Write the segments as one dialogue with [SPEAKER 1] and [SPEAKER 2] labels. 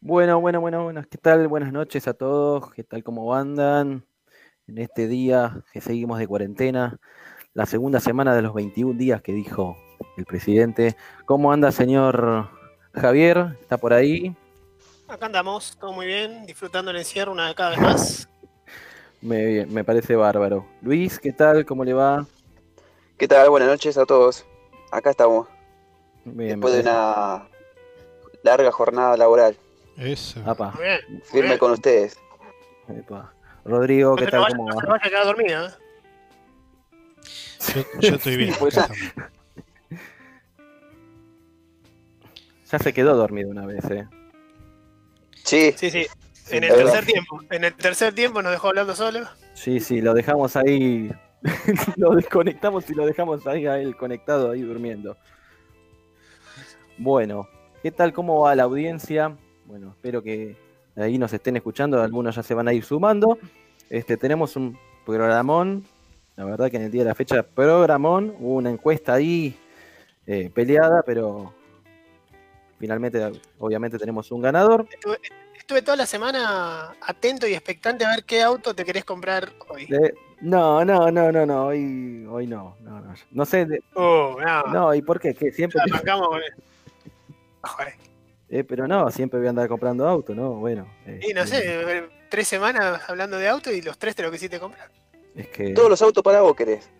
[SPEAKER 1] Bueno, bueno, bueno, buenas. ¿Qué tal? Buenas noches a todos. ¿Qué tal? ¿Cómo andan? En este día que seguimos de cuarentena, la segunda semana de los 21 días que dijo el presidente. ¿Cómo anda, señor Javier? ¿Está por ahí?
[SPEAKER 2] Acá andamos, todo muy bien, disfrutando el encierro una de cada vez más.
[SPEAKER 1] Me, me parece bárbaro. Luis, ¿qué tal? ¿Cómo le va?
[SPEAKER 3] ¿Qué tal? Buenas noches a todos. Acá estamos.
[SPEAKER 1] Bien,
[SPEAKER 3] después de
[SPEAKER 1] me parece-
[SPEAKER 3] una larga jornada laboral.
[SPEAKER 4] Eso.
[SPEAKER 1] Apa,
[SPEAKER 2] Muy bien.
[SPEAKER 3] Firme con ustedes.
[SPEAKER 1] epa. Rodrigo,
[SPEAKER 2] No
[SPEAKER 1] ¿qué
[SPEAKER 2] te, vayas,
[SPEAKER 1] tal? ¿Cómo
[SPEAKER 2] no te
[SPEAKER 1] va?
[SPEAKER 2] vayas a quedar dormido, ¿eh?
[SPEAKER 4] Yo, yo estoy bien.
[SPEAKER 1] Sí, pues
[SPEAKER 4] acá estamos.
[SPEAKER 1] Ya se quedó dormido una vez, ¿eh?
[SPEAKER 3] Sí,
[SPEAKER 2] Sí, sí. En
[SPEAKER 1] Sí,
[SPEAKER 2] el
[SPEAKER 3] la verdad.
[SPEAKER 2] tercer tiempo. En el tercer tiempo nos dejó hablando solo.
[SPEAKER 1] Sí, sí, lo dejamos ahí. lo desconectamos y lo dejamos ahí a él conectado, ahí durmiendo. Bueno, ¿qué tal? ¿Cómo va la audiencia? Bueno, espero que ahí nos estén escuchando. Algunos ya se van a ir sumando. Este, tenemos un programón. La verdad que en el día de la fecha, programón. Hubo una encuesta ahí eh, peleada, pero finalmente, obviamente, tenemos un ganador.
[SPEAKER 2] Estuve toda la semana atento y expectante a ver qué auto te querés comprar hoy.
[SPEAKER 1] Eh, no, no, no, no, no. Hoy, hoy no, no, no. No sé, de-
[SPEAKER 2] Uh, no.
[SPEAKER 1] No, ¿y por qué? Que siempre,
[SPEAKER 2] Ya arrancamos con el- Joder.
[SPEAKER 1] eh, pero no, siempre voy a andar comprando auto, ¿no? Bueno. eh,
[SPEAKER 2] Y no sé, eh, tres semanas hablando de auto y los tres te lo quisiste comprar.
[SPEAKER 1] Es que,
[SPEAKER 3] todos los autos para vos querés.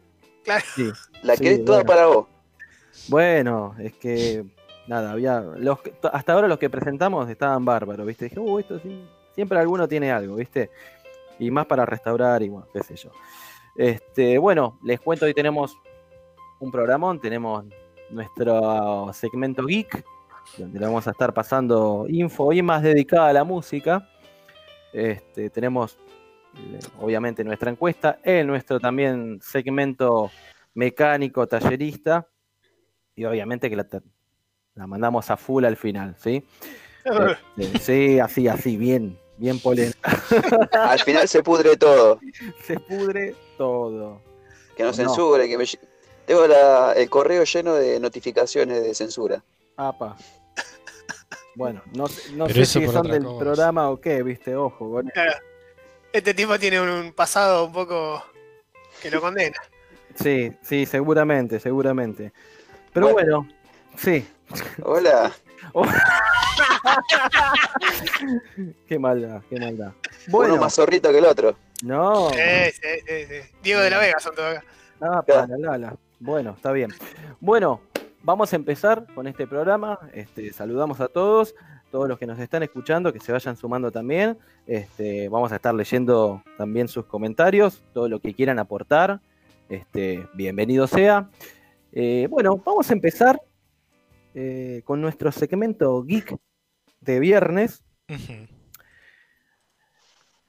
[SPEAKER 1] sí.
[SPEAKER 3] La
[SPEAKER 1] Sí,
[SPEAKER 3] querés toda
[SPEAKER 1] bueno.
[SPEAKER 3] para vos.
[SPEAKER 1] Bueno, es que nada, había los que- to- hasta ahora los que presentamos estaban bárbaros, ¿viste? Dije, "Uh, esto sí- siempre alguno tiene algo, ¿viste? Y más para restaurar y bueno, qué sé yo. Este, bueno, les cuento, hoy tenemos un programón, tenemos nuestro segmento geek, donde le vamos a estar pasando info hoy más dedicada a la música. Este, tenemos eh, obviamente nuestra encuesta, en nuestro también segmento mecánico, tallerista y obviamente que la, ter- la mandamos a full al final, ¿sí? Este, sí, así, así, bien, bien polenta.
[SPEAKER 3] Al final se pudre todo.
[SPEAKER 1] Se pudre todo.
[SPEAKER 3] Que nos
[SPEAKER 1] No.
[SPEAKER 3] censuren. Que me... lle- Tengo la- el correo lleno de notificaciones de censura.
[SPEAKER 1] Apa. Bueno, no, sé- no
[SPEAKER 4] Pero
[SPEAKER 1] sé
[SPEAKER 4] eso
[SPEAKER 1] si
[SPEAKER 4] por
[SPEAKER 1] son
[SPEAKER 4] otra
[SPEAKER 1] del
[SPEAKER 4] cosa.
[SPEAKER 1] programa o qué, viste, ojo. con-
[SPEAKER 2] Este tipo tiene un pasado un poco que lo condena.
[SPEAKER 1] Sí, sí, seguramente, seguramente. Pero bueno, sí,
[SPEAKER 3] Hola.
[SPEAKER 1] qué maldad, qué maldad.
[SPEAKER 3] Uno
[SPEAKER 1] Bueno,
[SPEAKER 3] más zorrito que el otro.
[SPEAKER 1] no.
[SPEAKER 2] Sí, sí, sí, sí. Diego de la Vega son todos acá.
[SPEAKER 1] Ah,
[SPEAKER 3] Claro.
[SPEAKER 1] para la, la. Bueno, está bien. Bueno, vamos a empezar con este programa. Este, saludamos a todos, todos los que nos están escuchando, que se vayan sumando también. Este, vamos a estar leyendo también sus comentarios, todo lo que quieran aportar. Este, bienvenido sea. Eh, bueno, vamos a empezar eh, con nuestro segmento geek de viernes.
[SPEAKER 4] Ujú.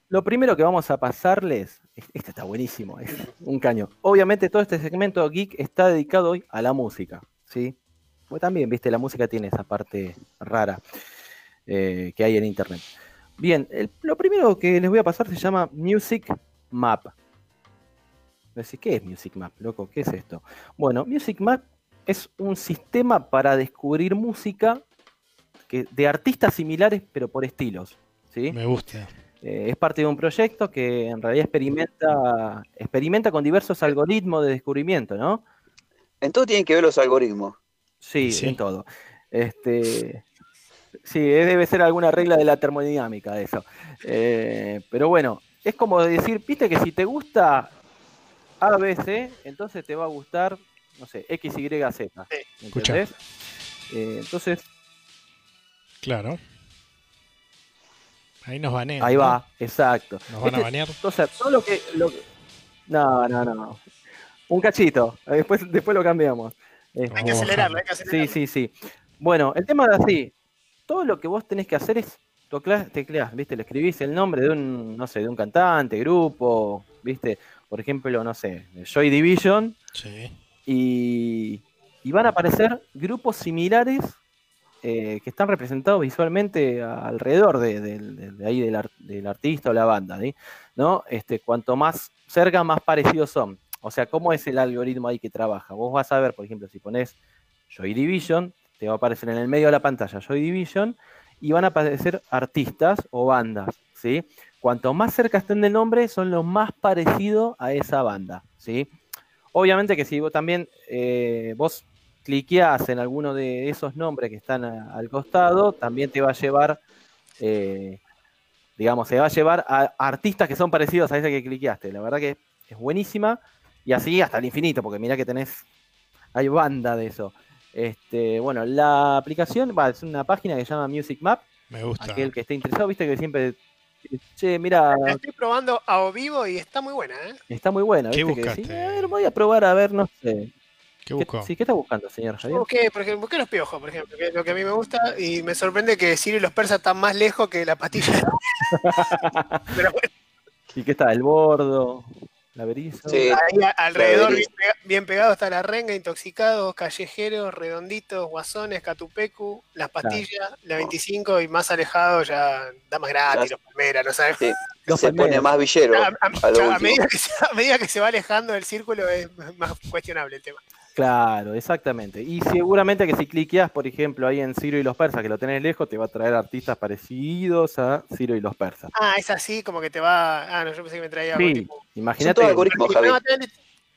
[SPEAKER 1] Lo primero que vamos a pasarles, este está buenísimo, es un caño. Obviamente todo este segmento geek está dedicado hoy a la música, ¿sí? Pues también, viste, la música tiene esa parte rara eh, que hay en internet. Bien, el- lo primero que les voy a pasar se llama Music Map. Decís, ¿qué es Music Map, loco? ¿Qué es esto? Bueno, Music Map es un sistema para descubrir música que, de artistas similares, pero por estilos, ¿sí?
[SPEAKER 4] Me gusta.
[SPEAKER 1] Eh, es parte de un proyecto que en realidad experimenta, experimenta con diversos algoritmos de descubrimiento, ¿no?
[SPEAKER 3] En todo tienen que ver los algoritmos.
[SPEAKER 1] Sí,
[SPEAKER 4] Sí.
[SPEAKER 1] en todo. Este, sí, eh, debe ser alguna regla de la termodinámica eso. Eh, pero bueno, es como decir, viste que si te gusta ABC, entonces te va a gustar, no sé, XYZ.
[SPEAKER 4] Escuchá.
[SPEAKER 1] ¿Entendés? Eh, entonces,
[SPEAKER 4] Claro. Ahí nos banean.
[SPEAKER 1] ahí
[SPEAKER 4] ¿no?
[SPEAKER 1] va, exacto.
[SPEAKER 4] Nos van a
[SPEAKER 1] Este-
[SPEAKER 4] banear.
[SPEAKER 1] Entonces, todo lo que. lo que- No, no, no. Un cachito. eh, Después, después lo cambiamos. Eh,
[SPEAKER 2] Hay que
[SPEAKER 4] Vamos
[SPEAKER 2] acelerarlo, hay que acelerarlo.
[SPEAKER 1] sí, sí, sí. Bueno, el tema es así. Todo lo que vos tenés que hacer es tocla- tecleás, ¿viste? Le escribís el nombre de un, no sé, de un cantante, grupo, ¿viste? Por ejemplo, no sé, Joy Division
[SPEAKER 4] Sí.
[SPEAKER 1] y, y van a aparecer grupos similares eh, que están representados visualmente a- alrededor de, del- del- de ahí del, ar- del artista o la banda, ¿sí? ¿no? Este, cuanto más cerca, más parecidos son. O sea, ¿cómo es el algoritmo ahí que trabaja? Vos vas a ver, por ejemplo, si pones Joy Division, te va a aparecer en el medio de la pantalla Joy Division y van a aparecer artistas o bandas, ¿sí? Cuanto más cerca estén del nombre, son los más parecidos a esa banda, ¿sí? Obviamente que si vos también eh, vos cliqueás en alguno de esos nombres que están a- al costado, también te va a llevar, eh, digamos, se va a llevar a artistas que son parecidos a ese que cliqueaste. La verdad que es buenísima y así hasta el infinito, porque mirá que tenés, hay banda de eso. Este, bueno, la aplicación va, es una página que se llama Music Map.
[SPEAKER 4] Me gusta.
[SPEAKER 1] Aquel que esté interesado, viste que siempre. Che, mira,
[SPEAKER 2] La estoy probando a o vivo y está muy buena, ¿eh?
[SPEAKER 1] está muy buena.
[SPEAKER 4] ¿Qué
[SPEAKER 1] ¿viste? Que decís,
[SPEAKER 4] buscaste?
[SPEAKER 1] a ver, voy a probar, a ver, no sé.
[SPEAKER 4] ¿Qué
[SPEAKER 1] ¿Qué,
[SPEAKER 4] buscó?
[SPEAKER 1] sí, ¿qué está buscando, señor Javier?
[SPEAKER 2] Busqué, por ejemplo, busqué los piojos, por ejemplo, que es lo que a mí me gusta, y me sorprende que Sirio y los persas están más lejos que la pastilla. Pero bueno,
[SPEAKER 1] ¿Y qué está? ¿El bordo? ¿La berizo?
[SPEAKER 3] Sí,
[SPEAKER 2] ahí a- alrededor,
[SPEAKER 3] Rodríguez.
[SPEAKER 2] bien, pega- bien pegado, está la renga, intoxicados, callejeros, redonditos, guasones, catupecu, las pastillas, la 25, y más alejado ya da más gratis,
[SPEAKER 3] Ya-
[SPEAKER 2] los palmeras, no sabes.
[SPEAKER 3] Sí,
[SPEAKER 1] Los
[SPEAKER 3] se pone
[SPEAKER 1] palmeros.
[SPEAKER 3] más villero.
[SPEAKER 2] A, a-
[SPEAKER 3] a lo
[SPEAKER 2] a
[SPEAKER 3] último.
[SPEAKER 2] medida que se, a medida que se va alejando del círculo es más cuestionable el tema.
[SPEAKER 1] Claro, exactamente. Y seguramente que si cliqueas, por ejemplo, ahí en Ciro y los persas, que lo tenés lejos, te va a traer artistas parecidos a Ciro y los persas.
[SPEAKER 2] Ah, es así, como que te va. Ah, no, yo pensé que me traía algo
[SPEAKER 1] Sí,
[SPEAKER 2] tipo.
[SPEAKER 1] imagínate.
[SPEAKER 3] Son todos algoritmos. Ritmo, Javi.
[SPEAKER 2] No, tenés-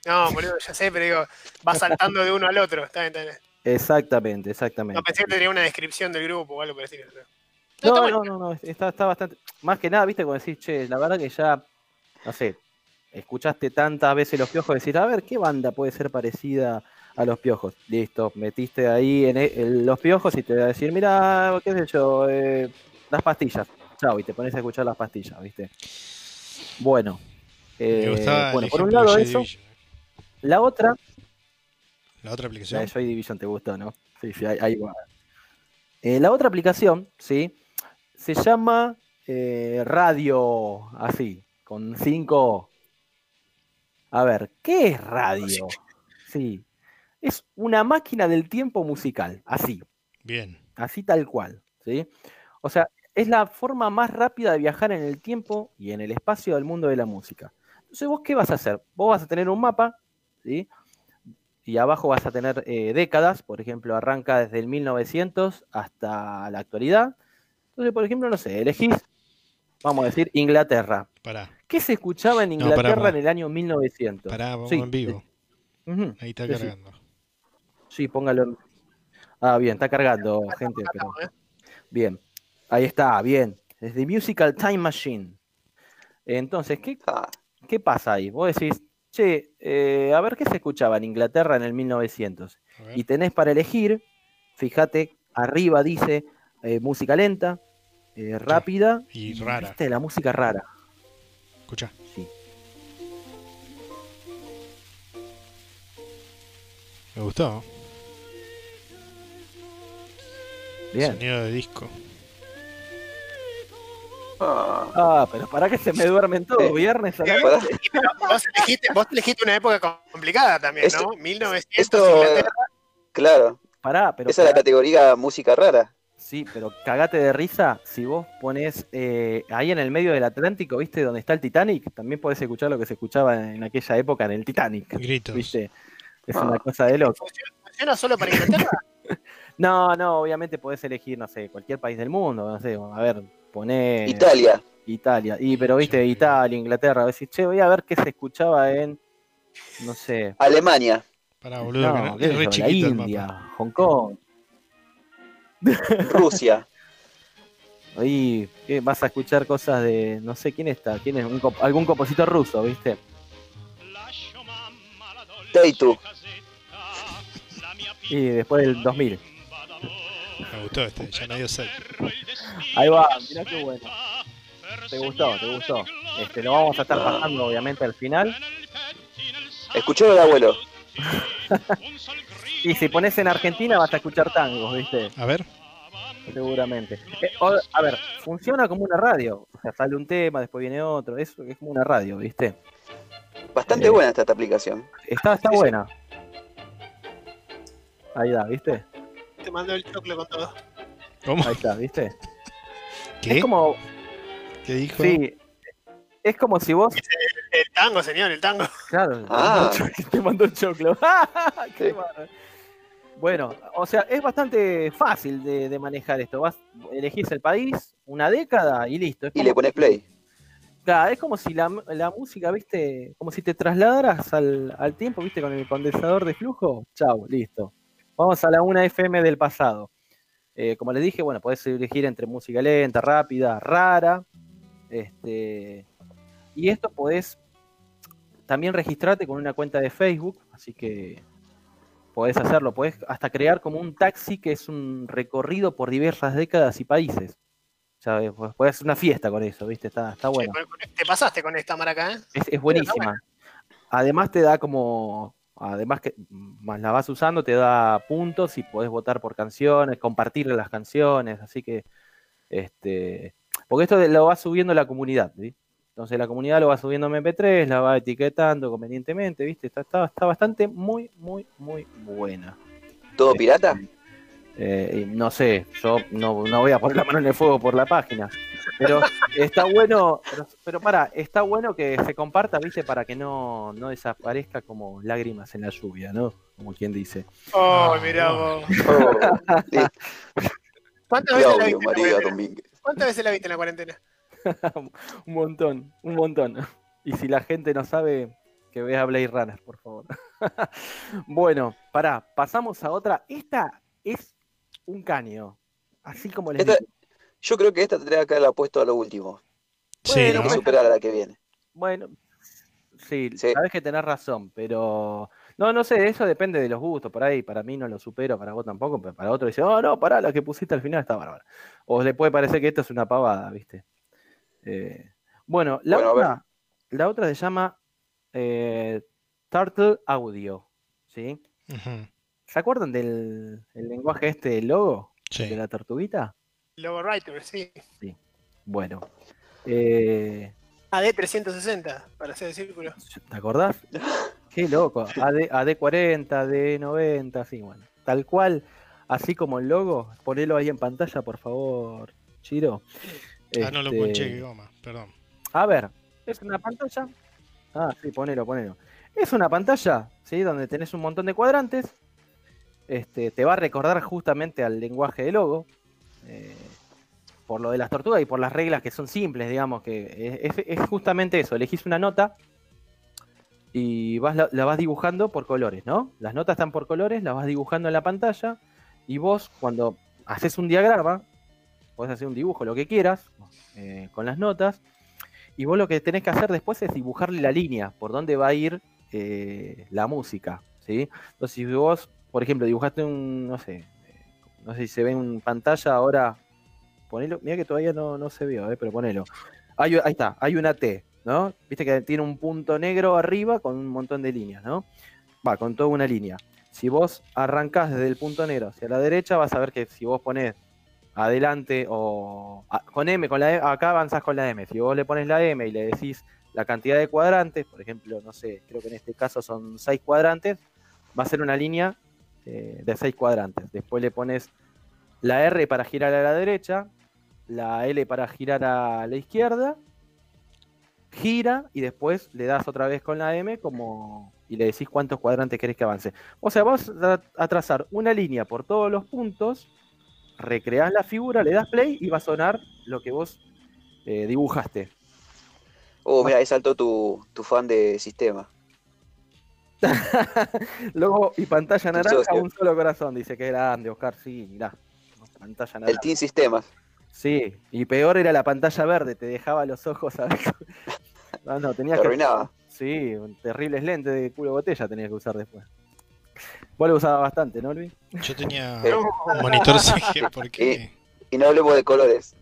[SPEAKER 2] no, boludo, ya sé, pero digo, va saltando de uno al otro. Está bien, está bien.
[SPEAKER 1] Exactamente, exactamente.
[SPEAKER 2] No pensé que tenía una descripción del grupo o algo por el estilo. No, está
[SPEAKER 1] No,
[SPEAKER 2] bueno.
[SPEAKER 1] no, no, no, está, está bastante. Más que nada, viste, cuando decís, che, la verdad que ya, no sé, escuchaste tantas veces los piojos, decís, a ver, ¿qué banda puede ser parecida a los piojos? Listo, metiste ahí en, e- en los piojos y te va a decir, mira, qué sé yo, eh, las pastillas. Chao, y te pones a escuchar las pastillas, viste. Bueno, eh,
[SPEAKER 4] Me gustaba el
[SPEAKER 1] bueno, por un
[SPEAKER 4] ejemplo
[SPEAKER 1] lado
[SPEAKER 4] de
[SPEAKER 1] eso,
[SPEAKER 4] Joy Division.
[SPEAKER 1] la otra,
[SPEAKER 4] La otra
[SPEAKER 1] la de
[SPEAKER 4] aplicación.
[SPEAKER 1] Joy Division te gustó, ¿no? Sí, sí, ahí, ahí va. Eh, la otra aplicación, ¿sí? Se llama eh, Radio, así, con 5. A ver, ¿qué es radio? Sí. Es una máquina del tiempo musical, así,
[SPEAKER 4] Bien.
[SPEAKER 1] así tal cual, ¿sí? O sea, es la forma más rápida de viajar en el tiempo y en el espacio del mundo de la música. Entonces, ¿vos qué vas a hacer? Vos vas a tener un mapa, ¿sí? Y abajo vas a tener eh, décadas, por ejemplo, arranca desde el 1900 hasta la actualidad. Entonces, por ejemplo, no sé, elegís, vamos a decir, Inglaterra.
[SPEAKER 4] Pará,
[SPEAKER 1] ¿Qué se escuchaba en
[SPEAKER 4] No, pará,
[SPEAKER 1] Inglaterra
[SPEAKER 4] pará.
[SPEAKER 1] en el año 1900?
[SPEAKER 4] pará, vamos
[SPEAKER 1] Sí,
[SPEAKER 4] en vivo.
[SPEAKER 1] Ujú,
[SPEAKER 4] Ahí está
[SPEAKER 1] Sí, sí.
[SPEAKER 4] cargando.
[SPEAKER 1] Sí, póngalo. en- Ah, bien, está cargando, gente. pero-
[SPEAKER 2] Estamos, ¿eh?
[SPEAKER 1] Bien, ahí está, bien. Es The Musical Time Machine. Entonces, ¿qué,
[SPEAKER 3] Ah,
[SPEAKER 1] qué pasa ahí? Vos decís, che, eh, a ver qué se escuchaba en Inglaterra en el 1900.
[SPEAKER 4] A ver.
[SPEAKER 1] Y tenés para elegir, fíjate, arriba dice eh, música lenta, eh, rápida
[SPEAKER 4] Y rara.
[SPEAKER 1] ¿viste? la música rara.
[SPEAKER 4] Escucha.
[SPEAKER 1] Sí.
[SPEAKER 4] Me gustó.
[SPEAKER 1] Bien.
[SPEAKER 4] Sonido de disco.
[SPEAKER 3] ah,
[SPEAKER 1] Ah, pero para que se me duermen todos,
[SPEAKER 3] Sí.
[SPEAKER 1] viernes a la
[SPEAKER 3] pará.
[SPEAKER 2] Pero vos, elegiste, vos elegiste una época complicada también,
[SPEAKER 3] Esto-
[SPEAKER 2] ¿no? 1900,
[SPEAKER 3] esto,
[SPEAKER 2] Inglaterra.
[SPEAKER 3] Claro,
[SPEAKER 1] Pará, pero
[SPEAKER 3] esa es la
[SPEAKER 1] pará.
[SPEAKER 3] categoría música rara.
[SPEAKER 1] Sí, pero cagate de risa si vos pones eh, ahí en el medio del Atlántico, ¿viste? Donde está el Titanic, también podés escuchar lo que se escuchaba en aquella época en el Titanic,
[SPEAKER 4] Gritos.
[SPEAKER 1] ¿viste? Es
[SPEAKER 3] Ah.
[SPEAKER 1] una cosa de loco.
[SPEAKER 2] ¿Funciona solo para Inglaterra?
[SPEAKER 1] No, no, obviamente podés elegir, no sé, cualquier país del mundo, no sé, a ver, poné
[SPEAKER 3] Italia,
[SPEAKER 1] Italia. Y, pero viste,
[SPEAKER 4] Sí.
[SPEAKER 1] Italia, Inglaterra, decís, che, voy a ver qué se escuchaba en, no sé,
[SPEAKER 3] Alemania.
[SPEAKER 4] Pará, Ah, boludo. que
[SPEAKER 1] no,
[SPEAKER 4] no-
[SPEAKER 1] qué
[SPEAKER 4] es
[SPEAKER 1] sé
[SPEAKER 4] re
[SPEAKER 1] yo, la
[SPEAKER 4] chiquito el mapa.
[SPEAKER 1] India, Hong Kong.
[SPEAKER 3] Rusia.
[SPEAKER 1] Ahí ¿qué? vas a escuchar cosas de no sé quién está, quién es un comp- algún compositor ruso, ¿viste?
[SPEAKER 3] Teitu.
[SPEAKER 1] Y después del 2000.
[SPEAKER 4] Me gustó este. Ya no dio set.
[SPEAKER 1] Ahí va, mirá qué bueno. Te gustó, te gustó. Este, lo vamos a estar pasando obviamente al final.
[SPEAKER 3] Escuchó el abuelo.
[SPEAKER 1] Y si pones en Argentina vas a escuchar tangos, ¿viste?
[SPEAKER 4] A ver.
[SPEAKER 1] Seguramente. Eh, o- a ver, funciona como una radio. O sea, sale un tema, después viene otro. Es, es como una radio, ¿viste?
[SPEAKER 3] Bastante
[SPEAKER 1] Eh.
[SPEAKER 3] buena esta, esta aplicación.
[SPEAKER 1] Está, está buena. Ahí da, ¿viste?
[SPEAKER 2] Te mandó el choclo con todo.
[SPEAKER 4] ¿Cómo?
[SPEAKER 1] Ahí está, ¿viste?
[SPEAKER 4] ¿Qué?
[SPEAKER 1] Es como,
[SPEAKER 4] ¿Qué dijo?
[SPEAKER 1] sí, es como si vos
[SPEAKER 2] El tango, señor, el tango.
[SPEAKER 1] Claro,
[SPEAKER 3] Ah.
[SPEAKER 1] te mandó el choclo. ¡Ah, ¡Qué
[SPEAKER 3] Sí.
[SPEAKER 1] bárbaro! Bueno, o sea, es bastante fácil de, de manejar esto. Vas, elegís el país, una década y listo. Es
[SPEAKER 3] Y le
[SPEAKER 1] como,
[SPEAKER 3] pones play.
[SPEAKER 1] claro, es como si la, la música, viste, como si te trasladaras al, al tiempo, viste, con el condensador de flujo. Chau, listo. Vamos a la 1 FM del pasado. Eh, como les dije, bueno, podés elegir entre música lenta, rápida, rara. Este, y esto podés también registrarte con una cuenta de Facebook, así que podés hacerlo, podés hasta crear como un taxi que es un recorrido por diversas décadas y países. Ya ves, podés podés hacer una fiesta con eso, ¿viste? Está, está bueno.
[SPEAKER 2] Che, con- con- Te pasaste con esta maraca, ¿eh?
[SPEAKER 1] Es, es buenísima. Además te da como, además que más la vas usando, te da puntos y podés votar por canciones, compartir las canciones, así que, este, porque esto de- lo va subiendo la comunidad, ¿sí? Entonces la comunidad lo va subiendo a MP3, la va etiquetando convenientemente, ¿viste? Está, está, está bastante muy, muy, muy buena.
[SPEAKER 3] ¿Todo pirata?
[SPEAKER 1] Eh, y no sé, yo no, no voy a poner la mano en el fuego por la página. Pero está bueno, pero, pero para, está bueno que se comparta, viste, para que no, no desaparezca como lágrimas en la lluvia, ¿no? Como quien dice.
[SPEAKER 2] Oh,
[SPEAKER 4] Ah,
[SPEAKER 2] mirá
[SPEAKER 4] bueno.
[SPEAKER 2] vos.
[SPEAKER 3] Oh,
[SPEAKER 2] ¿Cuántas
[SPEAKER 3] te
[SPEAKER 2] veces, la viste
[SPEAKER 3] odio,
[SPEAKER 2] en la
[SPEAKER 3] María
[SPEAKER 2] cuarentena?
[SPEAKER 3] Domínguez.
[SPEAKER 2] ¿Cuántas veces la viste en la cuarentena?
[SPEAKER 1] Un montón, un montón. Y si la gente no sabe, que vea Blade Runner, por favor. bueno, pará, pasamos a otra. Esta es un caño. Así como les
[SPEAKER 3] Esta-
[SPEAKER 1] dije.
[SPEAKER 3] Yo creo que esta tendría que haberla puesto a lo último
[SPEAKER 4] Sí,
[SPEAKER 1] Bueno,
[SPEAKER 3] y
[SPEAKER 4] ¿no?
[SPEAKER 1] pues-
[SPEAKER 3] superar a la que viene.
[SPEAKER 1] Bueno, sí,
[SPEAKER 3] Sí.
[SPEAKER 1] sabes que tenés razón, pero no, no sé, eso depende de los gustos, por ahí, para mí no lo supero, para vos tampoco, pero para otro dice, oh no, pará, la que pusiste al final está bárbara. O le puede parecer que esto es una pavada, ¿viste? Eh, bueno, la
[SPEAKER 3] Bueno, a ver.
[SPEAKER 1] otra, la otra se llama eh, Turtle Audio, ¿sí?
[SPEAKER 4] Ujú,
[SPEAKER 1] ¿Se acuerdan del el lenguaje este del logo de
[SPEAKER 4] Sí.
[SPEAKER 1] la tortuguita?
[SPEAKER 2] Logo Writer, sí.
[SPEAKER 1] Bueno, eh,
[SPEAKER 2] Ah, AD360, para hacer el círculo.
[SPEAKER 1] ¿Te acordás? Qué loco. AD, AD40, AD90, así, bueno. Tal cual, así como el logo. Ponelo ahí en pantalla, por favor, Chiro.
[SPEAKER 4] Ah, no lo
[SPEAKER 1] Este,
[SPEAKER 4] ponché, qué goma, perdón.
[SPEAKER 1] A ver, es una pantalla. Ah, sí, ponelo, ponelo. Es una pantalla, ¿sí? Donde tenés un montón de cuadrantes. Este, te va a recordar justamente al lenguaje de logo. eh, por lo de las tortugas y por las reglas que son simples, digamos, que es, es justamente eso. Elegís una nota y vas, la, la vas dibujando por colores, ¿no? Las notas están por colores, las vas dibujando en la pantalla y vos cuando haces un diagrama, podés hacer un dibujo, lo que quieras, eh, con las notas, y vos lo que tenés que hacer después es dibujarle la línea por dónde va a ir eh, la música, ¿sí? Entonces, si vos, por ejemplo, dibujaste un, no sé, eh, no sé si se ve en pantalla ahora, ponelo, mira que todavía no, no se vio, eh, pero ponelo. Hay- ahí está, hay una T, ¿no? Viste que tiene un punto negro arriba con un montón de líneas, ¿no? Va, con toda una línea. Si vos arrancás desde el punto negro hacia la derecha, vas a ver que si vos ponés adelante o a- con M, con la E, acá avanzás con la M. Si vos le pones la M y le decís la cantidad de cuadrantes, por ejemplo, no sé, creo que en este caso son seis cuadrantes, va a ser una línea eh, de seis cuadrantes. Después le pones la R para girar a la derecha, la L para girar a la izquierda, gira y después le das otra vez con la M como y le decís cuántos cuadrantes querés que avance. O sea, vas a a trazar una línea por todos los puntos, recreás la figura, le das play y va a sonar lo que vos eh, dibujaste.
[SPEAKER 3] Oh, mira, ahí saltó tu, tu fan de sistema.
[SPEAKER 1] Logo y pantalla
[SPEAKER 3] Tu
[SPEAKER 1] naranja,
[SPEAKER 3] socio.
[SPEAKER 1] un solo corazón. Dice que grande, Oscar. Sí, mirá. Pantalla
[SPEAKER 3] El
[SPEAKER 1] naranja.
[SPEAKER 3] Team Sistemas.
[SPEAKER 1] Sí, y peor era la pantalla verde, te dejaba los ojos a ver. No, no,
[SPEAKER 3] Te
[SPEAKER 1] tenías que.
[SPEAKER 3] arruinaba.
[SPEAKER 1] Sí, un terribles lentes de culo botella tenías que usar después. Vos lo usabas bastante, ¿no, Luis?
[SPEAKER 4] Yo tenía
[SPEAKER 3] Eh.
[SPEAKER 4] un monitor CG porque
[SPEAKER 3] Y no hablemos de colores.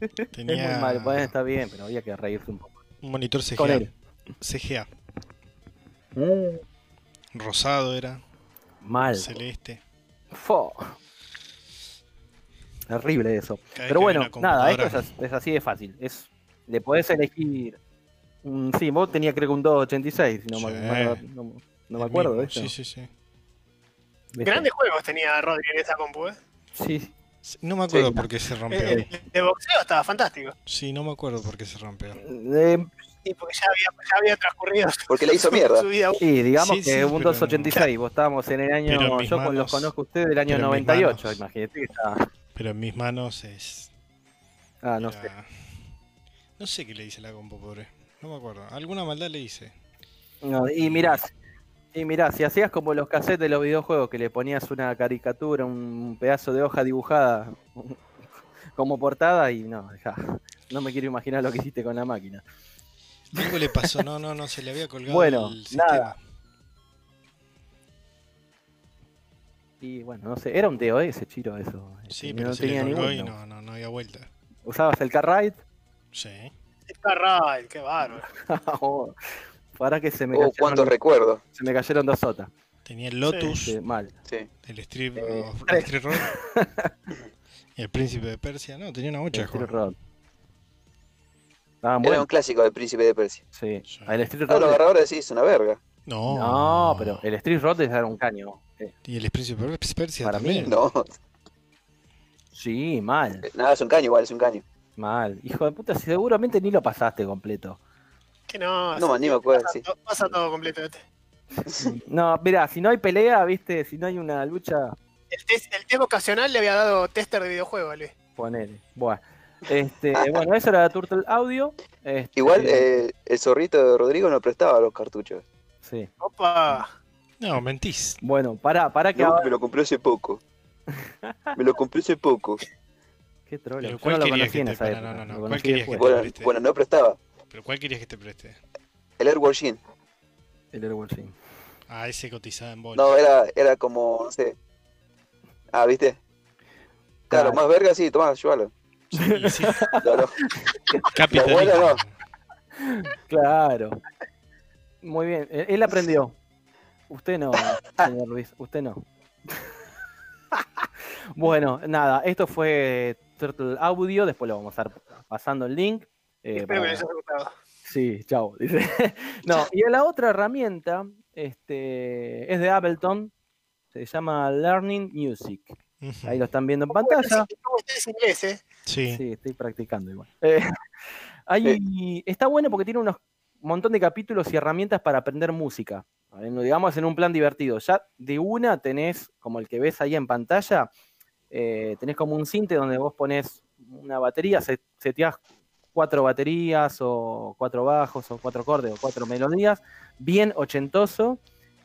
[SPEAKER 1] Es muy
[SPEAKER 4] tenía
[SPEAKER 1] mal, bueno, está bien, pero había que reírse un poco.
[SPEAKER 4] un monitor
[SPEAKER 1] Con
[SPEAKER 4] CGA.
[SPEAKER 1] él.
[SPEAKER 4] CGA. Rosado era,
[SPEAKER 1] Mal.
[SPEAKER 4] celeste.
[SPEAKER 1] Fo. Terrible eso.
[SPEAKER 4] Cada
[SPEAKER 1] Pero
[SPEAKER 4] vez que
[SPEAKER 1] bueno,
[SPEAKER 4] había una
[SPEAKER 1] nada, esto es,
[SPEAKER 4] computadora-
[SPEAKER 1] as- es así de fácil. Es, le podés elegir. un- sí, vos tenías creo que un 286, si no, me-
[SPEAKER 4] Sí.
[SPEAKER 1] me- no- no me
[SPEAKER 4] el
[SPEAKER 1] acuerdo
[SPEAKER 4] mismo.
[SPEAKER 1] de esto.
[SPEAKER 4] Sí, sí, sí.
[SPEAKER 1] ¿Viste?
[SPEAKER 2] Grandes juegos tenía Rodri en esa compu, ¿eh?
[SPEAKER 1] Sí. eh.
[SPEAKER 4] Sí, No me acuerdo
[SPEAKER 3] Sí.
[SPEAKER 4] por qué se rompió.
[SPEAKER 2] Eh, El de boxeo estaba fantástico.
[SPEAKER 4] Sí, no me acuerdo por qué se rompió.
[SPEAKER 1] Eh,
[SPEAKER 2] Sí, porque ya había, ya había transcurrido su-
[SPEAKER 3] Porque la hizo mierda.
[SPEAKER 2] su vida.
[SPEAKER 1] Sí, digamos
[SPEAKER 4] Sí,
[SPEAKER 1] que
[SPEAKER 4] sí,
[SPEAKER 1] un
[SPEAKER 4] pero-
[SPEAKER 1] 286, vos estábamos en el año,
[SPEAKER 4] Pero en mis
[SPEAKER 1] yo con- los
[SPEAKER 4] manos.
[SPEAKER 1] conozco a ustedes del año
[SPEAKER 4] Pero en mis
[SPEAKER 1] 98,
[SPEAKER 4] manos.
[SPEAKER 1] imagínate que está-
[SPEAKER 4] Pero en mis manos es.
[SPEAKER 1] Ah, no sé.
[SPEAKER 4] era- No sé qué le hice a la compu, pobre. No me acuerdo. Alguna maldad le hice.
[SPEAKER 1] No, y mirás, y mirás, si hacías como los cassettes de los videojuegos, que le ponías una caricatura, un pedazo de hoja dibujada como portada, y no, ya, no me quiero imaginar lo que hiciste con la máquina.
[SPEAKER 4] Algo le pasó. No, no, no. Se le había colgado
[SPEAKER 1] Bueno,
[SPEAKER 4] el
[SPEAKER 1] nada.
[SPEAKER 4] sistema.
[SPEAKER 1] Y bueno, no sé, era un DOS, chiro, eso.
[SPEAKER 4] Sí,
[SPEAKER 1] este,
[SPEAKER 4] pero se le
[SPEAKER 1] ni
[SPEAKER 4] colgó y
[SPEAKER 1] uno.
[SPEAKER 4] no, no, no había vuelta.
[SPEAKER 1] ¿Usabas el Carrite?
[SPEAKER 4] Sí.
[SPEAKER 2] Está raro, qué bárbaro.
[SPEAKER 1] Oh, para que se me,
[SPEAKER 3] Oh, cuántos
[SPEAKER 1] cayeron,
[SPEAKER 3] recuerdos.
[SPEAKER 1] se me cayeron dos sotas.
[SPEAKER 4] Tenía el Lotus,
[SPEAKER 1] Este, mal.
[SPEAKER 3] Sí.
[SPEAKER 4] el Strip,
[SPEAKER 1] Eh,
[SPEAKER 4] of-
[SPEAKER 1] tres.
[SPEAKER 4] Strip Road y el Príncipe de Persia. No, tenía una
[SPEAKER 1] El
[SPEAKER 4] bocha,
[SPEAKER 1] Street
[SPEAKER 4] Juan.
[SPEAKER 1] Rod. Estaban
[SPEAKER 3] Era
[SPEAKER 1] buenos,
[SPEAKER 3] un clásico del Príncipe de Persia.
[SPEAKER 1] sí.
[SPEAKER 4] Sí.
[SPEAKER 1] El Street
[SPEAKER 3] Ah,
[SPEAKER 1] Rod-
[SPEAKER 3] lo agarra ahora y decís, una verga.
[SPEAKER 4] No.
[SPEAKER 1] No, pero el Street Rod era un caño. Eh,
[SPEAKER 4] Y el Príncipe de Persia
[SPEAKER 1] Para mí,
[SPEAKER 4] también.
[SPEAKER 3] No,
[SPEAKER 1] Sí, mal,
[SPEAKER 3] nada, es un caño igual, es un caño.
[SPEAKER 1] mal. Hijo de puta, seguramente ni lo pasaste completo.
[SPEAKER 2] Que no,
[SPEAKER 3] No, ni me acuerdo,
[SPEAKER 2] pasa,
[SPEAKER 3] sí.
[SPEAKER 2] to- pasa todo completamente.
[SPEAKER 1] No, mira, si no hay pelea, viste, si no hay una lucha,
[SPEAKER 2] El test, el test vocacional le había dado tester de videojuego, Luis.
[SPEAKER 1] ponele. Bueno, este, bueno, eso era Turtle Audio. este,
[SPEAKER 3] Igual eh, el zorrito de Rodrigo no prestaba los cartuchos.
[SPEAKER 1] Sí.
[SPEAKER 2] Opa.
[SPEAKER 4] No, mentís.
[SPEAKER 1] Bueno, pará, pará que
[SPEAKER 3] No,
[SPEAKER 1] ahora-
[SPEAKER 3] me lo compré hace poco. Me lo compré hace poco.
[SPEAKER 1] Qué trolo,
[SPEAKER 4] Pero
[SPEAKER 1] yo no
[SPEAKER 4] ¿cuál
[SPEAKER 1] lo
[SPEAKER 4] querías
[SPEAKER 1] conocí
[SPEAKER 4] que
[SPEAKER 1] en
[SPEAKER 4] te-
[SPEAKER 1] esa
[SPEAKER 4] no,
[SPEAKER 1] época.
[SPEAKER 4] no, no,
[SPEAKER 1] lo
[SPEAKER 4] ¿cuál
[SPEAKER 1] conocí
[SPEAKER 4] querías que
[SPEAKER 1] después.
[SPEAKER 3] Bueno,
[SPEAKER 4] ¿Viste?
[SPEAKER 3] bueno, no prestaba.
[SPEAKER 4] ¿Pero cuál querías que te preste?
[SPEAKER 3] El Airwall Jean.
[SPEAKER 1] El Airwall Jim.
[SPEAKER 4] Ah, ese cotizada en bolsa.
[SPEAKER 3] No, era, era como, no sé. Ah, ¿viste?
[SPEAKER 1] Claro.
[SPEAKER 3] Claro, más verga, sí, tomá, llévalo.
[SPEAKER 4] Sí, sí,
[SPEAKER 3] No, no.
[SPEAKER 4] capitalismo.
[SPEAKER 3] Bueno,
[SPEAKER 1] Claro. Muy bien, e-, él él aprendió. Usted no, señor Luis, usted no. Bueno, nada, esto fue Turtle Audio, después lo vamos a estar pasando el link. eh,
[SPEAKER 2] Espero que
[SPEAKER 1] para-
[SPEAKER 2] les haya gustado.
[SPEAKER 1] Sí, chao. dice. No, y la otra herramienta este, es de Ableton, se llama Learning Music.
[SPEAKER 4] Ujú.
[SPEAKER 1] Ahí lo están viendo en pantalla.
[SPEAKER 2] ¿Cómo estás en inglés, eh?
[SPEAKER 4] Sí.
[SPEAKER 1] Sí, estoy practicando igual. Eh, hay- Está bueno porque tiene unos montón de capítulos y herramientas para aprender música. ¿vale? No, Digamos en un plan divertido. Ya de una tenés, como el que ves ahí en pantalla, eh, tenés como un cinte donde vos ponés una batería, se- seteás cuatro baterías o cuatro bajos o cuatro acordes o cuatro melodías. Bien ochentoso.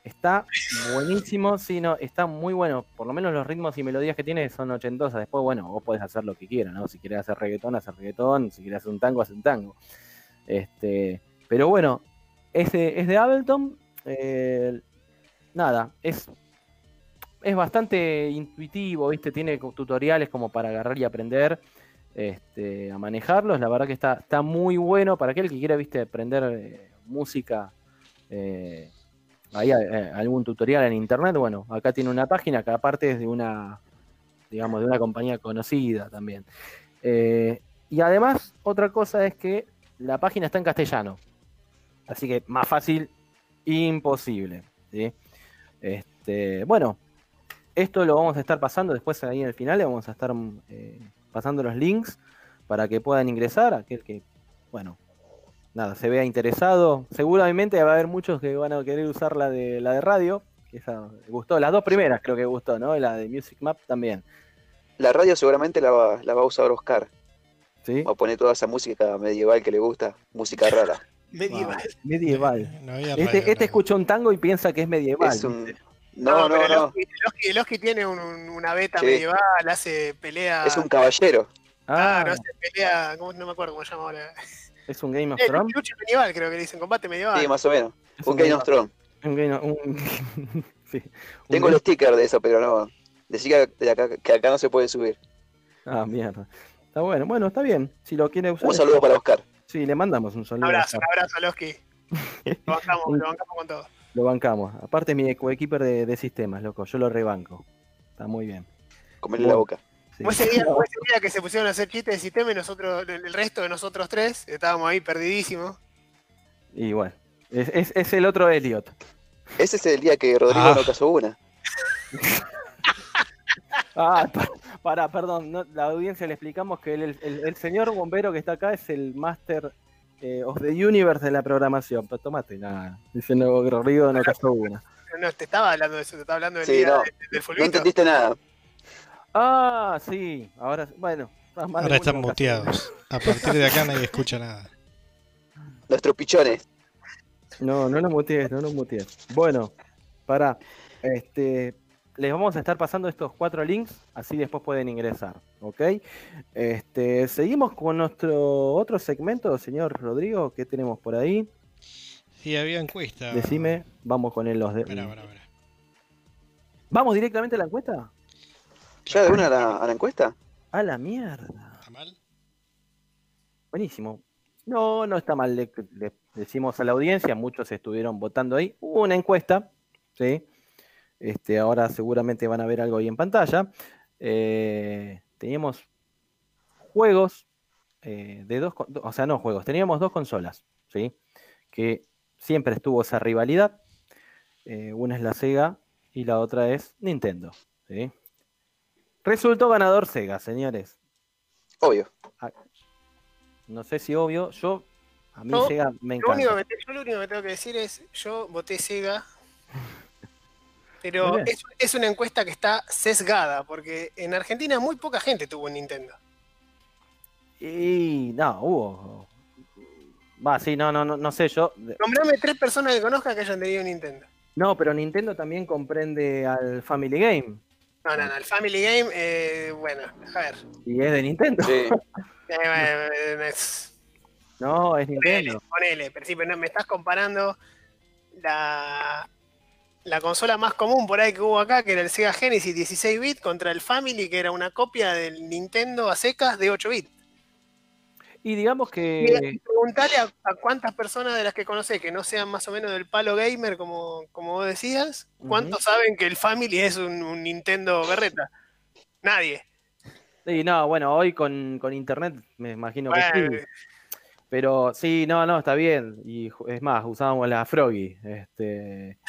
[SPEAKER 1] Está buenísimo, sí, no, está muy bueno. Por lo menos los ritmos y melodías que tiene son ochentosas. Después, bueno, vos podés hacer lo que quieras, ¿no? Si querés hacer reggaetón, hacer reggaetón. Si querés hacer un tango, hacer un tango. Este, pero bueno, es de, es de Ableton. eh, nada, es, es bastante intuitivo, ¿viste? Tiene co- tutoriales como para agarrar y aprender este, a manejarlos. La verdad que está, está muy bueno para aquel que quiera, ¿viste? Aprender eh, música. eh, ahí hay, eh, algún tutorial en internet. Bueno, acá tiene una página que aparte es de una, digamos, de una compañía conocida también. Eh, y además, otra cosa es que la página está en castellano. Así que más fácil, imposible. ¿sí? Este, bueno, esto lo vamos a estar pasando después ahí en el final. Le vamos a estar eh, pasando los links para que puedan ingresar. Aquel que, bueno, nada, se vea interesado. Seguramente va a haber muchos que van a querer usar la de, la de radio. Que esa gustó, las dos primeras creo que gustó, ¿no? La de Music Map también.
[SPEAKER 3] La radio seguramente la va, la va a usar Oscar.
[SPEAKER 1] ¿sí?
[SPEAKER 3] Va a poner toda esa música medieval que le gusta, música rara.
[SPEAKER 2] Medieval.
[SPEAKER 1] Wow, medieval.
[SPEAKER 4] No había radio,
[SPEAKER 1] Este, este
[SPEAKER 4] no.
[SPEAKER 1] escuchó un tango y piensa que es medieval.
[SPEAKER 3] Es un...
[SPEAKER 2] No,
[SPEAKER 3] No,
[SPEAKER 2] pero
[SPEAKER 3] no,
[SPEAKER 2] el
[SPEAKER 3] no.
[SPEAKER 2] Oski- el Oski- el Oski tiene un- un- una beta
[SPEAKER 3] Sí.
[SPEAKER 2] medieval, hace pelea.
[SPEAKER 3] Es un caballero.
[SPEAKER 1] Ah,
[SPEAKER 2] Claro, hace pelea. ¿cómo- no me acuerdo cómo se llama ahora.
[SPEAKER 1] es un Game of
[SPEAKER 2] Eh,
[SPEAKER 1] Thrones.
[SPEAKER 2] Lucha medieval, creo que le dicen. Combate medieval.
[SPEAKER 3] Sí, más o menos.
[SPEAKER 1] Es
[SPEAKER 3] Un Game of Thrones.
[SPEAKER 1] un Game of- un- sí, un
[SPEAKER 3] Tengo
[SPEAKER 1] Game-
[SPEAKER 3] los stickers de eso, pero no. Decía que, de acá- que acá no se puede subir.
[SPEAKER 1] Ah, mierda. Está bueno, bueno, está bien. Si lo quiere usar,
[SPEAKER 3] Un saludo para Oscar.
[SPEAKER 1] sí, le mandamos un
[SPEAKER 2] Un
[SPEAKER 1] saludo.
[SPEAKER 2] abrazo, un abrazo, Loski. Lo bancamos,
[SPEAKER 1] Un-
[SPEAKER 2] lo bancamos con todo.
[SPEAKER 1] Lo bancamos. Aparte es mi coequiper de, de sistemas, loco. Yo lo rebanco. Está muy bien.
[SPEAKER 3] Comerle la
[SPEAKER 1] Bueno.
[SPEAKER 3] boca.
[SPEAKER 1] Sí.
[SPEAKER 2] Fue ese, día, fue ese día que se pusieron a hacer chistes de sistema y nosotros, el el resto de nosotros tres, estábamos ahí perdidísimos.
[SPEAKER 1] Y bueno. Es, es- es el otro Elliot.
[SPEAKER 3] Ese es el día que Rodrigo
[SPEAKER 4] Ah.
[SPEAKER 3] no casó una.
[SPEAKER 1] Ah, pa- pará, perdón. no, la audiencia le explicamos que el, el- el- el señor bombero que está acá es el Master eh, of the Universe de la programación. Pero tomate nada. Dice Nuevo Río, no cayó una.
[SPEAKER 2] No, te estaba hablando de eso, te estaba hablando del
[SPEAKER 3] Sí,
[SPEAKER 2] día
[SPEAKER 3] no.
[SPEAKER 2] de- del
[SPEAKER 3] No
[SPEAKER 2] fulbito.
[SPEAKER 3] entendiste nada.
[SPEAKER 1] Ah, sí. Ahora, bueno. más de
[SPEAKER 4] Ahora
[SPEAKER 1] uno
[SPEAKER 4] están
[SPEAKER 1] cayó.
[SPEAKER 4] muteados. A partir de acá nadie escucha nada.
[SPEAKER 3] Nuestros pichones.
[SPEAKER 1] No, no lo mutees, no lo mutees. Bueno, para Este, les vamos a estar pasando estos cuatro links, así después pueden ingresar, ¿ok? Este, seguimos con nuestro otro segmento, señor Rodrigo, ¿qué tenemos por ahí?
[SPEAKER 4] Sí, había encuesta.
[SPEAKER 1] Decime, vamos con él los de...
[SPEAKER 4] Espera, espera, espera.
[SPEAKER 1] ¿Vamos directamente a la encuesta?
[SPEAKER 3] ¿Ya de una a la, a la encuesta?
[SPEAKER 1] A la mierda.
[SPEAKER 4] ¿Está mal?
[SPEAKER 1] Buenísimo. No, no está mal. Le, le decimos a la audiencia, muchos estuvieron votando ahí. Hubo una encuesta, ¿sí? Este, ahora seguramente van a ver algo ahí en pantalla. Eh, teníamos juegos eh, de dos, con- o sea, no juegos, teníamos dos consolas, ¿sí? Que siempre estuvo esa rivalidad. Eh, una es la Sega y la otra es Nintendo, ¿sí? Resultó ganador Sega, señores.
[SPEAKER 3] Obvio.
[SPEAKER 1] No sé si obvio, yo a mí
[SPEAKER 2] Yo,
[SPEAKER 1] Sega me
[SPEAKER 2] Lo único
[SPEAKER 1] encanta.
[SPEAKER 2] que te- yo lo único que tengo que decir es, yo voté Sega, pero
[SPEAKER 1] Muy bien.
[SPEAKER 2] es, es una encuesta que está sesgada, porque en Argentina muy poca gente tuvo un Nintendo.
[SPEAKER 1] Y no, hubo. Va, sí, no, no, no, no sé yo.
[SPEAKER 2] Nombrame tres personas que conozca que hayan tenido un Nintendo.
[SPEAKER 1] No, pero Nintendo también comprende al Family Game.
[SPEAKER 2] No, no, no, el Family Game, eh, bueno, a ver.
[SPEAKER 1] Y es de Nintendo.
[SPEAKER 3] Sí.
[SPEAKER 2] Eh, eh, eh, es-
[SPEAKER 1] No, es
[SPEAKER 2] Ponele,
[SPEAKER 1] Nintendo.
[SPEAKER 2] ponele, pero sí, pero no, me estás comparando la, la consola más común por ahí que hubo acá, que era el Sega Genesis 16 bit contra el Family, que era una copia del Nintendo a secas de 8 bit.
[SPEAKER 1] Y digamos que.
[SPEAKER 2] Y preguntale a, a cuántas personas de las que conocés que no sean más o menos del palo gamer, como, como vos decías, ¿cuántos saben que el Family es un, un Nintendo berreta? Nadie.
[SPEAKER 1] Y no, bueno, hoy con, con internet me imagino que
[SPEAKER 2] Bueno,
[SPEAKER 1] sí. Pero sí, no, no, está bien. Y ju- es más, usábamos la Froggy. Este,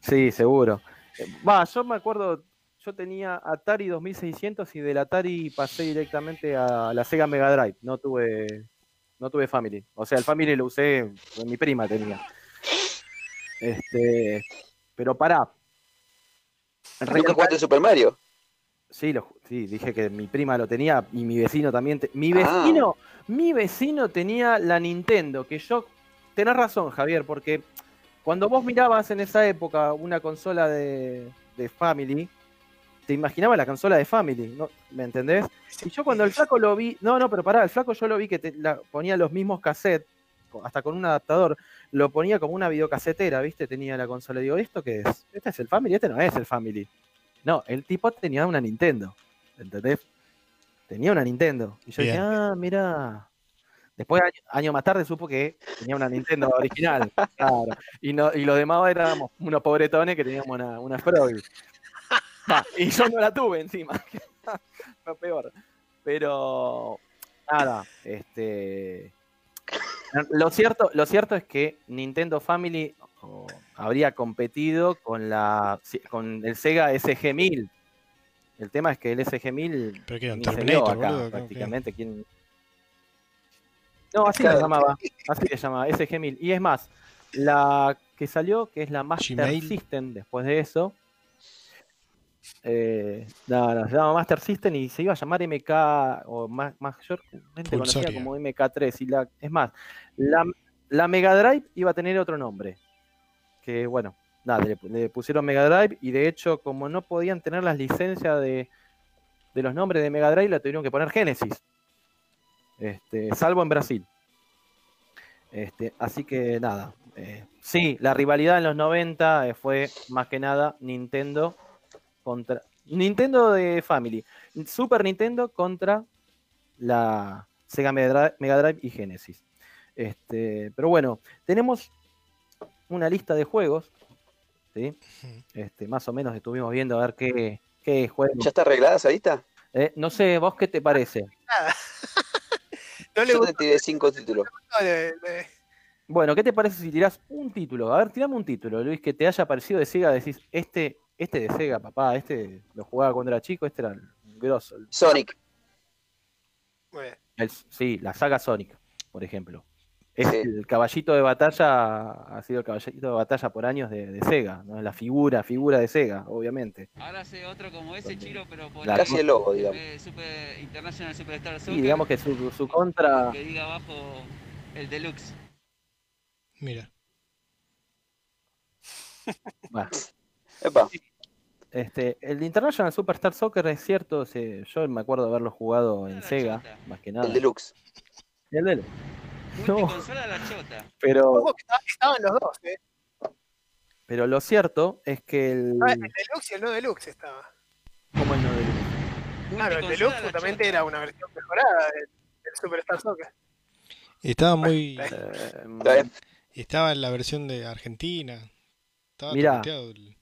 [SPEAKER 1] sí, seguro. Eh, Va, yo me acuerdo, yo tenía Atari 2600 y del Atari pasé directamente a la Sega Mega Drive. No tuve, no tuve Family. O sea, el Family lo usé, pues, mi prima tenía. Este, pero pará.
[SPEAKER 3] Nunca jugaste Super Mario.
[SPEAKER 1] Sí, lo ju- sí, dije que mi prima lo tenía y mi vecino también. te- mi
[SPEAKER 3] Ah.
[SPEAKER 1] vecino, mi vecino tenía la Nintendo, que yo tenés razón, Javier, porque cuando vos mirabas en esa época una consola de, de Family, te imaginabas la consola de Family, ¿no? ¿me entendés? Y yo cuando el flaco lo vi, no, no, pero pará, el flaco yo lo vi que te- la- ponía los mismos cassettes, co- hasta con un adaptador, lo ponía como una videocasetera, ¿viste? Tenía la consola. Digo, ¿esto qué es? ¿Este es el Family? Este no es el Family. No, el tipo tenía una Nintendo. ¿Entendés? Tenía una Nintendo. Y yo
[SPEAKER 4] Bien.
[SPEAKER 1] dije, ah, mirá. Después, año- años más tarde, supo que tenía una Nintendo original. Claro. Y, no, y los demás éramos unos pobretones que teníamos una, una Froggy. Va, y yo no la tuve encima. Lo peor. Pero, nada, este. Lo cierto, lo cierto es que Nintendo Family o, habría competido con la con el Sega SG-1000. El tema es que el SG-1000
[SPEAKER 4] Pero que era un
[SPEAKER 1] ni se vio
[SPEAKER 4] Terminator,
[SPEAKER 1] acá,
[SPEAKER 4] boludo. ¿qué- qué?
[SPEAKER 1] prácticamente. ¿quién? No, así
[SPEAKER 3] Claro.
[SPEAKER 1] se llamaba. Así se llamaba, SG-1000. Y es más, la que salió, que es la Master
[SPEAKER 4] Gmail.
[SPEAKER 1] System después de eso. eh, no, no, se llama Master System y se iba a llamar MK o ma- mayormente conocida
[SPEAKER 4] Pulsoria.
[SPEAKER 1] como MK3. Y la, es más, la, la Mega Drive iba a tener otro nombre. Que bueno, nada, le, le pusieron Mega Drive y de hecho, como no podían tener las licencias de, de los nombres de Mega Drive, la tuvieron que poner Genesis. Este, salvo en Brasil. Este, así que nada. eh, sí, la rivalidad en los 90 fue más que nada Nintendo contra. Nintendo de Family. Super Nintendo contra la Sega Mega Drive, Mega Drive y Genesis. Este, pero bueno, tenemos una lista de juegos. ¿sí? Este, más o menos estuvimos viendo a ver qué, qué juegos.
[SPEAKER 3] ¿Ya está arreglada esa lista?
[SPEAKER 1] Eh, no sé, vos qué te parece.
[SPEAKER 2] no le
[SPEAKER 3] Yo
[SPEAKER 2] gustó
[SPEAKER 3] te tiré cinco títulos.
[SPEAKER 2] de- de-
[SPEAKER 1] Bueno, ¿qué te parece si tirás un título? A ver, tirame un título, Luis, que te haya parecido de Sega. Decís, este, este de Sega, papá, este lo jugaba cuando era chico, este era el grosso. el-
[SPEAKER 3] Sonic.
[SPEAKER 2] bueno,
[SPEAKER 1] el- sí, la saga Sonic, por ejemplo. Es
[SPEAKER 3] Sí.
[SPEAKER 1] el caballito de batalla, ha sido el caballito de batalla por años de, de Sega, ¿no? La figura, figura de Sega, obviamente.
[SPEAKER 5] Ahora hace otro como ese chiro, pero por
[SPEAKER 1] La-
[SPEAKER 3] Casi el logo, digamos.
[SPEAKER 5] eh, Super International Superstar Soccer.
[SPEAKER 1] Y digamos que su, su contra.
[SPEAKER 5] Que diga abajo el deluxe.
[SPEAKER 4] Mira.
[SPEAKER 1] bah,
[SPEAKER 3] Epa,
[SPEAKER 1] este, el International Superstar Soccer es cierto, se- yo me acuerdo de haberlo jugado en
[SPEAKER 5] La
[SPEAKER 1] Sega,
[SPEAKER 5] chota.
[SPEAKER 1] más que nada.
[SPEAKER 3] el deluxe.
[SPEAKER 1] El Deluxe. No.
[SPEAKER 5] Multiconsola la chota.
[SPEAKER 1] Pero,
[SPEAKER 2] Ojo que estaba- estaban los dos, ¿eh?
[SPEAKER 1] pero lo cierto es que el.
[SPEAKER 2] Estaba Ah, El deluxe y el no deluxe estaba.
[SPEAKER 1] ¿Cómo el no Deluxe?
[SPEAKER 2] Claro, el
[SPEAKER 5] Multiconsola
[SPEAKER 2] deluxe
[SPEAKER 5] la
[SPEAKER 2] justamente
[SPEAKER 5] chota.
[SPEAKER 2] era una versión mejorada del, del Superstar Soccer.
[SPEAKER 4] Estaba muy.
[SPEAKER 3] Eh,
[SPEAKER 1] Eh,
[SPEAKER 4] Estaba en la versión de Argentina. Estaba
[SPEAKER 1] Mirá.
[SPEAKER 4] toqueteado el-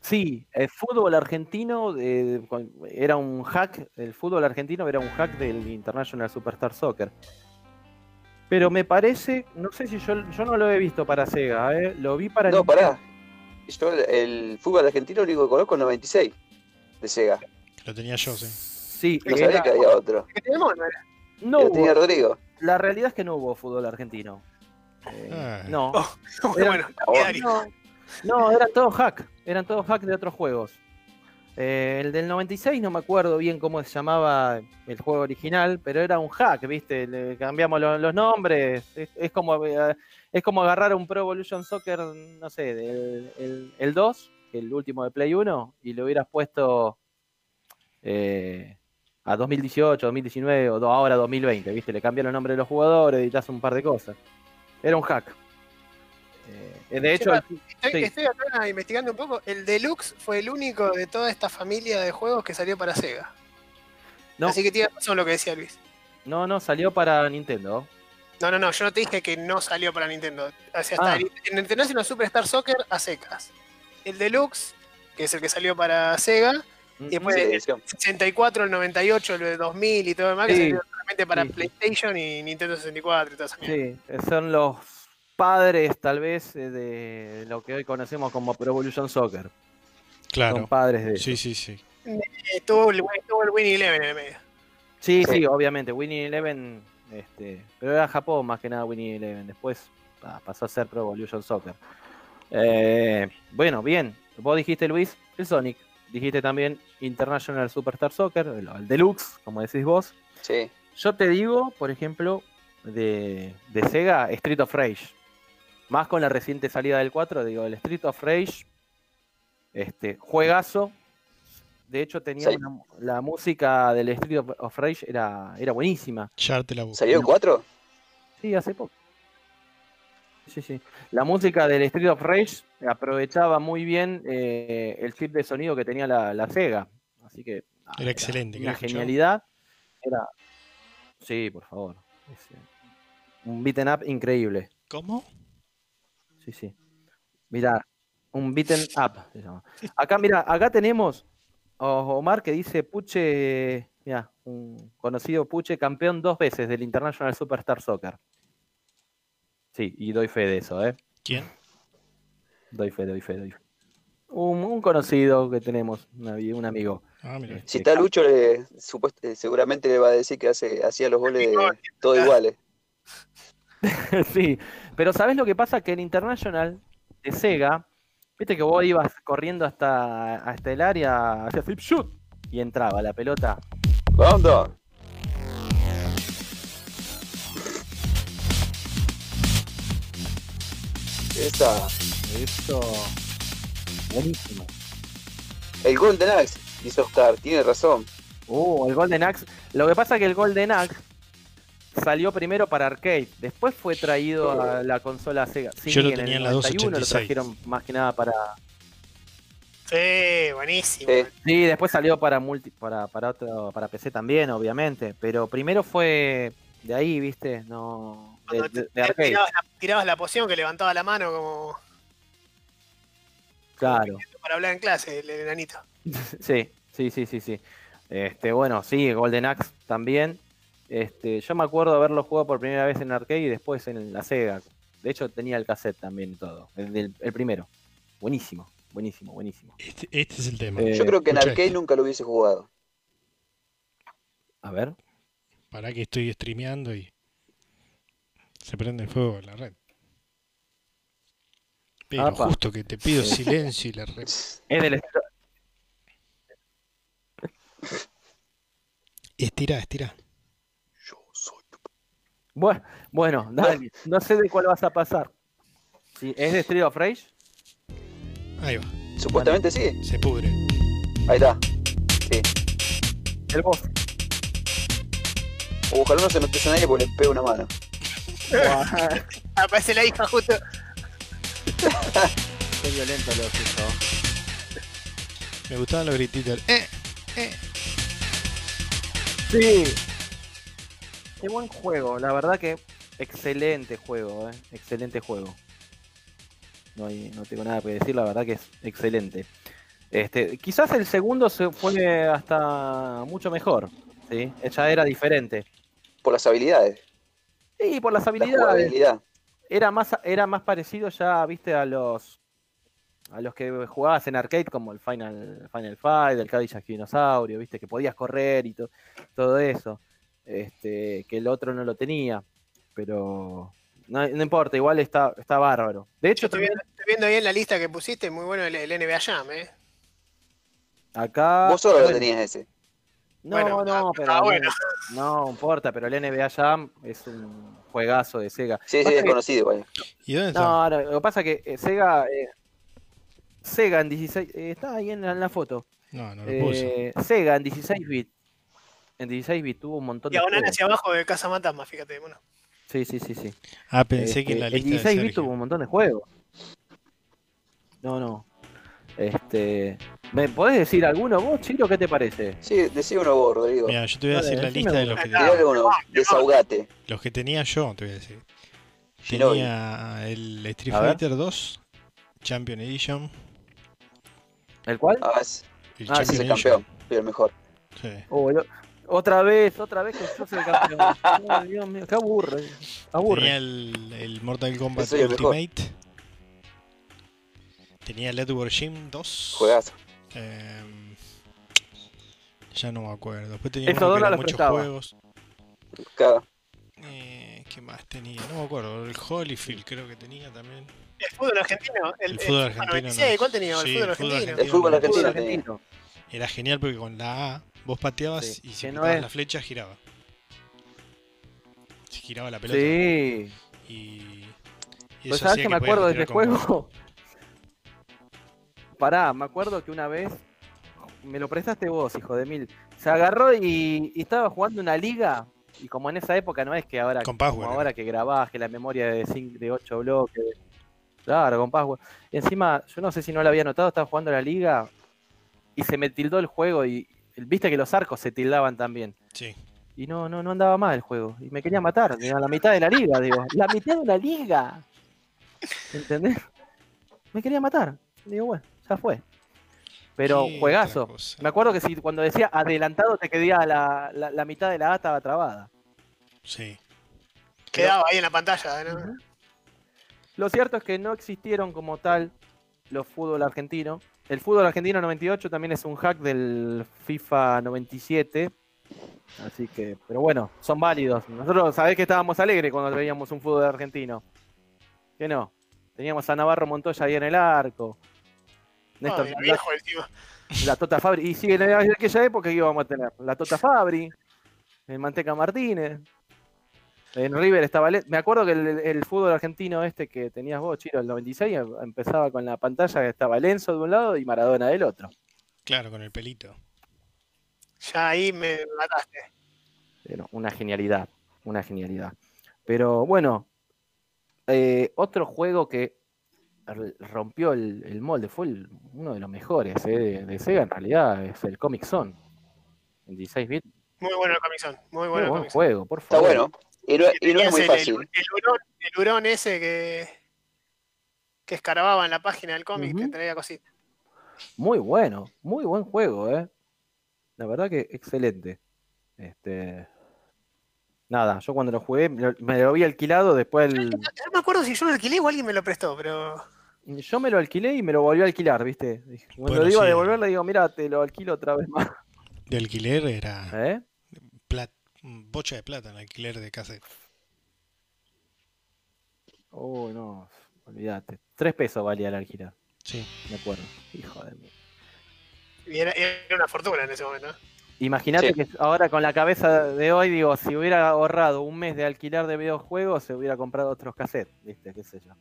[SPEAKER 1] Sí, el fútbol argentino eh, con- era un hack, el fútbol argentino era un hack del International Superstar Soccer. Pero me parece, no sé si yo, yo no lo he visto para Sega, eh, lo vi para
[SPEAKER 3] No,
[SPEAKER 1] Nintendo.
[SPEAKER 3] pará. Yo el, el fútbol argentino lo único que conozco es el 96 de Sega.
[SPEAKER 4] que lo tenía yo, sí.
[SPEAKER 1] Sí,
[SPEAKER 3] No
[SPEAKER 1] era-
[SPEAKER 3] sabía que había otro.
[SPEAKER 2] Que tenía el mono, era.
[SPEAKER 1] no
[SPEAKER 3] Lo
[SPEAKER 1] hubo-
[SPEAKER 3] tenía Rodrigo.
[SPEAKER 1] la realidad es que no hubo fútbol argentino. Eh,
[SPEAKER 4] Ah.
[SPEAKER 1] no, Era-
[SPEAKER 2] Bueno,
[SPEAKER 3] Oh,
[SPEAKER 2] Ari.
[SPEAKER 1] no, no, eran todos hack, eran todos hack de otros juegos. Eh, el del 96 no me acuerdo bien cómo se llamaba el juego original, pero era un hack, ¿viste? Le cambiamos lo- los nombres. Es, es como, eh, es como agarrar un Pro Evolution Soccer, no sé, del, el, el 2, el último de Play 1, y le hubieras puesto eh, a 2018, 2019 o do- ahora 2020, ¿viste? Le cambian los nombres de los jugadores, editas un par de cosas. Era un hack. Eh, de hecho, el-
[SPEAKER 2] Estoy,
[SPEAKER 1] Sí.
[SPEAKER 2] estoy acá investigando un poco. El Deluxe fue el único de toda esta familia de juegos que salió para Sega.
[SPEAKER 1] No.
[SPEAKER 2] Así que tiene razón lo que decía Luis.
[SPEAKER 1] no, no, salió para Nintendo.
[SPEAKER 2] No, no, no, yo no te dije que no salió para Nintendo. O sea, está
[SPEAKER 1] Ah.
[SPEAKER 2] el, el International Superstar Soccer a secas. El Deluxe, que es el que salió para Sega. Y después
[SPEAKER 3] Sí,
[SPEAKER 2] el
[SPEAKER 3] edición.
[SPEAKER 2] 64, el 98, el 2000 y todo demás, que
[SPEAKER 1] Sí.
[SPEAKER 2] salió solamente para
[SPEAKER 1] Sí, sí.
[SPEAKER 2] PlayStation y Nintendo 64 y todo eso.
[SPEAKER 1] Sí, Eh, son los padres tal vez eh, de lo que hoy conocemos como Pro Evolution Soccer. Son
[SPEAKER 4] Claro.
[SPEAKER 1] padres de...
[SPEAKER 4] Sí, sí, sí.
[SPEAKER 2] Estuvo, el, estuvo el Win Eleven en el medio.
[SPEAKER 1] Sí,
[SPEAKER 3] Sí.
[SPEAKER 1] sí, obviamente. Winnie Eleven, este, pero era Japón más que nada Winnie Eleven. Después ah, pasó a ser Pro Evolution Soccer. Eh, bueno, bien. Vos dijiste, Luis, el Sonic. Dijiste también International Superstar Soccer, el, el Deluxe, como decís vos.
[SPEAKER 3] Sí.
[SPEAKER 1] Yo te digo, por ejemplo, de, de Sega, Street of Rage. Más con la reciente salida del 4, digo, el Street of Rage, este, juegazo. De hecho, tenía
[SPEAKER 3] Sí.
[SPEAKER 1] una- la música del Street of, of Rage era, era buenísima.
[SPEAKER 4] Ya te la busco.
[SPEAKER 3] ¿Salió el 4?
[SPEAKER 1] Sí, hace poco. Sí, sí. La música del Street of Rage aprovechaba muy bien eh, el chip de sonido que tenía la, la Sega. Así que. ah,
[SPEAKER 4] Era excelente,
[SPEAKER 1] Una
[SPEAKER 4] ¿querés escuchar?
[SPEAKER 1] genialidad. Era. Sí, por favor. Es, eh, un beaten up increíble.
[SPEAKER 4] ¿Cómo?
[SPEAKER 1] Sí, sí. Mirá, un beaten up se llama. Acá, mira, acá tenemos a Omar que dice Puche, mira, un conocido Puche, campeón dos veces del International Superstar Soccer. Sí, y doy fe de eso, ¿eh?
[SPEAKER 4] ¿Quién?
[SPEAKER 1] Doy fe, doy fe, doy fe. Un, un conocido que tenemos, un ami- un amigo. Este,
[SPEAKER 4] Ah, mira.
[SPEAKER 3] Si está Lucho, le- supuest- eh, seguramente le va a decir que hace, hacía los goles de todos iguales.
[SPEAKER 1] sí, pero ¿sabés lo que pasa? Que el International de Sega, viste que vos ibas corriendo hasta, hasta el área, hacia flip shoot, y entraba la pelota
[SPEAKER 3] ¡Vamos! Esa.
[SPEAKER 1] Eso. Buenísimo.
[SPEAKER 3] El Golden Axe, dice Oscar, tiene razón.
[SPEAKER 1] Uh, el Golden Axe. Lo que pasa es que el Golden Axe salió primero para arcade, después fue traído a la consola Sega. Sí,
[SPEAKER 4] Yo lo
[SPEAKER 1] en
[SPEAKER 4] tenía
[SPEAKER 1] el
[SPEAKER 4] en la
[SPEAKER 1] 91 lo
[SPEAKER 4] 286.
[SPEAKER 1] trajeron más que nada para.
[SPEAKER 2] Sí, buenísimo.
[SPEAKER 3] Sí.
[SPEAKER 1] Sí, después salió para multi, para para otro, para PC también, obviamente, pero primero fue de ahí, viste, no de,
[SPEAKER 2] Cuando
[SPEAKER 1] de- de arcade,
[SPEAKER 2] tirabas, la, tirabas la poción que levantaba la mano como
[SPEAKER 1] claro.
[SPEAKER 2] para hablar en clase, el, el enanito.
[SPEAKER 1] Sí, sí, sí, sí, sí. Este, bueno, sí, Golden Axe también. Este, yo me acuerdo haberlo jugado por primera vez en arcade y después en la Sega. De hecho, tenía el cassette también y todo. El, del- el primero. Buenísimo, buenísimo, buenísimo.
[SPEAKER 4] Este, este es el tema.
[SPEAKER 1] Eh,
[SPEAKER 3] Yo creo que en
[SPEAKER 4] escucha
[SPEAKER 3] arcade
[SPEAKER 4] esto.
[SPEAKER 3] nunca lo hubiese jugado.
[SPEAKER 1] A ver.
[SPEAKER 4] Pará que estoy streameando y. se prende fuego la red. Pero
[SPEAKER 1] Apa.
[SPEAKER 4] justo que te pido silencio y la red.
[SPEAKER 1] Es del estilo-
[SPEAKER 4] Estirá, estirá.
[SPEAKER 3] Yo soy.
[SPEAKER 1] Bueno, bueno, dale, no sé de cuál vas a pasar. Sí, ¿Es de Street of Rage?
[SPEAKER 4] Ahí va.
[SPEAKER 3] Supuestamente sí.
[SPEAKER 4] Se pudre.
[SPEAKER 3] Ahí está. Sí.
[SPEAKER 1] El boss.
[SPEAKER 3] Ojalá no se me empiece nadie porque le pego una mano.
[SPEAKER 2] Aparece la hija justo.
[SPEAKER 1] Qué violento lo que hizo.
[SPEAKER 4] Me gustaban los grititos. Eh, eh.
[SPEAKER 1] Sí. Qué buen juego, la verdad que excelente juego, eh, excelente juego. No, hay- no tengo nada que decir, la verdad que es excelente. Este, quizás el segundo se fue hasta mucho mejor, ¿sí? Ya era diferente.
[SPEAKER 3] Por las habilidades.
[SPEAKER 1] Y por las
[SPEAKER 3] La
[SPEAKER 1] habilidades,
[SPEAKER 3] jugabilidad.
[SPEAKER 1] era más, era más parecido ya, viste, a los a los que jugabas en arcade como el Final Final Fight, el Cadillac Dinosaurio, viste, que podías correr y to- todo eso. Este, que el otro no lo tenía. Pero no, no importa, igual está, está bárbaro. De
[SPEAKER 2] Yo
[SPEAKER 1] hecho,
[SPEAKER 2] estoy
[SPEAKER 1] también
[SPEAKER 2] viendo, estoy viendo ahí en la lista que pusiste, muy bueno el, el NBA Jam, ¿eh?
[SPEAKER 1] acá.
[SPEAKER 3] Vos solo
[SPEAKER 1] Ah,
[SPEAKER 3] lo
[SPEAKER 1] bueno,
[SPEAKER 3] tenías ese.
[SPEAKER 1] No,
[SPEAKER 2] Bueno,
[SPEAKER 1] no,
[SPEAKER 2] ah,
[SPEAKER 1] pero.
[SPEAKER 2] ah, bueno.
[SPEAKER 1] No importa, pero el NBA Jam es un juegazo de Sega.
[SPEAKER 3] Sí, sí,
[SPEAKER 1] Pasa
[SPEAKER 3] es
[SPEAKER 1] que-
[SPEAKER 3] conocido igual.
[SPEAKER 4] ¿Y dónde está?
[SPEAKER 1] No, no, lo que pasa es que eh, Sega. eh, Sega en 16. eh, está ahí en la- en la foto.
[SPEAKER 4] No, no lo puso.
[SPEAKER 1] Eh, Sega en 16 bit. En 16 bit tuvo un montón de.
[SPEAKER 2] Diagonal
[SPEAKER 1] juegos.
[SPEAKER 2] hacia abajo de Casa Matasma, fíjate, bueno.
[SPEAKER 1] Sí, sí, sí, sí.
[SPEAKER 4] Ah, pensé
[SPEAKER 1] Este,
[SPEAKER 4] que en la lista de
[SPEAKER 1] 16 bit tuvo
[SPEAKER 4] Sergio.
[SPEAKER 1] un montón de juegos. No, no. Este. ¿Me podés decir alguno vos, Chiro? ¿Qué te parece?
[SPEAKER 3] Sí, decía uno vos, Rodrigo.
[SPEAKER 4] Mira, yo te voy a
[SPEAKER 1] Dale,
[SPEAKER 4] decir la
[SPEAKER 1] decime
[SPEAKER 4] lista de
[SPEAKER 1] uno.
[SPEAKER 4] los que,
[SPEAKER 3] Tirale uno, desahogate.
[SPEAKER 4] los que tenía yo, te voy a decir.
[SPEAKER 3] Shinobi.
[SPEAKER 4] Tenía el Street
[SPEAKER 1] A ver.
[SPEAKER 4] Fighter 2, Champion Edition.
[SPEAKER 1] ¿El cual?
[SPEAKER 3] Ah, es,
[SPEAKER 4] El
[SPEAKER 1] Ah,
[SPEAKER 3] ese es
[SPEAKER 4] Champion
[SPEAKER 3] el
[SPEAKER 4] Edition.
[SPEAKER 3] campeón. Soy el mejor.
[SPEAKER 4] Sí.
[SPEAKER 1] Oh, el o- otra vez, otra vez que yo soy el campeón. Oh, Dios mío, qué aburre.
[SPEAKER 4] Tenía
[SPEAKER 1] Aburre.
[SPEAKER 4] el, el Mortal Kombat
[SPEAKER 3] Ese es el mejor.
[SPEAKER 4] Ultimate. Tenía el Edward Jim 2.
[SPEAKER 3] Juegazo.
[SPEAKER 4] Em, ya no me acuerdo. Después tenía
[SPEAKER 1] Esos
[SPEAKER 4] uno que
[SPEAKER 1] dos no
[SPEAKER 4] era
[SPEAKER 1] los
[SPEAKER 4] muchos
[SPEAKER 1] prestaba.
[SPEAKER 4] juegos.
[SPEAKER 3] Cada-
[SPEAKER 4] Eh, ¿Qué más tenía? No me acuerdo. El Holyfield creo que tenía también.
[SPEAKER 2] El fútbol argentino, el,
[SPEAKER 4] El fútbol
[SPEAKER 2] el FIFA
[SPEAKER 4] argentino,
[SPEAKER 2] 96,
[SPEAKER 4] no.
[SPEAKER 2] ¿cuál tenía?
[SPEAKER 4] Sí,
[SPEAKER 2] el fútbol
[SPEAKER 4] el fútbol
[SPEAKER 2] argentino.
[SPEAKER 4] argentino.
[SPEAKER 3] El fútbol
[SPEAKER 1] Fútbol
[SPEAKER 3] argentino. tenía.
[SPEAKER 1] argentino.
[SPEAKER 4] Era genial porque con la A vos pateabas
[SPEAKER 1] Sí,
[SPEAKER 4] y si
[SPEAKER 1] que no
[SPEAKER 4] pitabas
[SPEAKER 1] es.
[SPEAKER 4] la flecha giraba. Si giraba la pelota.
[SPEAKER 1] Sí.
[SPEAKER 4] Y. y
[SPEAKER 1] Pues
[SPEAKER 4] eso
[SPEAKER 1] sabes
[SPEAKER 4] hacía
[SPEAKER 1] que me
[SPEAKER 4] podías
[SPEAKER 1] acuerdo de
[SPEAKER 4] tirar
[SPEAKER 1] ese
[SPEAKER 4] con
[SPEAKER 1] juego. Pará, me acuerdo que una vez me lo prestaste vos, hijo de mil. Se agarró y, y estaba jugando una liga. Y como en esa época no es que ahora,
[SPEAKER 4] Con
[SPEAKER 1] como
[SPEAKER 4] password,
[SPEAKER 1] ahora que grabás, que la memoria de, cin- de 8 bloques. Claro, con password. Y encima, yo no sé si no lo había notado, estaba jugando la liga y se me tildó el juego y viste que los arcos se tildaban también.
[SPEAKER 4] Sí.
[SPEAKER 1] Y no, no, no andaba mal el juego. Y me quería matar. digo, a la mitad de la liga, digo. La mitad de la liga. ¿Entendés? Me quería matar. Digo, bueno, ya fue. Pero
[SPEAKER 4] ¿Qué
[SPEAKER 1] juegazo.
[SPEAKER 4] otra cosa?
[SPEAKER 1] Me acuerdo que si cuando decía adelantado te quedaba la, la, la mitad de la A estaba trabada.
[SPEAKER 4] Sí.
[SPEAKER 2] Quedaba ahí en la pantalla, ¿no? Oh,
[SPEAKER 1] Ujú. Lo cierto es que no existieron como tal los fútbol argentino. El fútbol argentino 98 también es un hack del FIFA 97. Así que, pero bueno, son válidos. Nosotros sabés que estábamos alegres cuando veíamos un fútbol argentino. Que no. Teníamos a Navarro Montoya ahí en el arco. Néstor,
[SPEAKER 2] Ay,
[SPEAKER 1] la,
[SPEAKER 2] viejo encima.
[SPEAKER 1] la Tota Fabri. Y si en aquella época que íbamos a tener la Tota Fabri, el Manteca Martínez. En River estaba. Le- Me acuerdo que el, el- el fútbol argentino este que tenías vos, Chiro, el 96, em- empezaba con la pantalla que estaba Lenzo de un lado y Maradona del otro.
[SPEAKER 4] Claro, con el pelito.
[SPEAKER 2] Ya ahí me mataste.
[SPEAKER 1] Era una genialidad, una genialidad. Pero bueno, eh, otro juego que r- rompió el, el molde, fue el- uno de los mejores eh, de, de Sega en realidad, es el Comic Zone. En 16 bits,
[SPEAKER 2] Muy bueno el comizón, muy
[SPEAKER 1] Qué
[SPEAKER 2] bueno el
[SPEAKER 1] buen
[SPEAKER 2] comizón.
[SPEAKER 1] juego, por
[SPEAKER 3] Está
[SPEAKER 1] favor.
[SPEAKER 3] bueno. Y no, y no es
[SPEAKER 2] Tenías
[SPEAKER 3] muy
[SPEAKER 2] el-
[SPEAKER 3] fácil.
[SPEAKER 2] El, el hurón, el hurón ese que, que escarbaba en la página del cómic,
[SPEAKER 1] Ujú.
[SPEAKER 2] que traía cositas.
[SPEAKER 1] Muy bueno, muy buen juego, ¿eh? La verdad que excelente. Este. Nada, yo cuando lo jugué lo- me lo había alquilado, después el-
[SPEAKER 2] No me acuerdo si yo lo alquilé o alguien me lo prestó, pero
[SPEAKER 1] yo me lo alquilé y me lo volvió a alquilar, ¿viste? Dije, Cuando
[SPEAKER 4] Bueno,
[SPEAKER 1] lo iba a
[SPEAKER 4] sí.
[SPEAKER 1] devolver le digo, mira, te lo alquilo otra vez más.
[SPEAKER 4] De alquiler era
[SPEAKER 1] ¿Eh?
[SPEAKER 4] plat- bocha de plata en alquiler de cassette.
[SPEAKER 1] Oh, no, olvídate. Tres pesos valía el alquiler,
[SPEAKER 4] Sí.
[SPEAKER 1] me acuerdo. Hijo de mí.
[SPEAKER 2] Y era, era una fortuna en ese momento. ¿no?
[SPEAKER 1] Imagínate
[SPEAKER 3] Sí.
[SPEAKER 1] que ahora con la cabeza de hoy, digo, si hubiera ahorrado un mes de alquiler de videojuegos, se hubiera comprado otros cassettes, ¿viste? ¿Qué sé yo?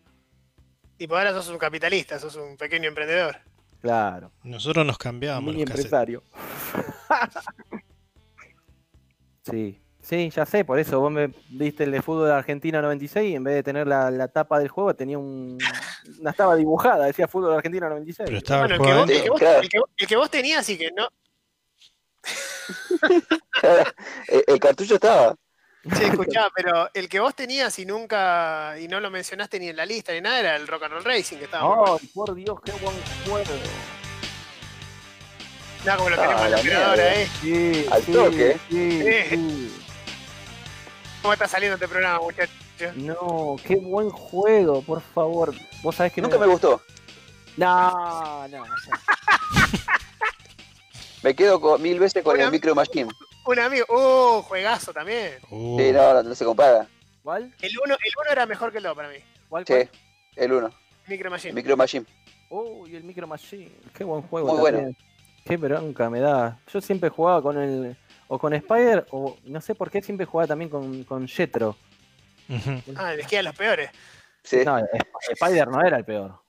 [SPEAKER 2] Tipo, ahora sos un capitalista, sos un pequeño emprendedor.
[SPEAKER 1] Claro.
[SPEAKER 4] Nosotros nos cambiábamos
[SPEAKER 1] Mini
[SPEAKER 4] los cassettes.
[SPEAKER 1] empresario. sí, sí, ya sé, por eso vos me diste el de fútbol de Argentina 96 y en vez de tener la, la tapa del juego tenía un, una estaba dibujada, decía fútbol de Argentina 96.
[SPEAKER 4] Pero estaba
[SPEAKER 2] Bueno,
[SPEAKER 4] el
[SPEAKER 2] el que,
[SPEAKER 4] juego
[SPEAKER 2] vos, el, que vos-
[SPEAKER 3] Ah,
[SPEAKER 4] adentro.
[SPEAKER 3] Claro.
[SPEAKER 2] el que vos- el que vos tenías y que no.
[SPEAKER 3] Eh, El, el cartucho estaba.
[SPEAKER 2] Sí, escuchá, pero el que vos tenías y nunca. y no lo mencionaste ni en la lista ni nada era el Rock and Roll Racing que
[SPEAKER 3] Oh,
[SPEAKER 2] estábamos.
[SPEAKER 1] ¡Ay, por Dios, qué buen juego!
[SPEAKER 2] Nada como lo
[SPEAKER 3] Ah,
[SPEAKER 2] tenemos en la
[SPEAKER 3] la
[SPEAKER 2] operadora,
[SPEAKER 3] mierda.
[SPEAKER 2] ¿eh?
[SPEAKER 1] Sí,
[SPEAKER 3] Al
[SPEAKER 1] sí,
[SPEAKER 3] toque.
[SPEAKER 1] sí,
[SPEAKER 2] Eh.
[SPEAKER 1] sí.
[SPEAKER 2] ¿Cómo está saliendo este programa, muchachos?
[SPEAKER 1] No, qué buen juego, por favor. Vos sabés que
[SPEAKER 3] Nunca me gustó.
[SPEAKER 1] No, no.
[SPEAKER 3] Me quedo con- mil veces con
[SPEAKER 2] Bueno,
[SPEAKER 3] el Micro Machine.
[SPEAKER 2] Un amigo. ¡Uh! Juegazo también.
[SPEAKER 4] Uh,
[SPEAKER 3] Sí, no, no, no se compara.
[SPEAKER 1] ¿Cuál?
[SPEAKER 2] El uno, el uno era mejor que el 2 para mí.
[SPEAKER 1] ¿Cuál?
[SPEAKER 3] Sí,
[SPEAKER 1] cuál?
[SPEAKER 3] el uno.
[SPEAKER 2] Micro
[SPEAKER 3] El
[SPEAKER 2] Machine.
[SPEAKER 3] Micro Machine.
[SPEAKER 1] Uy, el Micro Machine. Qué buen juego.
[SPEAKER 3] Muy
[SPEAKER 1] también. Qué bronca me da. Yo siempre jugaba con el. O con Spider, o no sé por qué siempre jugaba también con, con Jetro.
[SPEAKER 4] ujú.
[SPEAKER 2] Ah, elegía los peores.
[SPEAKER 3] Sí.
[SPEAKER 1] No, Sp- Spider no era el peor.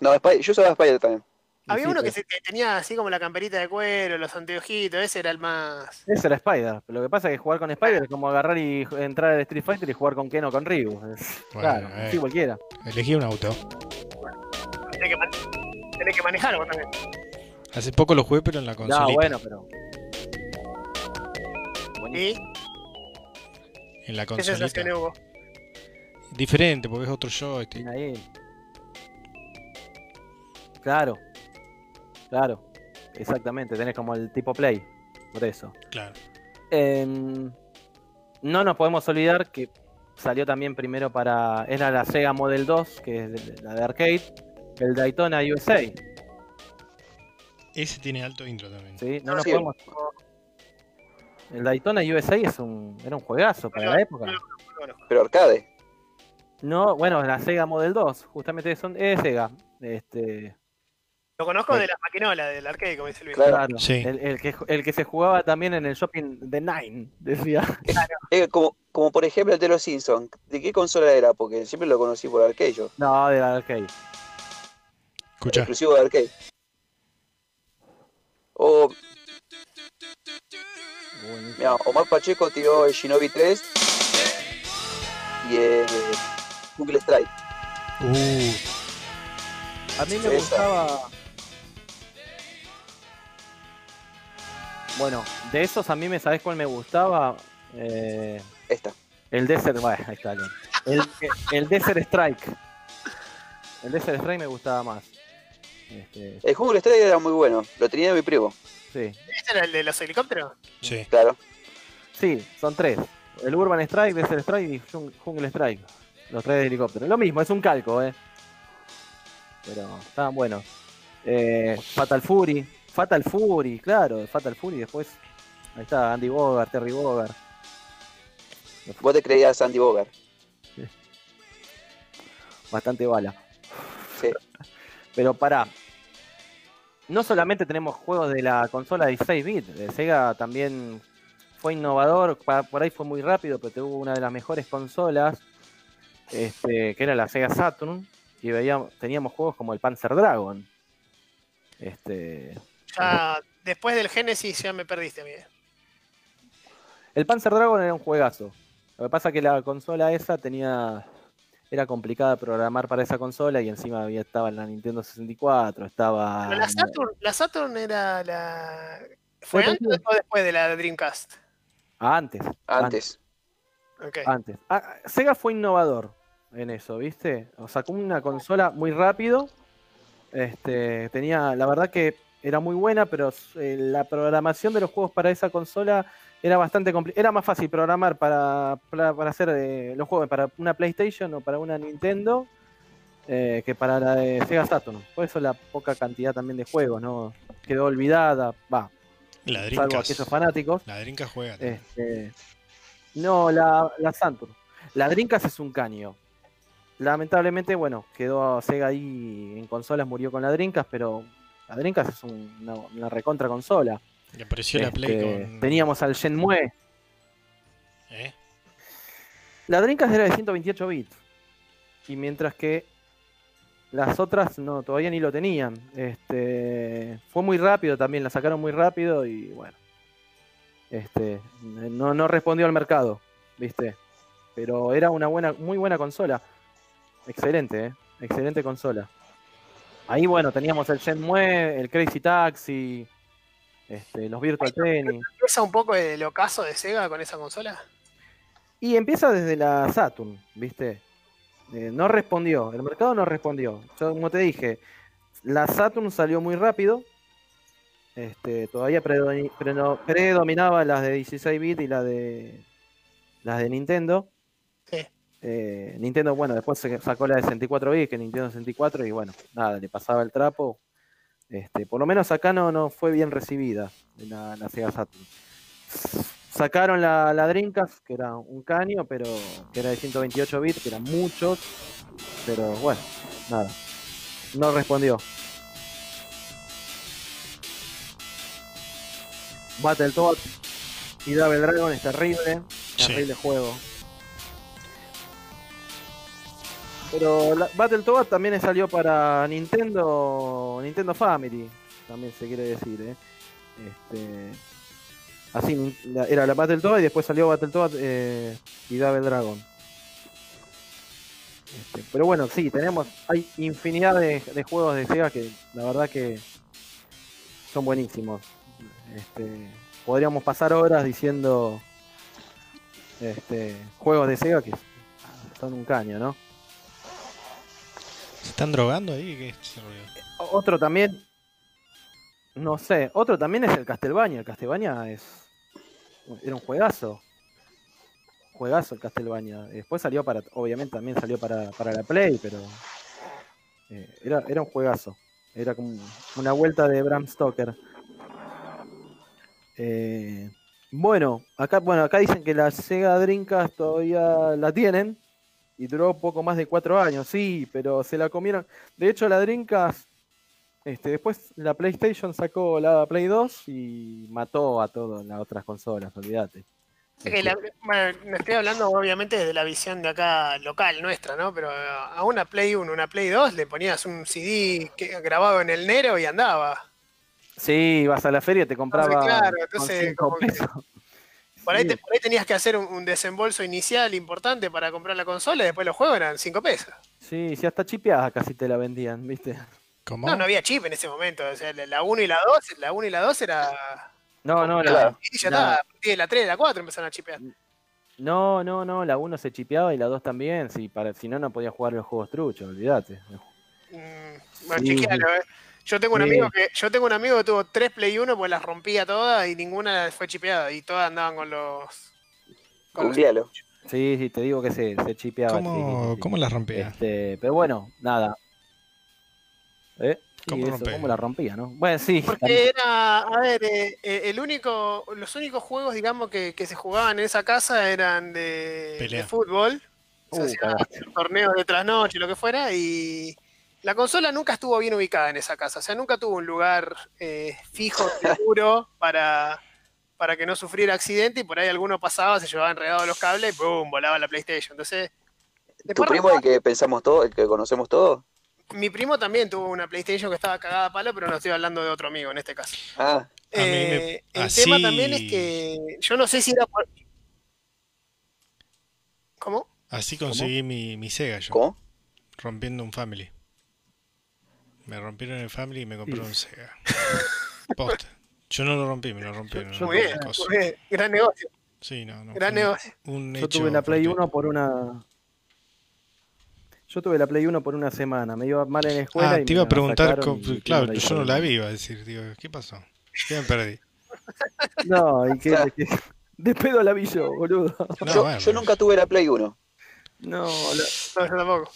[SPEAKER 3] No, Spy- yo usaba Spider también.
[SPEAKER 1] Y
[SPEAKER 2] Había
[SPEAKER 1] sí,
[SPEAKER 2] uno que
[SPEAKER 1] pero-
[SPEAKER 2] se- que tenía así como la camperita de cuero, los anteojitos, ese era el más.
[SPEAKER 1] Ese era Spider. Pero lo que pasa es que jugar con Spider es como agarrar y j- entrar al Street Fighter y jugar con Ken o con Ryu. Es- claro,
[SPEAKER 4] Bueno, eh.
[SPEAKER 1] sí, cualquiera.
[SPEAKER 4] Elegí un auto.
[SPEAKER 2] Tenés que, man- tenés que manejar vos también.
[SPEAKER 4] Hace poco lo jugué, pero en la consolita.
[SPEAKER 1] No, bueno, pero. Buenísimo.
[SPEAKER 2] ¿Y
[SPEAKER 4] En la
[SPEAKER 2] qué
[SPEAKER 4] consolita.
[SPEAKER 2] sensación hubo?
[SPEAKER 4] Diferente, porque es otro
[SPEAKER 1] Bien
[SPEAKER 4] joystick.
[SPEAKER 1] ahí. Claro. Claro. Exactamente. Tenés como el tipo play. Por eso.
[SPEAKER 4] Claro.
[SPEAKER 1] Em, no nos podemos olvidar que salió también primero para. Era la Sega Model 2, que es de- la de arcade. El Daytona USA.
[SPEAKER 4] Ese tiene alto intro también.
[SPEAKER 1] ¿sí? No nos
[SPEAKER 3] Sí.
[SPEAKER 1] podemos- El Daytona USA es un, era un juegazo para la época.
[SPEAKER 3] Pero arcade.
[SPEAKER 1] No, bueno, la Sega Model 2, justamente son, es Sega. Este,
[SPEAKER 2] Lo conozco de las maquinolas, del arcade, como dice Luis.
[SPEAKER 3] Claro.
[SPEAKER 1] Claro,
[SPEAKER 4] Sí.
[SPEAKER 1] el, el que, el que se jugaba también en el shopping de Nine, decía.
[SPEAKER 3] Eh, como, como por ejemplo el de los Simpsons. ¿De qué consola era? Porque siempre lo conocí por arcade yo.
[SPEAKER 1] No, de la arcade.
[SPEAKER 4] Escucha.
[SPEAKER 3] Exclusivo de arcade. O, mirá, Omar Pacheco tiró el Shinobi 3 y el Google Strike.
[SPEAKER 4] Uh,
[SPEAKER 1] A mí
[SPEAKER 3] Esa.
[SPEAKER 1] me gustaba. Bueno, de esos a mí me sabes cuál me gustaba. Eh,
[SPEAKER 3] Esta.
[SPEAKER 1] el Desert. Bueno, ahí está bien. El, el Desert Strike. El Desert Strike me gustaba más. Este,
[SPEAKER 3] El Google Strike era muy bueno. Lo tenía mi primo.
[SPEAKER 1] sí.
[SPEAKER 2] ¿Ese era el de los helicópteros?
[SPEAKER 4] sí.
[SPEAKER 3] Claro.
[SPEAKER 1] Sí, son tres. El Urban Strike, Desert Strike y Jung- Jungle Strike. Los tres de helicóptero. Lo mismo, es un calco, eh. Pero estaban buenos. Eh, Fatal Fury. Fatal Fury, claro. Fatal Fury después. Ahí está, Andy Bogart, Terry Bogart.
[SPEAKER 3] Vos te creías Andy Bogart.
[SPEAKER 1] Bastante bala.
[SPEAKER 3] Sí.
[SPEAKER 1] Pero pará. No solamente tenemos juegos de la consola 16 bits, de Sega también fue innovador, pa- por ahí fue muy rápido, pero tuvo una de las mejores consolas, este, que era la Sega Saturn, y veíamos, teníamos juegos como el Panzer Dragon. Este,
[SPEAKER 2] Ya, después del Genesis ya me perdiste, mire.
[SPEAKER 1] el Panzer Dragon era un juegazo. Lo que pasa que la consola esa tenía era complicada programar para esa consola y encima había estaba la Nintendo 64, estaba
[SPEAKER 2] Pero la Saturn, la Saturn era la. ¿Fue
[SPEAKER 1] Fue
[SPEAKER 2] antes o después de la Dreamcast?
[SPEAKER 1] Ah, antes.
[SPEAKER 3] Antes.
[SPEAKER 2] Ok.
[SPEAKER 1] Antes. Ah, Sega fue innovador en eso, ¿viste? O sacó una consola muy rápido. Este, tenía, la verdad que era muy buena, pero eh, la programación de los juegos para esa consola era bastante complicada. Era más fácil programar para, para, para hacer eh, los juegos para una PlayStation o para una Nintendo eh, que para la de Sega Saturn. Por eso la poca cantidad también de juegos, ¿no? Quedó olvidada, va,
[SPEAKER 4] La
[SPEAKER 1] salvo
[SPEAKER 4] Dreamcast.
[SPEAKER 1] aquellos fanáticos.
[SPEAKER 4] La Dreamcast
[SPEAKER 1] Eh.
[SPEAKER 4] juega. también.
[SPEAKER 1] Este, no, la, la Santur. La Drinkas es un caño. lamentablemente, bueno, quedó Sega ahí en consolas, murió con la Dreamcast, pero la Dreamcast es un- una, una recontra consola.
[SPEAKER 4] Y apareció la
[SPEAKER 1] Este,
[SPEAKER 4] Play con.
[SPEAKER 1] Teníamos al Shenmue.
[SPEAKER 4] ¿Eh?
[SPEAKER 1] La Dreamcast era de 128 bits. Y mientras que las otras no, todavía ni lo tenían. Este, fue muy rápido también, la sacaron muy rápido y bueno. Este, no, no respondió al mercado, ¿viste? Pero era una buena, muy buena consola. Excelente, ¿eh? Excelente consola. Ahí, bueno, teníamos el Shenmue, el Crazy Taxi, este, los Virtual Tennis.
[SPEAKER 2] ¿Empieza un poco el ocaso de Sega con esa consola?
[SPEAKER 1] Y empieza desde la Saturn, ¿viste? Eh, no respondió, el mercado no respondió. Yo, como te dije, la Saturn salió muy rápido. Este, todavía predomi- preno- predominaba las de 16 bits y las de las de Nintendo.
[SPEAKER 2] Sí.
[SPEAKER 1] Eh, Nintendo, bueno, después se sacó la de 64 bits, que Nintendo 64, y bueno, nada, le pasaba el trapo. Este, por lo menos acá no, no fue bien recibida la, la Sega Saturn. Sacaron la, la Dreamcast, que era un caño, pero que era de 128 bits, que eran muchos, pero bueno, nada. No respondió. Battletoads y Double Dragon es terrible,
[SPEAKER 4] Sí.
[SPEAKER 1] terrible juego. Pero la- Battletoads también salió para Nintendo, Nintendo Family, también se quiere decir, ¿eh? Este, así, la- era la Battletoads y después salió Battletoads eh, y Double Dragon. Este, pero bueno, sí, tenemos, hay infinidad de, de juegos de Sega que la verdad que son buenísimos. Este, podríamos pasar horas diciendo este, juegos de Sega que son un caño, ¿no?
[SPEAKER 4] ¿Se están drogando ahí? ¿Qué es ese ruido?
[SPEAKER 1] O- Otro también. No sé. Otro también es el Castlevania. El Castlevania es. Era un juegazo. Juegazo el Castlevania. Eh, Después salió para. Obviamente también salió para, para la Play, pero. eh, era, era un juegazo. Era como una vuelta de Bram Stoker. Eh, bueno, acá, bueno, acá dicen que la Sega Dreamcast todavía la tienen. Y duró poco más de cuatro años, sí, pero se la comieron. De hecho, la Dreamcast, este, después la PlayStation sacó la Play 2 y mató a todas las otras consolas, olvídate.
[SPEAKER 2] Que la- bueno, no estoy hablando obviamente desde la visión de acá local nuestra, ¿no? Pero a una Play 1, una Play 2 le ponías un CD que- grabado en el Nero y andaba.
[SPEAKER 1] Sí, vas a la feria y te compraba
[SPEAKER 2] claro,
[SPEAKER 1] con
[SPEAKER 2] entonces,
[SPEAKER 1] cinco
[SPEAKER 2] como que-
[SPEAKER 1] pesos.
[SPEAKER 2] Por ahí,
[SPEAKER 1] Sí,
[SPEAKER 2] te- por ahí tenías que hacer un, un desembolso inicial importante para comprar la consola y después los juegos eran 5 pesos.
[SPEAKER 1] sí, sí, hasta chipeada casi te la vendían, ¿viste?
[SPEAKER 4] ¿Cómo?
[SPEAKER 2] No, no había chip en ese momento. O sea, la- la 1 y la 2, la 1 y la 2 era.
[SPEAKER 1] No, no, la,
[SPEAKER 3] Claro.
[SPEAKER 2] Y ya
[SPEAKER 1] la-
[SPEAKER 2] estaba, a partir de la 3 y la 4 empezaron a chipear.
[SPEAKER 1] no, no, no, la 1 se chipeaba y la 2 también, sí, para, si no, no podías jugar los juegos truchos, olvídate.
[SPEAKER 2] Mm, bueno,
[SPEAKER 1] Sí.
[SPEAKER 2] chequealo, eh. Yo tengo un
[SPEAKER 1] Sí.
[SPEAKER 2] amigo que, yo tengo un amigo que tuvo tres Play 1 pues las rompía todas y ninguna fue chipeada y todas andaban con los con los-
[SPEAKER 3] Googlealo.
[SPEAKER 1] Sí, sí, te digo que se, se chipeaba. sí, sí,
[SPEAKER 4] ¿Cómo,
[SPEAKER 1] sí.
[SPEAKER 4] ¿Cómo las rompía?
[SPEAKER 1] Este, pero bueno, nada. ¿Eh? Sí,
[SPEAKER 4] ¿Cómo
[SPEAKER 1] eso,
[SPEAKER 4] rompía?
[SPEAKER 1] ¿Cómo la rompía, no? Bueno, sí.
[SPEAKER 2] porque era, a ver, eh, eh, el único, los únicos juegos, digamos, que, que se jugaban en esa casa eran de,
[SPEAKER 4] Pelea.
[SPEAKER 2] de fútbol,
[SPEAKER 1] Uh,
[SPEAKER 2] se hacían
[SPEAKER 1] cagaste.
[SPEAKER 2] torneos de trasnoche, lo que fuera, y la consola nunca estuvo bien ubicada en esa casa, o sea, nunca tuvo un lugar eh, fijo, seguro, para, para que no sufriera accidente, y por ahí alguno pasaba, se llevaba enredado los cables, y ¡boom!, volaba la PlayStation, entonces...
[SPEAKER 3] ¿Tu
[SPEAKER 2] después
[SPEAKER 3] primo el que pensamos todos, el que conocemos todos?
[SPEAKER 2] Mi primo también tuvo una PlayStation que estaba cagada a palo, pero no estoy hablando de otro amigo en este caso.
[SPEAKER 3] Ah,
[SPEAKER 4] A mí me-
[SPEAKER 2] Eh, el
[SPEAKER 4] así-
[SPEAKER 2] tema también es que yo no sé si era por... ¿Cómo?
[SPEAKER 4] Así conseguí mi, mi Sega yo,
[SPEAKER 3] ¿cómo?
[SPEAKER 4] rompiendo un Family. Me rompieron el Family y me compraron un Sega. Posta. Yo no lo rompí, me lo rompieron.
[SPEAKER 1] Yo-
[SPEAKER 4] no
[SPEAKER 2] Muy
[SPEAKER 4] lo
[SPEAKER 2] bien,
[SPEAKER 4] coso.
[SPEAKER 2] muy bien. gran negocio,
[SPEAKER 4] Sí, no, no.
[SPEAKER 2] gran
[SPEAKER 4] fue un-
[SPEAKER 2] negocio.
[SPEAKER 4] un
[SPEAKER 1] Yo
[SPEAKER 4] hecho
[SPEAKER 1] tuve la Play
[SPEAKER 4] fortuito.
[SPEAKER 1] 1 por una. Yo tuve la Play 1 por una semana. Me iba mal en la escuela.
[SPEAKER 4] Ah,
[SPEAKER 1] y
[SPEAKER 4] te iba a
[SPEAKER 1] me la
[SPEAKER 4] preguntar,
[SPEAKER 1] sacaron
[SPEAKER 4] cómo-
[SPEAKER 1] y-
[SPEAKER 4] claro,
[SPEAKER 1] y
[SPEAKER 4] yo no la vi, iba a decir, digo, ¿qué pasó? Ya me perdí.
[SPEAKER 1] No, y que. que- De pedo la vi yo, boludo.
[SPEAKER 4] No,
[SPEAKER 3] yo,
[SPEAKER 4] bueno,
[SPEAKER 3] yo nunca tuve la Play 1.
[SPEAKER 1] No, la-
[SPEAKER 2] No, yo tampoco.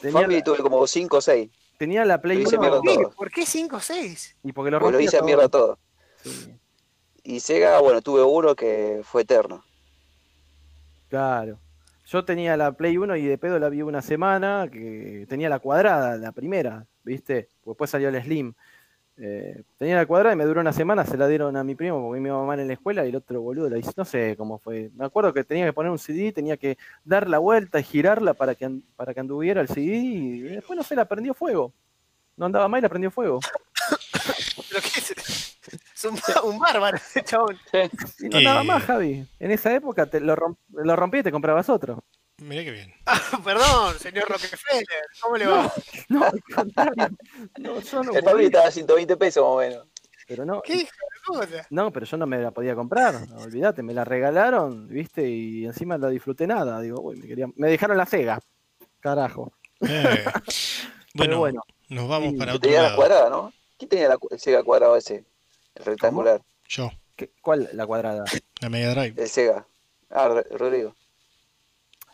[SPEAKER 1] tenía,
[SPEAKER 3] Family
[SPEAKER 1] la,
[SPEAKER 3] tuve como 5 o 6.
[SPEAKER 1] tenía la Play
[SPEAKER 3] Lo hice mierda
[SPEAKER 1] 1
[SPEAKER 3] todo.
[SPEAKER 2] Sí, ¿Por qué 5 o 6?
[SPEAKER 1] y porque lo
[SPEAKER 3] Pues lo
[SPEAKER 1] rompía
[SPEAKER 3] hice a
[SPEAKER 1] todo.
[SPEAKER 3] mierda todo.
[SPEAKER 1] Sí,
[SPEAKER 3] Y Sega, bueno, tuve uno que fue eterno.
[SPEAKER 1] claro. Yo tenía la Play 1 y de pedo la vi una semana, que tenía la cuadrada, la primera, ¿viste? Después salió el Slim. Eh, tenía la cuadrada y me duró una semana, se la dieron a mi primo porque mi mamá en la escuela y el otro boludo la hizo, no sé cómo fue. Me acuerdo que tenía que poner un CD, tenía que dar la vuelta y girarla para que, an- para que anduviera el CD y después no sé, la prendió fuego. No andaba más y la prendió fuego.
[SPEAKER 2] Pero qué es, es un, un bárbaro, ese chabón.
[SPEAKER 1] Y no andaba
[SPEAKER 4] Eh.
[SPEAKER 1] más, Javi. En esa época te lo, romp- lo rompí y te comprabas otro.
[SPEAKER 4] Mirá que bien.
[SPEAKER 2] Perdón, señor Rockefeller, ¿cómo le va?
[SPEAKER 1] No, al contrario. No, yo no
[SPEAKER 3] El Fabri
[SPEAKER 1] podía,
[SPEAKER 3] estaba a 120 pesos más o menos.
[SPEAKER 1] pero no,
[SPEAKER 2] ¿Qué hijo de puta?
[SPEAKER 1] No, pero yo no me la podía comprar, olvídate, me la regalaron, viste, y encima la disfruté nada. Digo, uy, me querían. Me dejaron la Sega. Carajo.
[SPEAKER 4] Eh,
[SPEAKER 1] Pero
[SPEAKER 4] Bueno,
[SPEAKER 1] bueno,
[SPEAKER 4] nos vamos
[SPEAKER 1] Sí,
[SPEAKER 4] para
[SPEAKER 3] Que
[SPEAKER 4] otro
[SPEAKER 3] tenía la
[SPEAKER 4] lado.
[SPEAKER 3] cuadrada, ¿no? ¿Quién tenía la, cu- el Sega cuadrado ese? El rectangular,
[SPEAKER 4] Yo,
[SPEAKER 1] ¿qué- ¿cuál la cuadrada?
[SPEAKER 4] la Mega Drive.
[SPEAKER 3] el Sega. Ah, Ro- Rodrigo.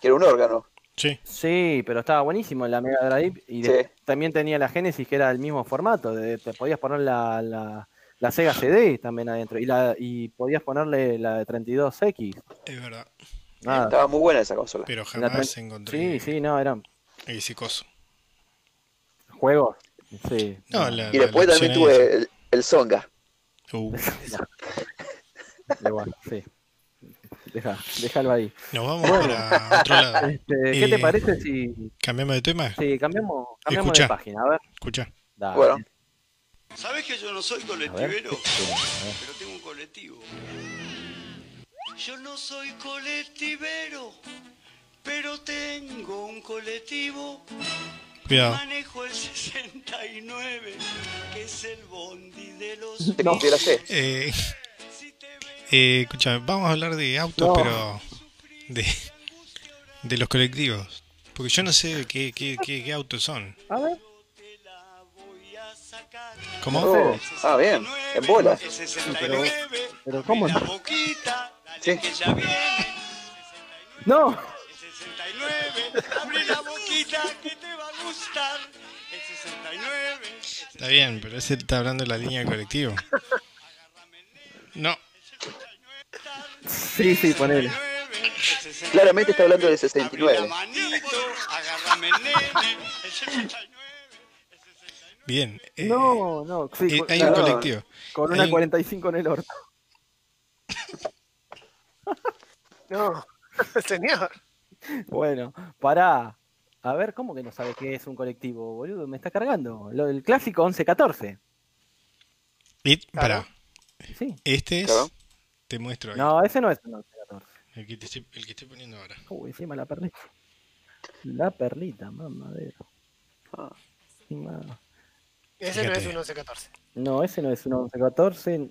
[SPEAKER 3] Que era un órgano.
[SPEAKER 4] Sí,
[SPEAKER 1] Sí, pero estaba buenísimo la Mega Drive y de-
[SPEAKER 3] Sí.
[SPEAKER 1] también tenía la Genesis que era el mismo formato, de- te podías poner la, la- la Sega CD también adentro y la y podías ponerle la de 32X.
[SPEAKER 4] es verdad.
[SPEAKER 1] Nada.
[SPEAKER 3] Estaba muy buena esa consola.
[SPEAKER 4] Pero
[SPEAKER 1] La
[SPEAKER 4] jamás
[SPEAKER 1] tran-
[SPEAKER 4] encontré
[SPEAKER 1] Sí, sí, no, eran
[SPEAKER 4] el psicoso.
[SPEAKER 1] juegos. Sí.
[SPEAKER 4] No, la,
[SPEAKER 3] Y
[SPEAKER 4] la-
[SPEAKER 3] después
[SPEAKER 4] la
[SPEAKER 3] también
[SPEAKER 4] opción
[SPEAKER 3] tuve el, el Songa.
[SPEAKER 4] esa. Uh,
[SPEAKER 1] Igual, sí. Deja, déjalo ahí.
[SPEAKER 4] nos vamos para otro lado.
[SPEAKER 1] Este, ¿Qué te
[SPEAKER 4] Eh,
[SPEAKER 1] parece si,
[SPEAKER 4] Cambiamos de tema.
[SPEAKER 1] si cambiamos, cambiamos
[SPEAKER 4] Escuchá.
[SPEAKER 1] de página? A ver.
[SPEAKER 4] Escucha.
[SPEAKER 1] Dale.
[SPEAKER 3] Bueno,
[SPEAKER 6] ¿Sabés que yo no soy
[SPEAKER 1] A ver.
[SPEAKER 6] colectivero?
[SPEAKER 1] A ver.
[SPEAKER 6] Pero tengo un colectivo. Yo no soy colectivero, pero tengo un colectivo.
[SPEAKER 4] Cuidado.
[SPEAKER 6] Manejo el 69, que es el bondi de los...
[SPEAKER 3] te conté la C.
[SPEAKER 4] Eh,
[SPEAKER 6] Si te ves
[SPEAKER 4] eh, escucha, vamos a hablar de autos,
[SPEAKER 1] No.
[SPEAKER 4] pero de, de los colectivos. Porque yo no sé qué, qué, qué- qué autos son.
[SPEAKER 1] A ver.
[SPEAKER 6] te la voy a sacar.
[SPEAKER 4] ¿Cómo?
[SPEAKER 3] Oh, ah, bien. En bolas.
[SPEAKER 6] El 69,
[SPEAKER 1] Pero ¿cómo?
[SPEAKER 6] la boquita, dale
[SPEAKER 3] Sí.
[SPEAKER 6] que ya viene.
[SPEAKER 1] No.
[SPEAKER 6] El 69, abre la boquita que te va a gustar. El 69,
[SPEAKER 4] Está bien, pero ese está hablando de la línea de colectivo. No,
[SPEAKER 1] Sí, sí, ponele.
[SPEAKER 6] 69, el 69.
[SPEAKER 3] Claramente está hablando del
[SPEAKER 6] Abre
[SPEAKER 3] 69.
[SPEAKER 6] la manito, agárrame el nene. El 69, el 69.
[SPEAKER 4] bien. eh,
[SPEAKER 1] No, no. Sí,
[SPEAKER 4] eh,
[SPEAKER 1] con,
[SPEAKER 4] hay un
[SPEAKER 1] claro,
[SPEAKER 4] colectivo.
[SPEAKER 1] con
[SPEAKER 4] hay
[SPEAKER 1] una
[SPEAKER 4] un-
[SPEAKER 1] 45 en el orto.
[SPEAKER 2] No, señor.
[SPEAKER 1] Bueno, pará. A ver, ¿cómo que no sabe qué es un colectivo, boludo? Me está cargando. Lo- el clásico 11-14.
[SPEAKER 4] Y,
[SPEAKER 2] Claro.
[SPEAKER 4] pará,
[SPEAKER 1] Sí.
[SPEAKER 4] este es.
[SPEAKER 3] Claro.
[SPEAKER 4] Te muestro ahí.
[SPEAKER 1] No, ese no es un 11-14.
[SPEAKER 4] El, que te estoy, el que estoy poniendo ahora.
[SPEAKER 1] Uy, encima la perlita. La perlita, mamadera.
[SPEAKER 3] Ah.
[SPEAKER 1] Encima-
[SPEAKER 2] Ese no es
[SPEAKER 4] Fíjate.
[SPEAKER 2] un 11-14.
[SPEAKER 1] No, ese no es un 11-14.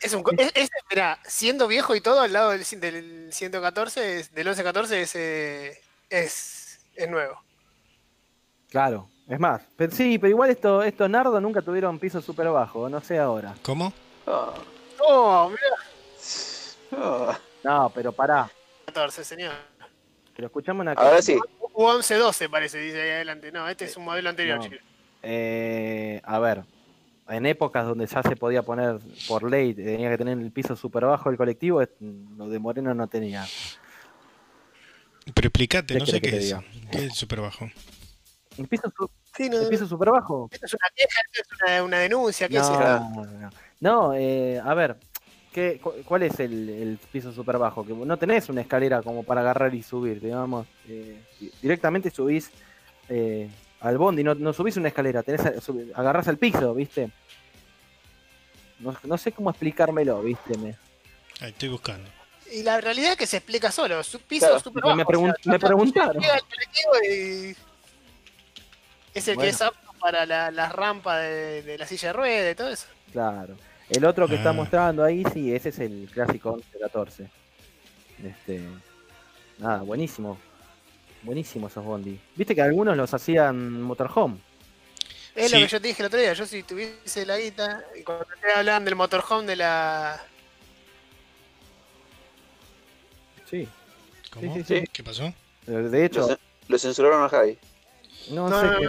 [SPEAKER 2] Es un, co- es, es- mirá, siendo viejo y todo, al lado del, cien- del 114, es- del 11-14 es, eh, es, es nuevo.
[SPEAKER 1] Claro, es más. Pero sí, pero igual esto, estos nardos nunca tuvieron piso súper bajo, no sé ahora.
[SPEAKER 4] ¿Cómo?
[SPEAKER 3] Ah,
[SPEAKER 2] No, Oh, mirá,
[SPEAKER 3] ah.
[SPEAKER 1] No, pero pará.
[SPEAKER 2] 14, señor.
[SPEAKER 1] Pero escuchamos una cosa.
[SPEAKER 3] Ahora sí.
[SPEAKER 2] U 11-12 parece, dice ahí adelante. No, este es un modelo anterior,
[SPEAKER 1] No.
[SPEAKER 2] chicos.
[SPEAKER 1] Eh, a ver, en épocas donde ya se podía poner por ley, tenía que tener el piso súper bajo el colectivo, es- lo de Moreno no tenía.
[SPEAKER 4] Pero explícate,
[SPEAKER 1] ¿Qué
[SPEAKER 4] no sé qué
[SPEAKER 1] querés
[SPEAKER 4] es.
[SPEAKER 1] que
[SPEAKER 4] ¿Qué es el super bajo?
[SPEAKER 1] ¿El piso, su-
[SPEAKER 2] Sí, no,
[SPEAKER 1] el piso súper bajo?
[SPEAKER 2] Esto es una queja, esto es una, una denuncia, ¿qué es
[SPEAKER 1] No,
[SPEAKER 2] esto?
[SPEAKER 1] no, no. No, eh, a ver, ¿qué, cu- ¿cuál es el, el piso súper bajo? Que no tenés una escalera como para agarrar y subir, digamos. eh, directamente subís eh, al bondi, no, no subís una escalera, tenés, sub- agarrás al piso, ¿viste? No, no sé cómo explicármelo, ¿viste? Me,
[SPEAKER 4] Ahí estoy buscando.
[SPEAKER 2] Y la realidad es que se explica solo, su piso
[SPEAKER 3] Claro,
[SPEAKER 2] super
[SPEAKER 1] me,
[SPEAKER 2] bajo.
[SPEAKER 1] pregun- me preguntaron.
[SPEAKER 2] Llega el colectivo y es el
[SPEAKER 1] Bueno.
[SPEAKER 2] que es apto para la, la rampa de, de la silla de ruedas y todo eso.
[SPEAKER 1] Claro. El otro que está
[SPEAKER 4] Ah.
[SPEAKER 1] mostrando ahí, sí, ese es el clásico 11-14. Este, nada, buenísimo. Buenísimo esos bondi. Viste que algunos los hacían motorhome.
[SPEAKER 2] Es
[SPEAKER 4] Sí.
[SPEAKER 2] lo que yo te dije el otro día, yo si tuviese la guita, y cuando te hablaban del motorhome de la...
[SPEAKER 1] Sí.
[SPEAKER 4] ¿Cómo?
[SPEAKER 1] Sí, sí, sí.
[SPEAKER 4] ¿Qué pasó?
[SPEAKER 1] Eh, De
[SPEAKER 3] Lo,
[SPEAKER 1] hecho,
[SPEAKER 3] cen- lo censuraron a Javi.
[SPEAKER 1] no,
[SPEAKER 2] No,
[SPEAKER 1] sé
[SPEAKER 2] no,
[SPEAKER 1] qué.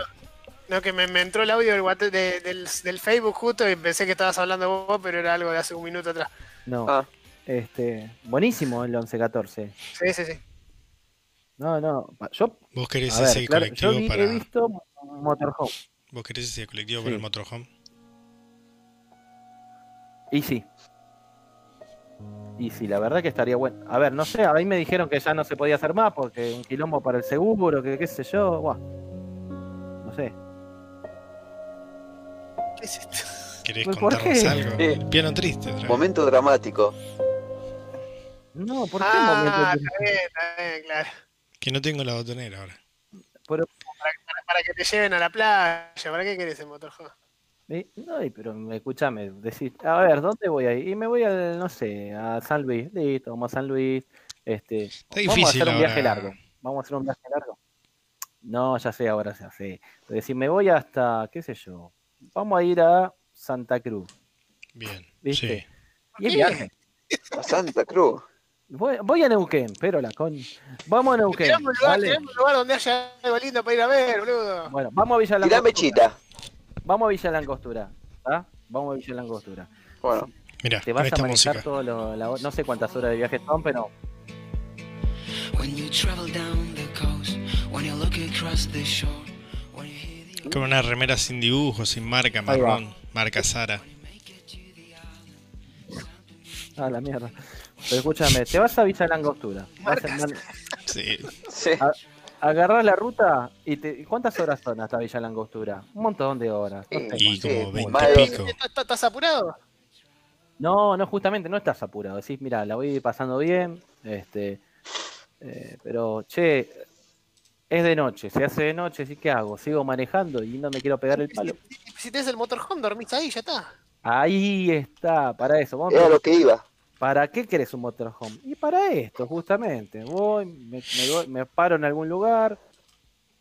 [SPEAKER 2] No, que me, me entró el audio del, guate- de- del, del Facebook justo y pensé que estabas hablando vos, pero era algo de hace un minuto atrás.
[SPEAKER 1] No.
[SPEAKER 3] Ah.
[SPEAKER 1] Este, buenísimo el 11-14.
[SPEAKER 2] Sí, sí, sí.
[SPEAKER 1] No, no. pa- Yo,
[SPEAKER 4] ¿Vos querés
[SPEAKER 1] a ver,
[SPEAKER 4] ese
[SPEAKER 1] claro, yo
[SPEAKER 4] colectivo
[SPEAKER 1] vi-
[SPEAKER 4] para.
[SPEAKER 1] he visto Motorhome.
[SPEAKER 4] ¿Vos querés ese colectivo
[SPEAKER 1] Sí.
[SPEAKER 4] para el motorhome?
[SPEAKER 1] Y sí. Y sí, la verdad que estaría bueno. A ver, no sé, a mí me dijeron que ya no se podía hacer más porque un quilombo para el seguro, que qué sé yo, buah. No sé.
[SPEAKER 2] ¿Qué es esto?
[SPEAKER 4] ¿Querés
[SPEAKER 1] ¿Por
[SPEAKER 4] contarnos
[SPEAKER 1] qué?
[SPEAKER 4] algo?
[SPEAKER 3] Sí.
[SPEAKER 4] El piano triste. otra vez.
[SPEAKER 3] Momento dramático.
[SPEAKER 1] No, ¿por qué
[SPEAKER 2] Ah,
[SPEAKER 1] momento?
[SPEAKER 2] está bien, está bien, claro.
[SPEAKER 4] Que no tengo la botonera ahora.
[SPEAKER 2] Para que te lleven a la playa, ¿para qué querés el motorhome?
[SPEAKER 1] Eh, No, y pero me- escúchame, decís, a ver, ¿dónde voy ahí? Y me voy al, no sé, a San Luis, listo, vamos a San Luis, este,
[SPEAKER 4] Está
[SPEAKER 1] vamos a
[SPEAKER 4] difícil
[SPEAKER 1] hacer un viaje
[SPEAKER 4] ahora.
[SPEAKER 1] largo, vamos a hacer un viaje largo. No, ya sé, ahora ya sé. Pero si me voy hasta, qué sé yo, vamos a ir a Santa Cruz.
[SPEAKER 4] Bien.
[SPEAKER 1] ¿Viste?
[SPEAKER 4] Sí.
[SPEAKER 1] Y es
[SPEAKER 2] Sí.
[SPEAKER 1] viaje.
[SPEAKER 3] A Santa Cruz.
[SPEAKER 1] Voy, voy a Neuquén, pero la con. Vamos a Neuquén.
[SPEAKER 2] Tirame un lugar,
[SPEAKER 1] dale.
[SPEAKER 2] tirame un lugar donde haya algo lindo para ir a ver, boludo.
[SPEAKER 1] Bueno, vamos a Villa
[SPEAKER 3] Tirá
[SPEAKER 1] Langostura.
[SPEAKER 3] mechita.
[SPEAKER 1] Vamos a Villa Langostura. ¿tá? Vamos a Villa Langostura.
[SPEAKER 3] Bueno,
[SPEAKER 4] Mirá,
[SPEAKER 1] Te
[SPEAKER 4] con
[SPEAKER 1] vas a
[SPEAKER 4] esta
[SPEAKER 1] manejar
[SPEAKER 4] música.
[SPEAKER 1] todo lo- la- no sé cuántas horas de viaje son, pero
[SPEAKER 7] When you travel down the coast, when you look across the shore, when you hear the
[SPEAKER 4] Con una remera sin dibujo, sin marca,
[SPEAKER 1] va.
[SPEAKER 4] marrón. Marca Sara.
[SPEAKER 1] a ah, la mierda. Pero escúchame, te vas a Villa Langostura. Vas a-
[SPEAKER 4] Sí.
[SPEAKER 3] sí.
[SPEAKER 1] Ah, agarrás la ruta y te ¿cuántas horas son hasta Villa Langostura? Un montón de horas. No, sé.
[SPEAKER 4] Y como
[SPEAKER 3] más
[SPEAKER 4] 20
[SPEAKER 3] de
[SPEAKER 4] y
[SPEAKER 3] dos-
[SPEAKER 4] pico.
[SPEAKER 2] ¿Estás- estás- ¿Estás apurado?
[SPEAKER 1] No, no, justamente no estás apurado. Decís, mira, la voy pasando bien, este, eh, pero che, es de noche, se hace de noche, ¿sí qué hago? Sigo manejando y no me quiero pegar el palo.
[SPEAKER 2] Si, si tenés el motorhome, dormís ahí, ya está.
[SPEAKER 1] Ahí está, para eso. Vos me-
[SPEAKER 3] Era lo que iba.
[SPEAKER 1] ¿Para qué querés un motorhome? Y para esto, justamente. Voy, me, me doy- me paro en algún lugar,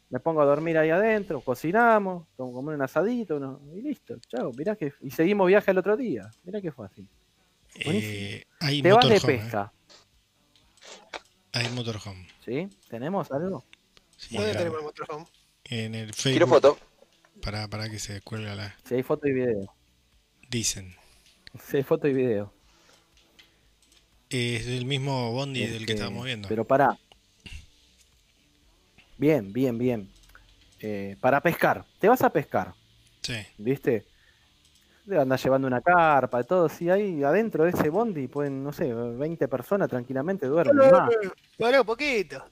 [SPEAKER 1] me pongo a dormir ahí adentro, cocinamos, como como un asadito, uno- y listo, chao. Mirá que, y seguimos viaje al otro día. Mirá que fácil.
[SPEAKER 4] Eh, hay
[SPEAKER 1] Te vas de
[SPEAKER 4] motorhome. eh.
[SPEAKER 1] pesca.
[SPEAKER 4] Hay motorhome.
[SPEAKER 1] ¿Sí? ¿Tenemos algo?
[SPEAKER 4] Sí,
[SPEAKER 2] ¿Dónde
[SPEAKER 4] la-
[SPEAKER 2] tenemos el motorhome?
[SPEAKER 4] En el Facebook.
[SPEAKER 3] Tiro foto.
[SPEAKER 4] Pará, pará que se cuelga la.
[SPEAKER 1] Si hay foto y video.
[SPEAKER 4] Dicen.
[SPEAKER 1] Si hay foto y video.
[SPEAKER 4] Eh, Es el mismo Bondi del que
[SPEAKER 1] Este,
[SPEAKER 4] estábamos viendo.
[SPEAKER 1] Pero para. Bien, bien, bien. Eh, para pescar. Te vas a pescar,
[SPEAKER 4] Sí.
[SPEAKER 1] ¿viste? Te Andás llevando una carpa y todo. Si hay adentro de ese bondi, pueden, no sé, 20 personas tranquilamente duermen. más.
[SPEAKER 2] Pará un poquito.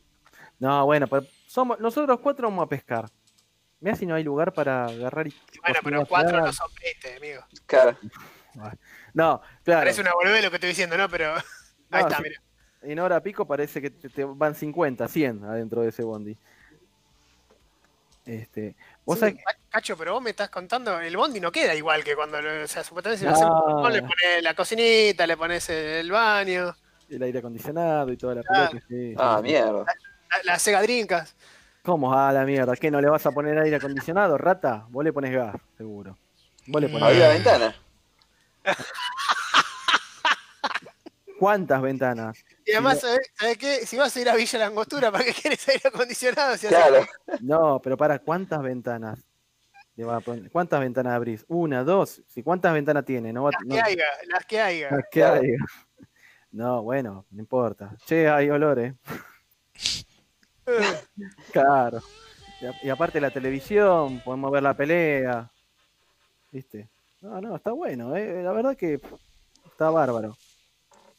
[SPEAKER 1] No, bueno, pero somos, nosotros cuatro vamos a pescar. Mirá si no hay lugar para agarrar y.
[SPEAKER 2] Bueno, pero
[SPEAKER 1] cocinar.
[SPEAKER 2] cuatro no son 20, amigo.
[SPEAKER 3] Claro.
[SPEAKER 1] No, claro.
[SPEAKER 2] Parece una boludez lo que estoy diciendo, ¿no? Pero. Ahí
[SPEAKER 1] No,
[SPEAKER 2] está,
[SPEAKER 1] sí.
[SPEAKER 2] mira.
[SPEAKER 1] En hora pico parece que te, te van 50, 100 adentro de ese bondi. Este, vos
[SPEAKER 2] Sí,
[SPEAKER 1] sabés que-
[SPEAKER 2] Cacho, pero vos me estás contando, el bondi no queda igual que cuando. Lo, o sea, supuestamente si lo
[SPEAKER 1] No.
[SPEAKER 2] hacemos con le pones la cocinita, le pones el baño,
[SPEAKER 1] el aire acondicionado y toda la
[SPEAKER 2] Claro.
[SPEAKER 1] pelota, sí,
[SPEAKER 3] Ah,
[SPEAKER 1] sí.
[SPEAKER 3] mierda.
[SPEAKER 4] Eh.
[SPEAKER 2] la- las segadrincas.
[SPEAKER 1] ¿Cómo? Ah, la mierda. ¿Qué no le vas a poner aire acondicionado, rata? Vos le pones gas, seguro. Vos le
[SPEAKER 4] Mm.
[SPEAKER 1] pones
[SPEAKER 3] Abrí la ventana.
[SPEAKER 1] ¿Cuántas ventanas?
[SPEAKER 2] Y además, ¿sabés, sabés qué? Si vas a ir a Villa Langostura, ¿para qué quieres aire acondicionado? Si hace-
[SPEAKER 3] Claro.
[SPEAKER 1] No, pero para, ¿cuántas ventanas? Le vas a poner? ¿Cuántas ventanas abrís? Una, dos. Si cuántas ventanas tiene, no va
[SPEAKER 2] Las
[SPEAKER 1] no-
[SPEAKER 2] que haya, las que haya.
[SPEAKER 3] Ah.
[SPEAKER 1] Las que haya. No, bueno, no importa. Che, hay ¿eh? olores. Claro. Y, a- y aparte la televisión, podemos ver la pelea. ¿Viste? No, no, está bueno, eh, la verdad que está bárbaro.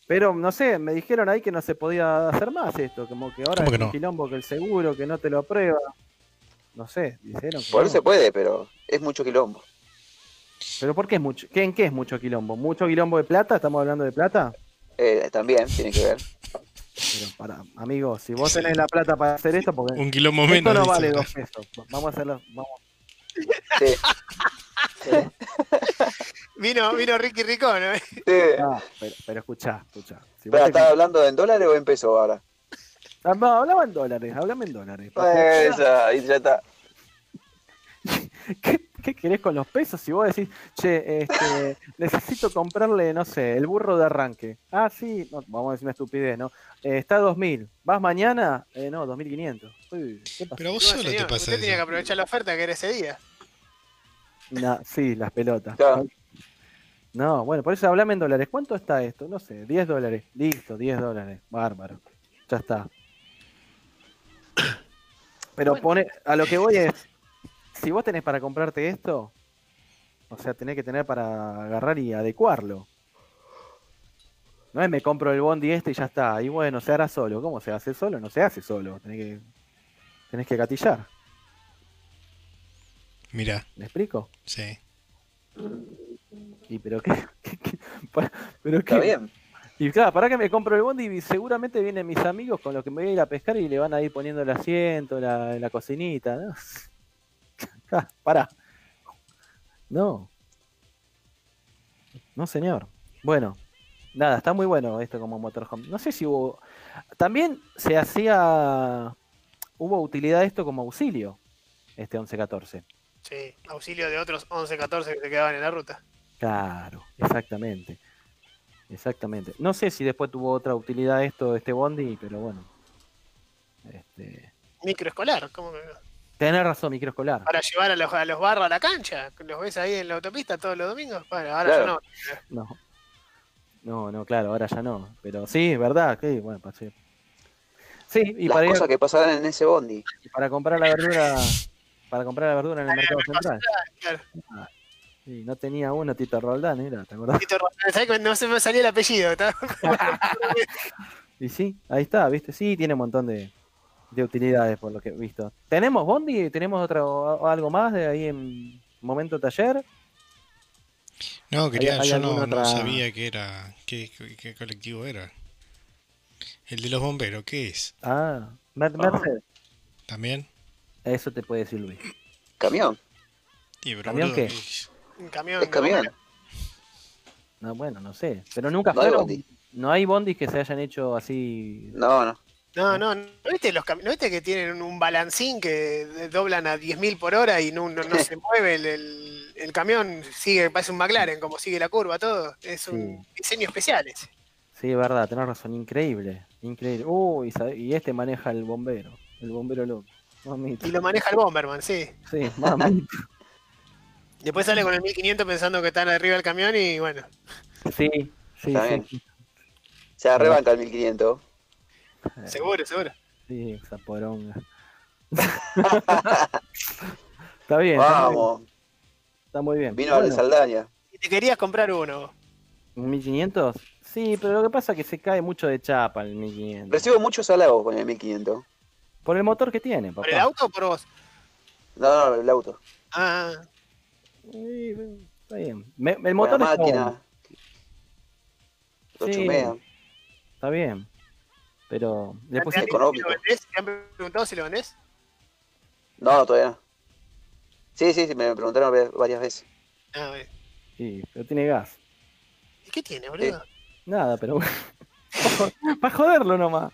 [SPEAKER 1] Pero no sé, me dijeron ahí que no se podía hacer más esto, como que ahora
[SPEAKER 4] ¿Cómo
[SPEAKER 1] es
[SPEAKER 4] que
[SPEAKER 1] un
[SPEAKER 4] no?
[SPEAKER 1] quilombo que el seguro que no te lo aprueba. No sé, dijeron. que
[SPEAKER 3] Por
[SPEAKER 1] no.
[SPEAKER 3] se puede, pero es mucho quilombo.
[SPEAKER 1] Pero ¿por qué es mucho? ¿Qué, ¿En qué es mucho quilombo? ¿Mucho quilombo de plata? ¿Estamos hablando de plata?
[SPEAKER 3] Eh, también tiene que ver.
[SPEAKER 1] Pero para, amigo, si vos tenés la plata para hacer esto, porque
[SPEAKER 4] Un kilómetro
[SPEAKER 1] esto
[SPEAKER 4] menos.
[SPEAKER 1] no
[SPEAKER 4] dice.
[SPEAKER 1] vale dos pesos. Vamos a hacerlo. Vamos.
[SPEAKER 3] Sí.
[SPEAKER 2] Vino, vino Ricky Ricón, ¿eh?
[SPEAKER 3] Sí.
[SPEAKER 1] Ah, pero, pero escuchá, escuchá. Si vos
[SPEAKER 3] Pará,
[SPEAKER 1] te-
[SPEAKER 3] ¿Estás hablando en dólares o en pesos ahora?
[SPEAKER 1] Ah, no, hablaba en dólares, hablame en dólares.
[SPEAKER 3] Eh, esa, ahí ya está.
[SPEAKER 1] ¿Qué, qué querés con los pesos? Si vos decís, che, este, necesito comprarle, no sé, el burro de arranque. Ah, sí, no, vamos a decir una estupidez, ¿no? Eh, está a 2000. ¿Vas mañana? Eh, no, 2500. Uy, ¿qué pasó?
[SPEAKER 4] Pero vos
[SPEAKER 2] No,
[SPEAKER 4] solo
[SPEAKER 2] señor,
[SPEAKER 4] te pasa
[SPEAKER 2] Usted tenía que
[SPEAKER 4] eso.
[SPEAKER 2] aprovechar la oferta que era ese día.
[SPEAKER 1] Nah, sí, las pelotas.
[SPEAKER 3] Claro.
[SPEAKER 1] No, bueno, por eso hablame en dólares. ¿Cuánto está esto? No sé, 10 dólares. Listo, 10 dólares. Bárbaro. Ya está. Pero
[SPEAKER 2] Bueno.
[SPEAKER 1] pone, a lo que voy es, si vos tenés para comprarte esto, o sea, tenés que tener para agarrar y adecuarlo. No es me compro el bondi este y ya está. Y bueno, se hará solo. ¿Cómo se hace solo? No se hace solo. Tenés que, tenés que gatillar.
[SPEAKER 4] Mira,
[SPEAKER 1] ¿Me explico?
[SPEAKER 4] sí.
[SPEAKER 1] Y pero qué, qué- qué- pa- pero
[SPEAKER 3] Está
[SPEAKER 1] qué-
[SPEAKER 3] bien.
[SPEAKER 1] Y claro, para que me compro el bondi y seguramente vienen mis amigos con los que me voy a ir a pescar y le van a ir poniendo el asiento, la, la cocinita, ¿no? Ah, pará. No. No, señor. Bueno, nada, está muy bueno esto como motorhome. No sé si hubo. También se hacía. Hubo utilidad esto como auxilio, este 1114.
[SPEAKER 2] Sí, auxilio de otros 11, 14 que se quedaban en la ruta.
[SPEAKER 1] Claro, exactamente. Exactamente. No sé si después tuvo otra utilidad esto, este Bondi, pero bueno. Este,
[SPEAKER 2] Microescolar, ¿cómo que no?
[SPEAKER 1] tenés razón, microescolar.
[SPEAKER 2] Para llevar a los, a los barros a la cancha. Los ves ahí en la autopista todos los domingos. Bueno, ahora
[SPEAKER 3] Claro.
[SPEAKER 2] yo no.
[SPEAKER 1] No. No, no, claro, ahora ya no. Pero sí, es verdad, que bueno, pasé. Sí, y
[SPEAKER 3] Las
[SPEAKER 1] para, ir-
[SPEAKER 3] cosas que pasaban en ese bondi.
[SPEAKER 1] y para comprar la verdura, para comprar la verdura en el mercado central.
[SPEAKER 2] claro.
[SPEAKER 1] Ah, sí, no tenía uno, Tito Roldán, era, ¿te acordás?
[SPEAKER 2] Tito Rodríguez, ¿sabés que No se me salía el apellido. ¿tá?
[SPEAKER 1] Y sí, ahí está, ¿viste? Sí, tiene un montón de, de utilidades por lo que he visto. ¿Tenemos Bondi? ¿Tenemos otro, algo más de ahí en momento taller?
[SPEAKER 4] No, quería,
[SPEAKER 1] hay
[SPEAKER 4] yo no,
[SPEAKER 1] alguna
[SPEAKER 4] no
[SPEAKER 1] otra-
[SPEAKER 4] sabía qué era, qué, qué- qué colectivo era. El de los bomberos, ¿qué es?
[SPEAKER 1] Ah, Mer- Mercedes.
[SPEAKER 4] ¿También?
[SPEAKER 1] Eso te puede decir Luis.
[SPEAKER 3] Camión.
[SPEAKER 4] Sí, pero
[SPEAKER 1] ¿Camión
[SPEAKER 4] boludo,
[SPEAKER 1] qué?
[SPEAKER 4] es-
[SPEAKER 2] Un camión.
[SPEAKER 3] Es camión.
[SPEAKER 1] No, bueno, no sé. Pero nunca
[SPEAKER 3] No hay
[SPEAKER 1] fueron.
[SPEAKER 3] bondi.
[SPEAKER 1] No hay bondis que se hayan hecho así.
[SPEAKER 3] No, no.
[SPEAKER 2] No, no, no. viste, los cami- ¿no viste que tienen un balancín que doblan a 10.000 por hora y no, no, no se mueve? El, el- el camión sigue, parece un McLaren, como sigue la curva, todo. Es un diseño especial ese.
[SPEAKER 1] Sí, es verdad, tenés razón. Increíble. Increíble. Uy, sabe- y este maneja el bombero. El bombero loco. Mamita.
[SPEAKER 2] Y lo maneja el Bomberman, sí.
[SPEAKER 1] Sí, mamita.
[SPEAKER 2] Después sale con el 1500 pensando que están arriba del camión y bueno.
[SPEAKER 1] Sí, sí,
[SPEAKER 3] Está bien.
[SPEAKER 1] sí.
[SPEAKER 3] Se arrebanca el 1500.
[SPEAKER 2] Seguro, seguro.
[SPEAKER 1] Sí, esa poronga. está bien, está muy-
[SPEAKER 3] Vamos.
[SPEAKER 1] está muy bien.
[SPEAKER 3] Vino al de
[SPEAKER 1] Bueno,
[SPEAKER 3] Saldaña.
[SPEAKER 2] Si te querías comprar uno,
[SPEAKER 1] 1500? Sí, pero lo que pasa es que se cae mucho de chapa el 1500.
[SPEAKER 3] Recibo muchos halagos con el 1500.
[SPEAKER 1] Por el motor que tiene,
[SPEAKER 2] ¿por el
[SPEAKER 1] papá.
[SPEAKER 2] auto o por vos?
[SPEAKER 3] No, no, el auto.
[SPEAKER 2] Ah,
[SPEAKER 1] Sí, está bien. Me- el
[SPEAKER 3] Buena
[SPEAKER 1] motor está, bueno,
[SPEAKER 3] máquina. Lo
[SPEAKER 1] Sí.
[SPEAKER 3] chumean.
[SPEAKER 1] está bien. Pero le
[SPEAKER 2] ¿te
[SPEAKER 1] pusiste-
[SPEAKER 2] han dicho
[SPEAKER 3] económico.
[SPEAKER 2] si lo vendés? ¿Te han preguntado si lo vendés?
[SPEAKER 3] No, no, todavía no. Sí, sí, sí, me preguntaron ve- varias veces.
[SPEAKER 2] Ah, bueno.
[SPEAKER 1] sí, pero tiene gas.
[SPEAKER 2] ¿Y qué tiene, boludo?
[SPEAKER 1] Nada, pero bueno. Para joderlo nomás.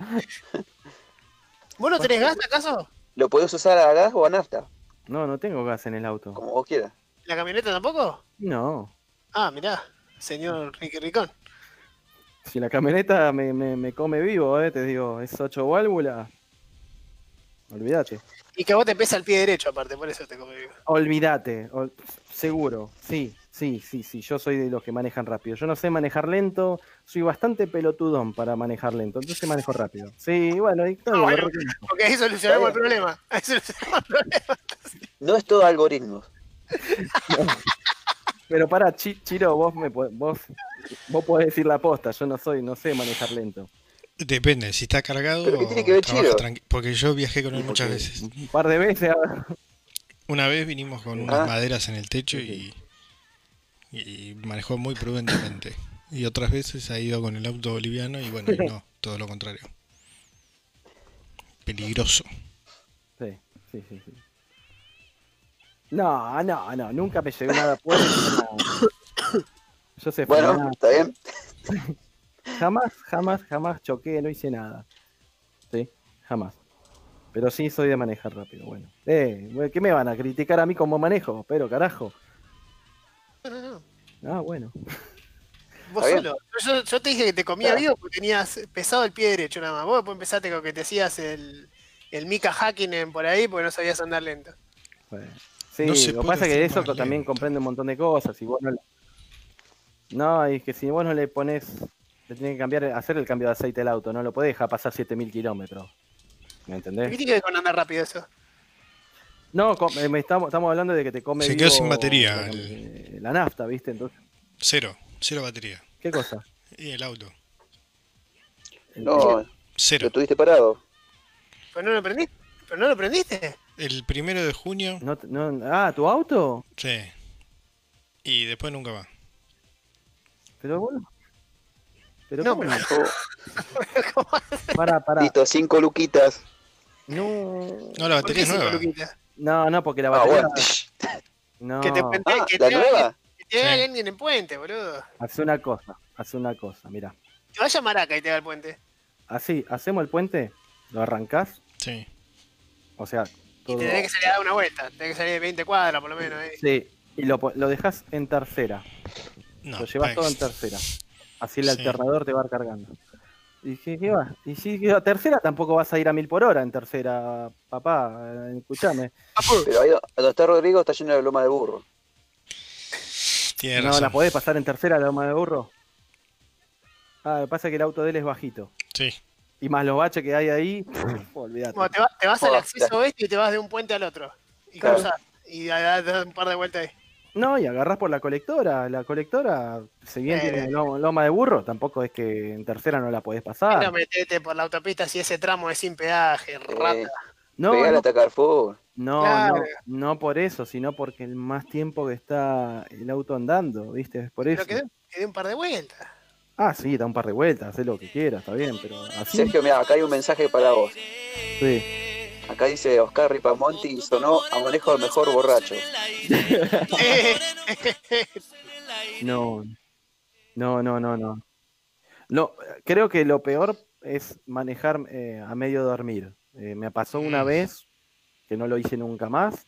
[SPEAKER 2] ¿Vos no tenés gas acaso?
[SPEAKER 3] ¿Lo podés usar a gas o a nafta?
[SPEAKER 1] No, no tengo gas en el auto.
[SPEAKER 3] Como vos quieras.
[SPEAKER 2] ¿La camioneta tampoco?
[SPEAKER 1] No.
[SPEAKER 2] Ah, mirá, señor Ricky Ricón.
[SPEAKER 1] Si la camioneta me, me- me come vivo, eh, te digo, es 8 válvulas. Olvídate.
[SPEAKER 2] Y que a vos te pesa el pie derecho, aparte, por eso te conmigo.
[SPEAKER 1] Olvídate, ol- seguro. Sí, sí, sí, sí. Yo soy de los que manejan rápido. Yo no sé manejar lento. Soy bastante pelotudón para manejar lento. Entonces manejo rápido. Sí, bueno, y todo,
[SPEAKER 2] bueno.
[SPEAKER 1] lo reconozco.
[SPEAKER 2] Porque ahí solucionamos el problema. Ahí solucionamos el problema.
[SPEAKER 3] No es todo algoritmos.
[SPEAKER 1] Pero para Chiro, vos me po- vos vos podés decir la posta. Yo no soy, no sé manejar lento.
[SPEAKER 4] Depende, si está cargado
[SPEAKER 3] Pero ¿qué tiene que ver
[SPEAKER 4] trabaja
[SPEAKER 3] Chiro?
[SPEAKER 4] tranqui- Porque yo viajé con él
[SPEAKER 3] ¿Y por
[SPEAKER 4] muchas
[SPEAKER 3] qué?
[SPEAKER 4] veces.
[SPEAKER 1] Un par de veces. ah,
[SPEAKER 4] Una vez vinimos con unas
[SPEAKER 3] Ah.
[SPEAKER 4] maderas en el techo y, y manejó muy prudentemente. Y otras veces ha ido con el auto boliviano y bueno, y no, todo lo contrario. Peligroso.
[SPEAKER 1] Sí, sí, sí, sí. No, no, no. Nunca me llegó nada puesto. no. Yo sé
[SPEAKER 3] Bueno,
[SPEAKER 1] frenar.
[SPEAKER 3] está bien.
[SPEAKER 1] Jamás, jamás, jamás choqué, no hice nada. Sí, jamás. Pero sí soy de manejar rápido, bueno. Eh, bueno, ¿qué me van a criticar a mí como manejo? Pero carajo.
[SPEAKER 2] No, no, no.
[SPEAKER 1] Ah, bueno.
[SPEAKER 2] Vos
[SPEAKER 3] Está bien.
[SPEAKER 2] solo. Yo, yo- yo te dije que te comía
[SPEAKER 3] Claro.
[SPEAKER 2] vivo porque tenías pesado el pie derecho nada más. Vos después empezaste con que te hacías el, el Mika Hakkinen por ahí porque no sabías andar lento.
[SPEAKER 1] Bueno. Sí,
[SPEAKER 4] No se
[SPEAKER 1] lo que
[SPEAKER 4] puede
[SPEAKER 1] pasa es que
[SPEAKER 4] hacer
[SPEAKER 1] eso
[SPEAKER 4] más
[SPEAKER 1] también
[SPEAKER 4] lento.
[SPEAKER 1] comprende un montón de cosas. Si vos no, le- no, es que si vos no le pones, le tenés que cambiar, hacer el cambio de aceite al auto, no lo podés dejar pasar 7000 kilómetros. ¿Me
[SPEAKER 2] ¿Qué
[SPEAKER 1] entendés?
[SPEAKER 2] tiene que ver con andar rápido eso?
[SPEAKER 1] No, com- eh, me estamos, estamos hablando de que te come.
[SPEAKER 4] Se quedó
[SPEAKER 1] vivo
[SPEAKER 4] sin batería
[SPEAKER 1] la-
[SPEAKER 4] el-
[SPEAKER 1] La nafta, ¿viste? Entonces,
[SPEAKER 4] Cero, cero batería.
[SPEAKER 1] ¿qué cosa?
[SPEAKER 4] Y el auto,
[SPEAKER 1] El-
[SPEAKER 3] No,
[SPEAKER 4] cero.
[SPEAKER 3] lo tuviste parado.
[SPEAKER 2] Pero no lo prendiste. Pero no lo prendiste.
[SPEAKER 4] El primero de junio,
[SPEAKER 1] no te- no- ah, ¿tu auto?
[SPEAKER 4] sí. Y después nunca más.
[SPEAKER 1] Pero bueno. Pero
[SPEAKER 2] No,
[SPEAKER 1] ¿cómo?
[SPEAKER 2] pero-
[SPEAKER 3] Oh,
[SPEAKER 1] Pará, pará.
[SPEAKER 3] listo, cinco luquitas.
[SPEAKER 1] No,
[SPEAKER 4] No, la
[SPEAKER 2] ¿Por
[SPEAKER 4] batería
[SPEAKER 2] qué
[SPEAKER 4] es
[SPEAKER 2] cinco
[SPEAKER 4] nueva.
[SPEAKER 2] luquitas?
[SPEAKER 1] no, no, porque la
[SPEAKER 3] Ah,
[SPEAKER 1] batería.
[SPEAKER 3] bueno.
[SPEAKER 1] No,
[SPEAKER 2] Eh, Que te prende-
[SPEAKER 3] Ah,
[SPEAKER 2] que
[SPEAKER 3] ¿la
[SPEAKER 2] te haga-
[SPEAKER 3] nueva?
[SPEAKER 2] que te haga
[SPEAKER 4] Sí.
[SPEAKER 2] alguien en puente, boludo.
[SPEAKER 1] hace una cosa, hace una cosa, mira.
[SPEAKER 2] Te vaya a Maraca y te haga el puente.
[SPEAKER 1] Así, hacemos el puente, lo arrancás,
[SPEAKER 4] Sí.
[SPEAKER 1] o sea,
[SPEAKER 2] Y
[SPEAKER 1] todo.
[SPEAKER 2] te tenés que salir a dar una vuelta. Tenés que salir de 20 cuadras por lo menos. eh.
[SPEAKER 1] Sí, y lo, po- lo dejas en tercera.
[SPEAKER 4] No,
[SPEAKER 1] Lo llevas
[SPEAKER 4] pa-
[SPEAKER 1] todo en tercera. Así el
[SPEAKER 4] Sí.
[SPEAKER 1] alternador te va a ir cargando. Y dije, ¿qué va? Y si a tercera tampoco vas a ir a mil por hora en tercera, papá, eh, escuchame.
[SPEAKER 3] Pero ahí do- donde está Rodrigo está lleno de loma de burro.
[SPEAKER 4] Tiene
[SPEAKER 1] No
[SPEAKER 4] razón.
[SPEAKER 1] la podés pasar en tercera la loma de burro. Ah, lo que pasa es que el auto de él es bajito.
[SPEAKER 4] Sí.
[SPEAKER 1] Y más los baches que hay ahí, olvídate.
[SPEAKER 2] Bueno, te, va- te vas al
[SPEAKER 3] Joder.
[SPEAKER 2] acceso oeste y te vas de un puente al otro. Y
[SPEAKER 3] Claro.
[SPEAKER 2] cruzas. Y da- das un par de vueltas ahí.
[SPEAKER 1] No, y agarrás por la colectora. La colectora, si bien
[SPEAKER 2] Eh.
[SPEAKER 1] tiene lo- loma de burro, tampoco es que en tercera no la podés
[SPEAKER 2] Y No
[SPEAKER 1] pasar.
[SPEAKER 2] metete por la autopista si ese tramo es sin peaje, rata.
[SPEAKER 3] Eh,
[SPEAKER 1] No,
[SPEAKER 3] pegar
[SPEAKER 1] no,
[SPEAKER 3] hasta Carrefour.
[SPEAKER 1] no,
[SPEAKER 2] Claro.
[SPEAKER 1] no, no por eso, sino porque el más tiempo que está el auto andando, ¿viste? Es por eso.
[SPEAKER 2] Pero quedé, quedé un par de vueltas.
[SPEAKER 1] Ah, sí, da un par de vueltas, haz lo que quieras, está bien, pero así.
[SPEAKER 3] Sergio, mira, acá hay un mensaje para vos.
[SPEAKER 1] Sí.
[SPEAKER 3] Acá dice Oscar Ripamonti sonó a manejo del mejor borracho.
[SPEAKER 1] No, no, no, no, no. No, creo que lo peor es manejar eh, a medio dormir. Eh, me pasó una
[SPEAKER 4] Mm.
[SPEAKER 1] vez, que no lo hice nunca más.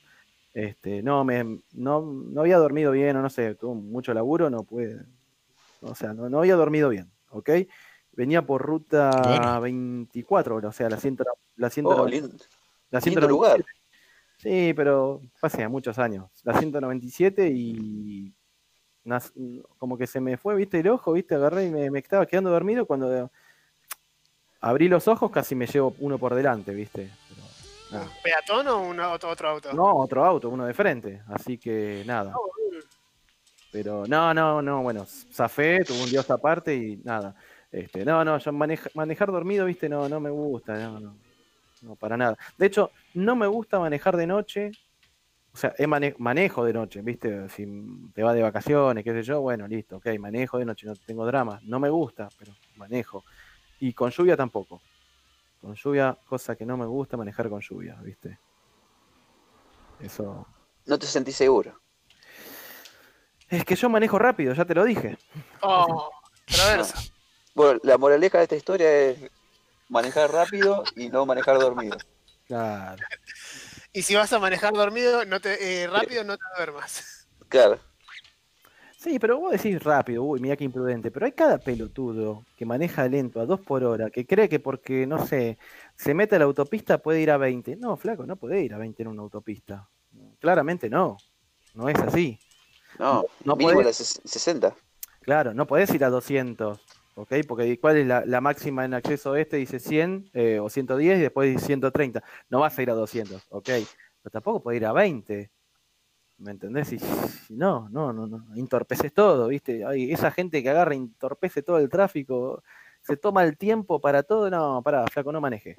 [SPEAKER 1] Este, no, me, no, no había dormido bien, o no sé, tuve mucho laburo, no pude. O sea, no, no había dormido bien, ¿ok? Venía por ruta
[SPEAKER 4] Bueno.
[SPEAKER 1] 24, o sea, la 100, la 100,
[SPEAKER 3] Oh, lindo,
[SPEAKER 1] la
[SPEAKER 3] lindo lugar.
[SPEAKER 1] 197. Sí, pero fue hace muchos años. La 197 y nas- como que se me fue, viste, el ojo, viste, agarré y me, me estaba quedando dormido cuando de- abrí los ojos, casi me llevo uno por delante, viste. Pero,
[SPEAKER 2] ¿Un peatón o un auto- otro, auto?
[SPEAKER 1] Ah. no, otro auto, uno de frente, así que nada. Pero no, no, no, bueno, zafé, tuvo un dios aparte y nada. Este, no, no, yo maneja- manejar dormido, viste, no, no me gusta, no, no, no, para nada. De hecho, no me gusta manejar de noche, o sea, he mane- manejo de noche, viste, si te vas de vacaciones, qué sé yo, bueno, listo, ok, manejo de noche, no tengo drama, no me gusta, pero manejo. Y con lluvia tampoco. Con lluvia, cosa que no me gusta manejar con lluvia, viste. Eso.
[SPEAKER 3] No te sentís seguro.
[SPEAKER 1] Es que yo manejo rápido, ya te lo dije.
[SPEAKER 2] Oh, traverso.
[SPEAKER 3] Bueno, la moraleja de esta historia es manejar rápido y no manejar dormido.
[SPEAKER 1] Claro.
[SPEAKER 2] Y si vas a manejar dormido, no te, eh, rápido no te duermas.
[SPEAKER 3] Claro.
[SPEAKER 1] Sí, pero vos decís rápido, uy, mira qué imprudente. Pero hay cada pelotudo que maneja lento a 2 por hora, que cree que porque, no sé, se mete a la autopista puede ir a 20. No, flaco, no puede ir a 20 en una autopista. Claramente no. No es así.
[SPEAKER 3] No,
[SPEAKER 1] No
[SPEAKER 3] mínimo
[SPEAKER 1] podés.
[SPEAKER 3] las ses- 60.
[SPEAKER 1] Claro, no podés ir a 200, ¿ok? Porque ¿cuál es la, la máxima en acceso este? Dice 100 eh, o 110 y después dice 130. No vas a ir a 200, ¿ok? Pero tampoco podés ir a 20. ¿Me entendés? Y, si no, no, no, no. Entorpeces todo, ¿viste? Ay, esa gente que agarra, entorpece todo el tráfico, se toma el tiempo para todo. No, pará, flaco, no maneje.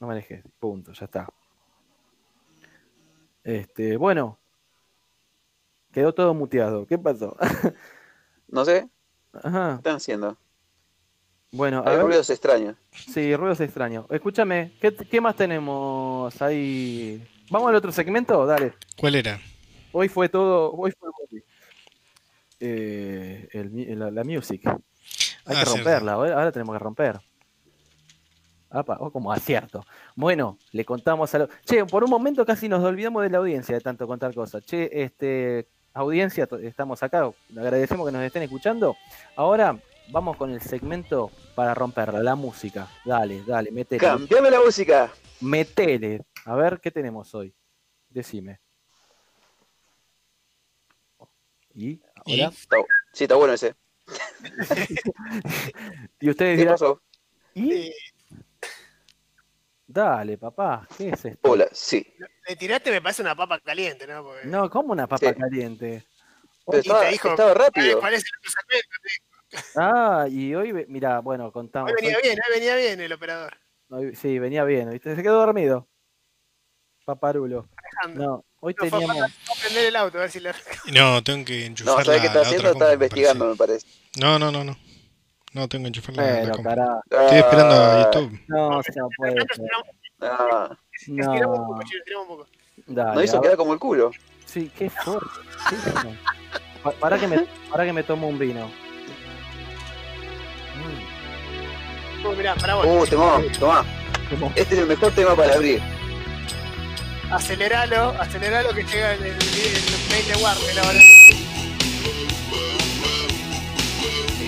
[SPEAKER 1] No maneje, punto, ya está. Este, bueno. Quedó todo muteado. ¿Qué pasó?
[SPEAKER 3] No sé, ¿qué
[SPEAKER 1] Ajá.
[SPEAKER 3] están haciendo?
[SPEAKER 1] Bueno, a
[SPEAKER 3] Hay
[SPEAKER 1] ver,
[SPEAKER 3] ruidos extraños.
[SPEAKER 1] sí, ruidos extraños. Escúchame, ¿qué, qué más tenemos ahí? ¿Vamos al otro segmento? Dale.
[SPEAKER 4] ¿Cuál era?
[SPEAKER 1] Hoy fue todo, hoy fue eh, el mi- la, la music. Hay
[SPEAKER 4] Ah,
[SPEAKER 1] que
[SPEAKER 4] cierto.
[SPEAKER 1] romperla, ¿eh? ahora, ahora tenemos que romper. Apa, oh, como acierto. Bueno, le contamos a los... Che, por un momento casi nos olvidamos de la audiencia de tanto contar cosas. Che, este, audiencia, to- estamos acá, agradecemos que nos estén escuchando. Ahora vamos con el segmento para romperla, la música. Dale, dale, metele.
[SPEAKER 3] ¡Cambiame la música!
[SPEAKER 1] Metele. A ver, ¿qué tenemos hoy? Decime. ¿Y?
[SPEAKER 4] ¿Y?
[SPEAKER 1] ¿Hola?
[SPEAKER 3] Está bu- Sí, está bueno ese.
[SPEAKER 1] Y ustedes
[SPEAKER 3] ¿Qué
[SPEAKER 1] dirán,
[SPEAKER 3] pasó?
[SPEAKER 1] ¿y? Dale, papá, ¿qué es esto?
[SPEAKER 3] Hola, sí.
[SPEAKER 2] Le tiraste, me parece una papa caliente, ¿no? Porque-
[SPEAKER 1] No, como una papa
[SPEAKER 3] Sí.
[SPEAKER 1] caliente.
[SPEAKER 3] Pero
[SPEAKER 2] Y
[SPEAKER 3] estaba,
[SPEAKER 2] te dijo,
[SPEAKER 3] estaba
[SPEAKER 2] "Ay,
[SPEAKER 3] rápido.
[SPEAKER 2] parece otro segmento, sí".
[SPEAKER 1] Ah, y hoy, ve- mira, bueno, contamos.
[SPEAKER 2] Hoy venía
[SPEAKER 1] hoy-
[SPEAKER 2] bien, hoy venía bien el operador.
[SPEAKER 1] hoy- sí, venía bien, ¿viste? Se quedó dormido. Paparulo.
[SPEAKER 2] Alejandro.
[SPEAKER 1] No, hoy
[SPEAKER 2] No, fue
[SPEAKER 1] teníamos.
[SPEAKER 2] Vamos a prender el auto, a ver si le.
[SPEAKER 4] No, tengo que enchufar
[SPEAKER 3] No, ¿sabes
[SPEAKER 4] la,
[SPEAKER 3] qué está
[SPEAKER 4] la
[SPEAKER 3] haciendo?
[SPEAKER 4] otra compu,
[SPEAKER 3] Estaba
[SPEAKER 4] me
[SPEAKER 3] investigando, me parece.
[SPEAKER 4] parece. No, no, no, no. No, tengo que enchufar la, la
[SPEAKER 1] Pero,
[SPEAKER 4] compu.
[SPEAKER 1] carajo.
[SPEAKER 4] Estoy esperando a
[SPEAKER 3] Ah,
[SPEAKER 4] YouTube.
[SPEAKER 1] No, se no puede
[SPEAKER 2] Nosotros
[SPEAKER 1] ser.
[SPEAKER 2] tiramos-
[SPEAKER 3] ah,
[SPEAKER 2] tiramos un
[SPEAKER 1] No,
[SPEAKER 2] poco, chicos, tiramos un poco.
[SPEAKER 1] dale.
[SPEAKER 3] no hizo
[SPEAKER 1] a
[SPEAKER 3] quedar como el culo.
[SPEAKER 1] ver. Sí, qué fuerte. ¿Qué es eso? Pa- para, que me, para que me tomo un vino. Mm,
[SPEAKER 2] Uh, mirá, pará vos.
[SPEAKER 3] Uh, tomá, tomá.
[SPEAKER 1] como-
[SPEAKER 3] Este es el mejor tema para abrir.
[SPEAKER 2] Aceleralo, aceleralo que llega el, el, el mail de Warner ahora.
[SPEAKER 3] Sí,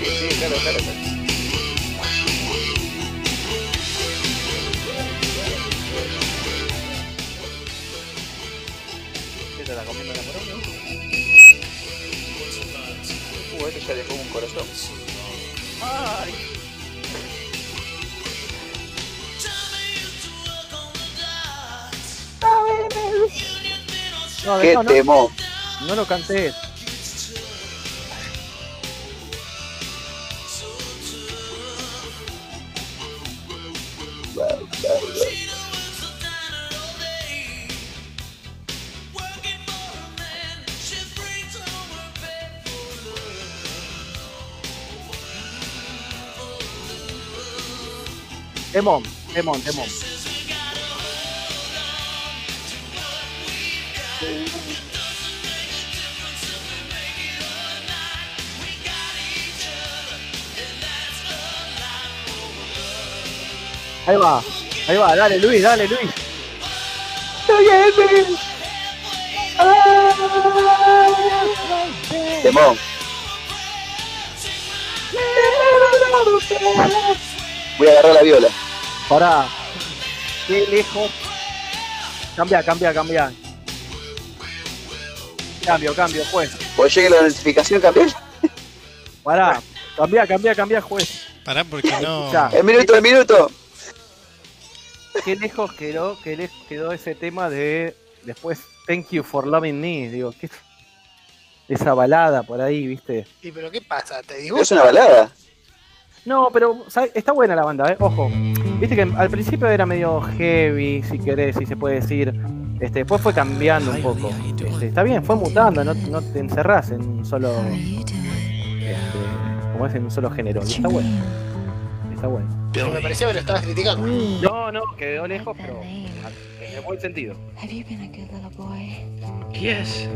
[SPEAKER 3] sí, claro, claro. claro. Uh, este ya dejó un corazón.
[SPEAKER 2] Ay,
[SPEAKER 1] No,
[SPEAKER 3] ¡Qué
[SPEAKER 1] no, no,
[SPEAKER 3] temo!
[SPEAKER 1] no lo canté. Temón, temón, temón. Ahí va, ahí va, dale Luis, dale Luis. ¡Ah!
[SPEAKER 3] Temón. Voy a agarrar la viola.
[SPEAKER 1] Pará. Qué lejos. Cambia, cambia, cambia. Cambio, cambio, juez.
[SPEAKER 3] Cuando llegue la notificación, cambié.
[SPEAKER 1] Pará. Cambia, cambia, cambia, juez.
[SPEAKER 4] Pará porque no.
[SPEAKER 1] Ya.
[SPEAKER 3] El minuto, el minuto.
[SPEAKER 1] Qué lejos quedó, qué lejos quedó ese tema de después Thank You for Loving Me. Digo, qué esa balada por ahí, viste.
[SPEAKER 2] y pero ¿qué pasa? ¿Te
[SPEAKER 3] Pero Es
[SPEAKER 2] disgusta?
[SPEAKER 3] una balada.
[SPEAKER 1] No, pero ¿sabes? está buena la banda, eh. Ojo. Viste que al principio era medio heavy, si querés, si se puede decir. Este, después fue cambiando un poco. Este, está bien, fue mutando, no, no te encerrás en un solo. este, como es en un solo género. Y está bueno. Está bueno.
[SPEAKER 2] Porque Me parecía que lo estabas criticando.
[SPEAKER 1] No, no, quedó lejos, pero en buen sentido.
[SPEAKER 8] Have you been a good little boy?
[SPEAKER 6] Yes.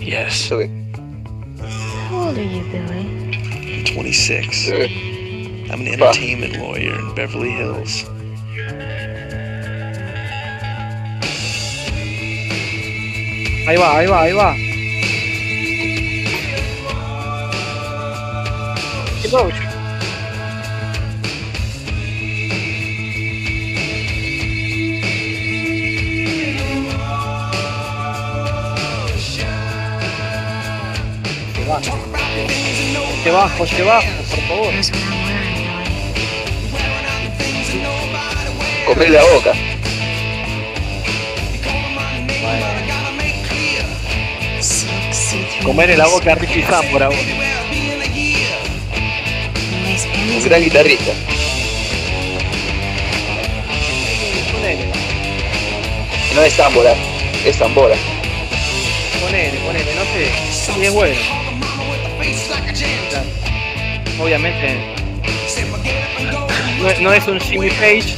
[SPEAKER 6] yes.
[SPEAKER 3] Eso que-
[SPEAKER 8] How old are you, Billy?
[SPEAKER 6] 26.
[SPEAKER 3] eh,
[SPEAKER 6] I'm an
[SPEAKER 3] Fuck.
[SPEAKER 6] entertainment lawyer in Beverly Hills.
[SPEAKER 1] Ahí va, ahí va, ahí va.
[SPEAKER 2] ¿Qué mucho?
[SPEAKER 1] Te bajo, te bajo, por favor.
[SPEAKER 8] Here's what I'm wearing, Billy.
[SPEAKER 3] Compré la boca.
[SPEAKER 8] Silk, see-through
[SPEAKER 1] Comerle la boca a Ricky Sam por ahora.
[SPEAKER 8] lace
[SPEAKER 3] Un
[SPEAKER 8] panties.
[SPEAKER 3] gran guitarrista.
[SPEAKER 1] Ponele,
[SPEAKER 3] No es Zambora, es Zambora.
[SPEAKER 1] ponele, ponele, no sé. Sí, es bueno. Obviamente. No, no es un Jimmy Page.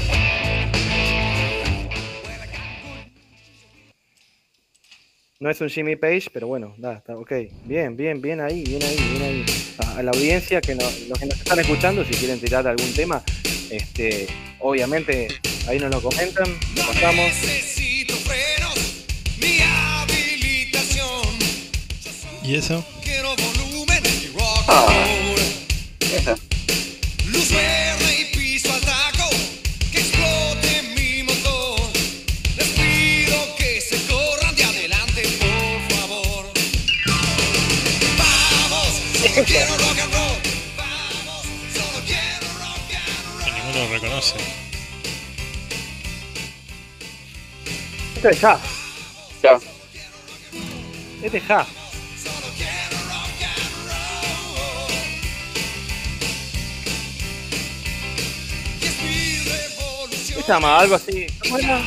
[SPEAKER 1] No es un Jimmy Page, pero bueno, da, está ok. Bien, bien, bien ahí, bien ahí, bien ahí. A, a la audiencia que nos, los que nos están escuchando, si quieren tirar algún tema, este, obviamente ahí nos lo comentan, lo pasamos.
[SPEAKER 6] Necesito frenos, mi habilitación.
[SPEAKER 4] ¿Y eso?
[SPEAKER 6] Quiero volumen y rock
[SPEAKER 3] Ah.
[SPEAKER 6] and roll.
[SPEAKER 3] Esa.
[SPEAKER 6] Luz verde y piso al taco, que explote mi motor. Les pido que se corran de adelante, por favor. Vamos, solo quiero rock and roll. Vamos, solo quiero rock and roll.
[SPEAKER 4] Ninguno lo reconoce.
[SPEAKER 1] Esto es ja.
[SPEAKER 3] Ya.
[SPEAKER 1] Este es ja. ¿Qué se llama? Algo así. ¿Cómo era?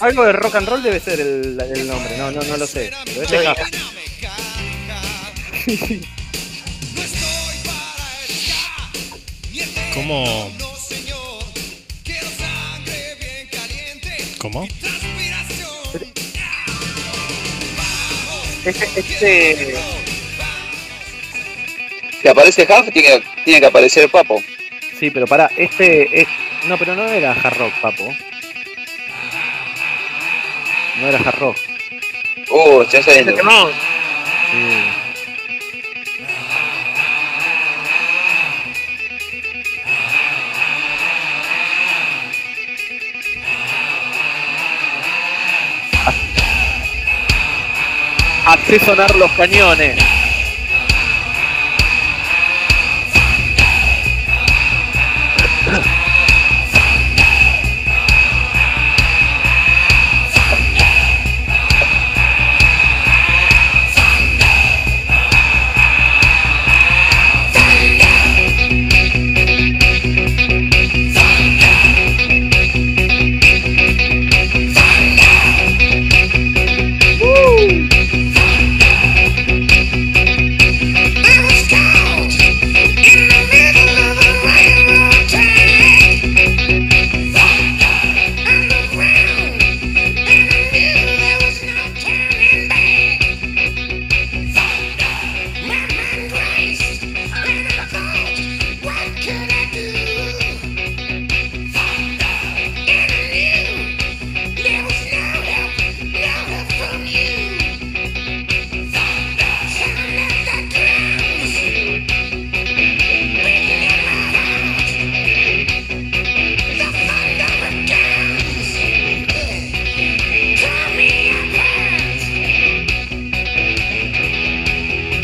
[SPEAKER 1] Algo de rock and roll debe ser el, el nombre. No, no, no lo sé. Pero este es ja.
[SPEAKER 6] ¿Cómo? ¿Cómo?
[SPEAKER 1] Este, este,
[SPEAKER 3] Si aparece Huff, tiene, que- tiene que aparecer Papo.
[SPEAKER 9] Sí, pero pará, este es. No, pero no era hard rock, papo. No era hard rock.
[SPEAKER 3] Uh, ya
[SPEAKER 2] Este
[SPEAKER 3] saliendo.
[SPEAKER 2] temón.
[SPEAKER 9] Sí.
[SPEAKER 1] hace sonar los cañones.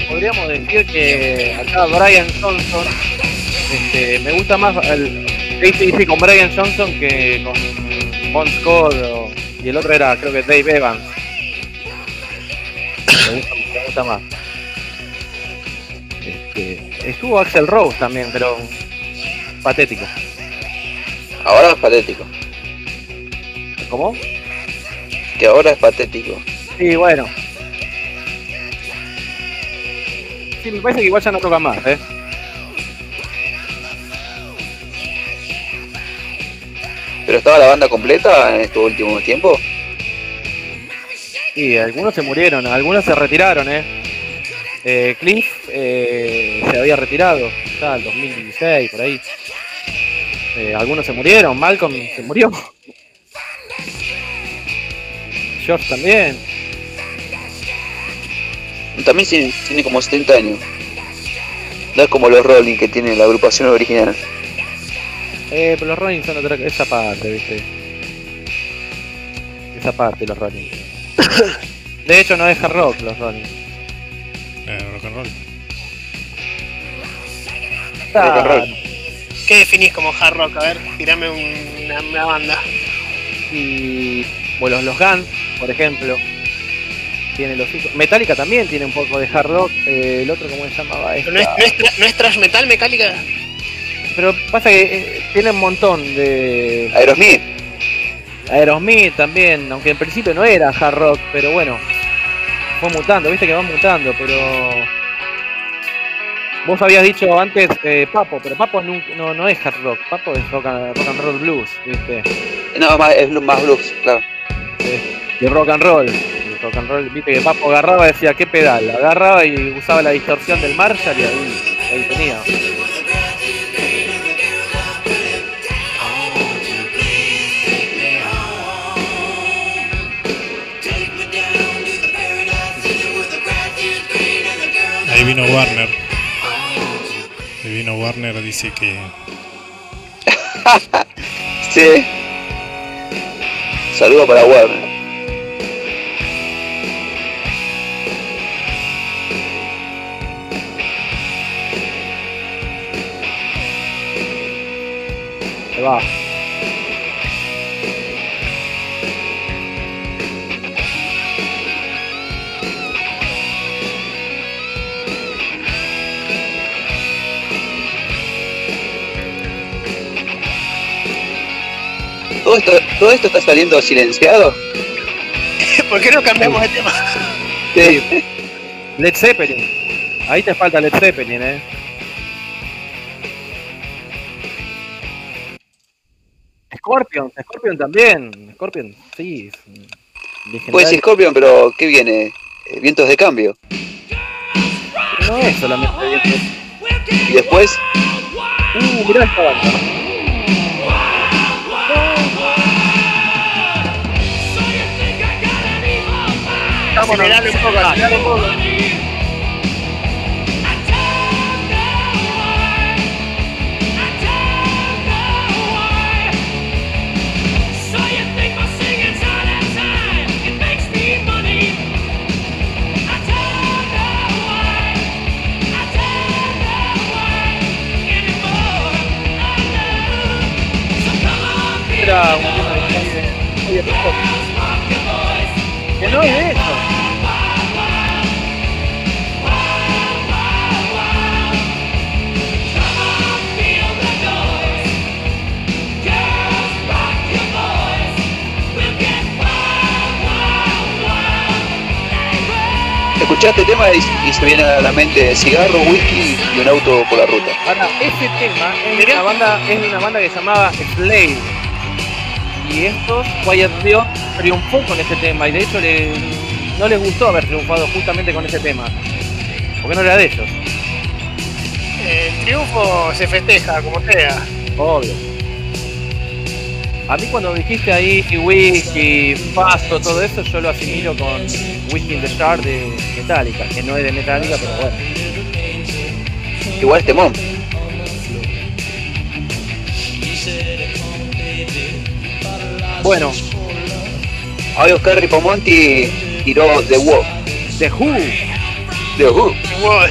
[SPEAKER 1] Podríamos decir que acá Brian Johnson, este, me gusta más el dice con Brian Johnson que con Bon Scott o- y el otro era creo que Dave Evans. Me gusta, me gusta más. Este, estuvo Axel Rose también, pero patético.
[SPEAKER 3] Ahora es patético.
[SPEAKER 1] ¿Cómo?
[SPEAKER 3] Que ahora es patético.
[SPEAKER 1] Sí, bueno. Sí, me parece que igual ya no toca más, ¿eh?
[SPEAKER 3] ¿Pero estaba la banda completa en estos últimos tiempos?
[SPEAKER 1] Y algunos se murieron, algunos se retiraron, ¿eh? Eh, Cliff eh, se había retirado, ya en 2016, por ahí. Eh, algunos se murieron, Malcolm se murió. George también.
[SPEAKER 3] También tiene, tiene como 70 años. No es como los Rolling que tiene la agrupación original.
[SPEAKER 1] Eh, pero los Rolling son otra esa parte, viste. Esa parte, los Rolling. De hecho, no es hard rock los Rolling.
[SPEAKER 6] Eh, rock and roll.
[SPEAKER 3] Rock and roll.
[SPEAKER 2] ¿Qué definís como hard rock? A ver, tirame un- una, una banda.
[SPEAKER 1] y bueno, los Guns, por ejemplo, tiene los suyos. Metallica también tiene un poco de hard rock, eh, el otro cómo se llamaba
[SPEAKER 2] Pero ¿No es,
[SPEAKER 1] Esta-
[SPEAKER 2] no es tra- no es trash metal mecánica?
[SPEAKER 1] pero pasa que eh, tiene un montón de
[SPEAKER 3] Aerosmith.
[SPEAKER 1] Aerosmith también, aunque en principio no era hard rock, pero bueno, fue mutando, viste que va mutando, pero vos habías dicho antes eh, Papo, pero Papo nun- no, no es hard rock, Papo es rock and, rock and roll blues, viste.
[SPEAKER 3] No, más, es blu- más blues, claro.
[SPEAKER 1] y rock and roll. El rock and roll, viste que Papo agarraba y decía, ¿qué pedal? Agarraba y usaba la distorsión del Marshall y ahí, ahí tenía.
[SPEAKER 6] Ahí vino Warner. Ahí vino Warner, dice que
[SPEAKER 3] Sí. Saludo para Warner.
[SPEAKER 1] Ahí va.
[SPEAKER 3] ¿Todo esto, todo esto está saliendo silenciado?
[SPEAKER 2] ¿Por qué no cambiamos de tema?
[SPEAKER 3] Sí.
[SPEAKER 1] Led Zeppelin. Ahí te falta Led Zeppelin, eh. Scorpion, Scorpion también. Scorpion, sí. es un legendario.
[SPEAKER 3] Pues Scorpion, pero ¿qué viene? Eh, Vientos de cambio.
[SPEAKER 1] no es solamente.
[SPEAKER 3] Y después,
[SPEAKER 1] Uh, mirá esta banda.
[SPEAKER 2] Acelerale un poco, acelerale un poco.
[SPEAKER 1] Era una banda de Jaime- Jaime Rojo. Que no es de eso.
[SPEAKER 3] escuchaste el tema y, y se viene a la mente cigarro, whisky y un auto por la ruta.
[SPEAKER 1] Ahora, ese tema es de, una banda, es de una banda que se llamaba Slade. Y estos, Quiet Riot, triunfó con ese tema. Y de hecho, le- no les gustó haber triunfado justamente con ese tema. Porque no era de ellos,
[SPEAKER 2] El triunfo se festeja, como sea.
[SPEAKER 1] obvio. A mí, cuando dijiste ahí que Whisky, Paso, todo eso, yo lo asimilo con Whisky in the Star de Metallica. Que no es de Metallica, pero bueno.
[SPEAKER 3] Igual este mom.
[SPEAKER 1] Bueno,
[SPEAKER 3] Ahí Oscar Ripomonti tiró The Who.
[SPEAKER 1] The Who,
[SPEAKER 3] The Who.
[SPEAKER 2] What?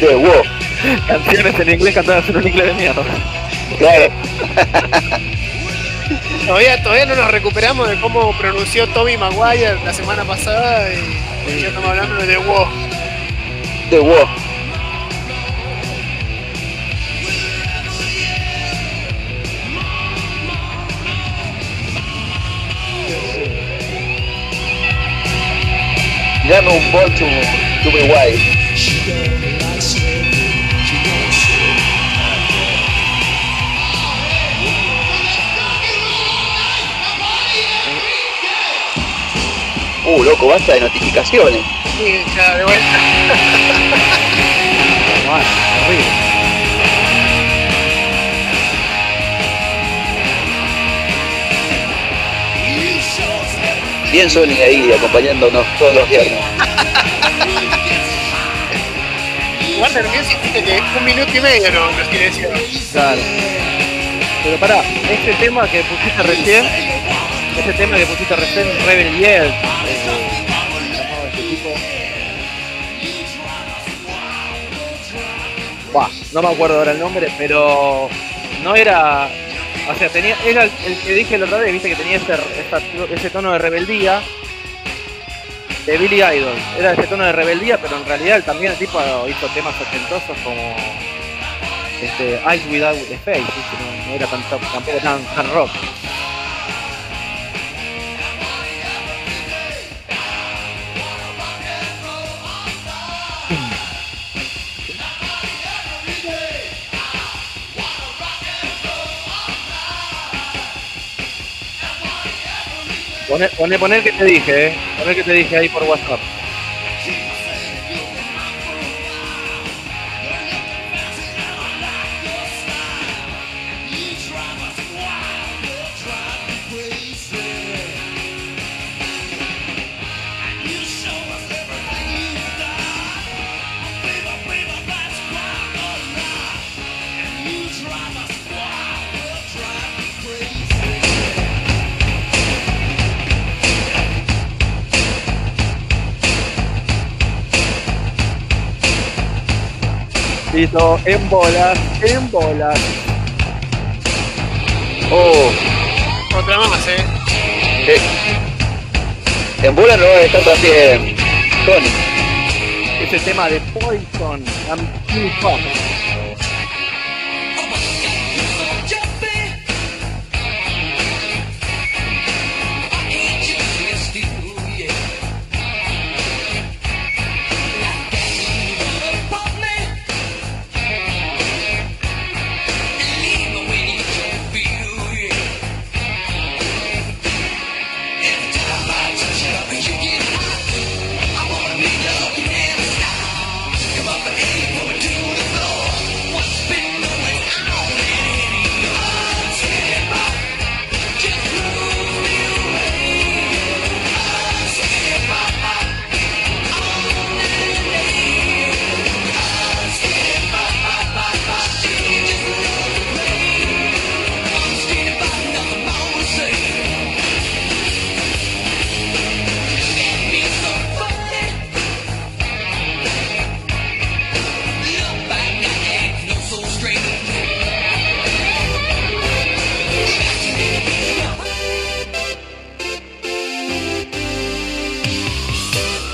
[SPEAKER 3] The Who.
[SPEAKER 1] canciones en inglés cantadas en un inglés de mierda.
[SPEAKER 3] Claro.
[SPEAKER 2] Todavía, todavía no nos recuperamos de cómo pronunció Tommy Maguire la semana pasada y y ya estamos hablando de The Who.
[SPEAKER 3] The Who. Dame un bol to, to my wife. Uh, loco, basta de notificaciones.
[SPEAKER 2] Y ya de vuelta.
[SPEAKER 1] Bueno, horrible.
[SPEAKER 3] Bien Sony ahí acompañándonos todos los viernes.
[SPEAKER 2] Walter, ¿qué sentiste que un minuto y medio no, nos tiene silenciaron?
[SPEAKER 1] Claro. Pero pará, este tema que pusiste recién, este tema que pusiste recién, Rebel Yell, eh, llamado este tipo. Buah, no me acuerdo ahora el nombre, pero no era. O sea, tenía, era el, el que dije la otra vez, viste que tenía ese, esa- ese tono de rebeldía de Billy Idol. Era ese tono de rebeldía, pero en realidad él también el tipo hizo temas ochentosos como este, Eyes Without the Face, ¿viste? no, no era tan, tan- tampoco tan hard rock. Poner, poner, que te dije, eh. Poner que te dije ahí por WhatsApp. Listo, en bolas, en bolas.
[SPEAKER 3] Oh,
[SPEAKER 2] Otra más, ¿eh?
[SPEAKER 3] eh. en bola no va a estar también Sony.
[SPEAKER 1] Ese tema de Poison and Kill Fuck.
[SPEAKER 10] Jumping,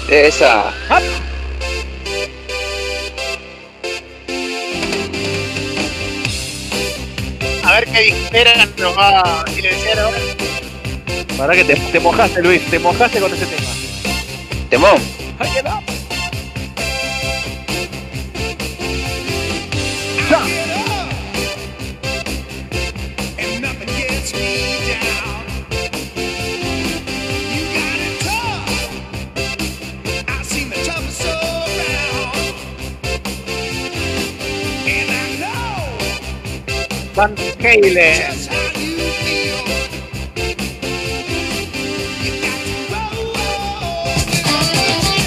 [SPEAKER 3] Esa.
[SPEAKER 2] A ver qué disparan nos va a silenciar ahora.
[SPEAKER 1] Para que te, te mojaste, Luis, te mojaste con ese tema.
[SPEAKER 3] Temón.
[SPEAKER 6] And nothing gets me down. You got it tough. I've seen the toughest around. And I know
[SPEAKER 1] Van Halen.
[SPEAKER 6] just how you feel. You got to roll on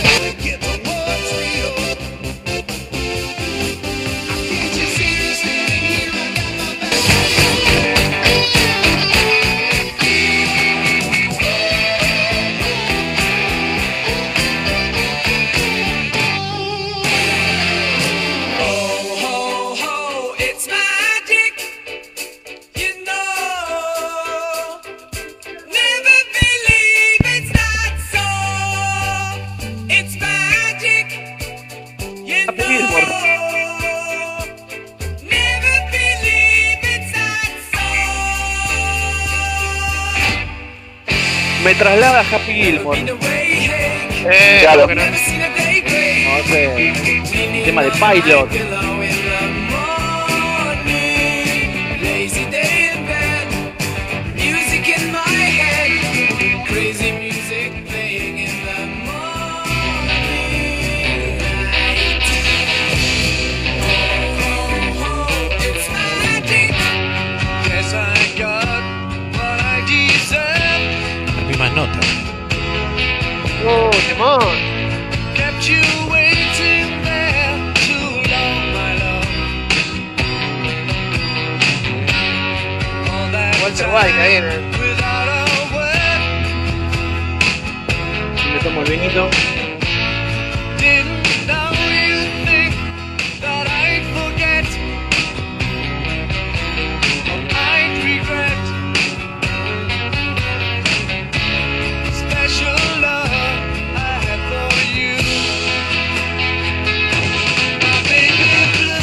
[SPEAKER 6] and get to what's real. I can't just see you standing here. I got my back. ho, ho, it's magic. You know, never believe it's not so. It's magic. You know, never believe it's not so.
[SPEAKER 1] Me traslada a Happy Gilmore.
[SPEAKER 6] In a way, hey,
[SPEAKER 1] Eh,
[SPEAKER 3] Claro.
[SPEAKER 1] porque no,
[SPEAKER 6] never seen a day great.
[SPEAKER 1] no sé. Tema de Pilot.
[SPEAKER 6] Pillow in the morning, lazy day in bed, music in my head, crazy music playing in the morning light. Oh, oh, oh, it's magic. Yes, I got what I deserve.
[SPEAKER 4] Las mismas notas.
[SPEAKER 2] Oh, temón.
[SPEAKER 6] Kept you waiting there too long, my love. All that
[SPEAKER 2] Walter
[SPEAKER 6] time
[SPEAKER 2] White ahí en el-
[SPEAKER 6] without a word
[SPEAKER 1] Me tomo el vinito.
[SPEAKER 6] didn't know you think that I'd forget or I'd regret. Special love I had for you. My baby blue.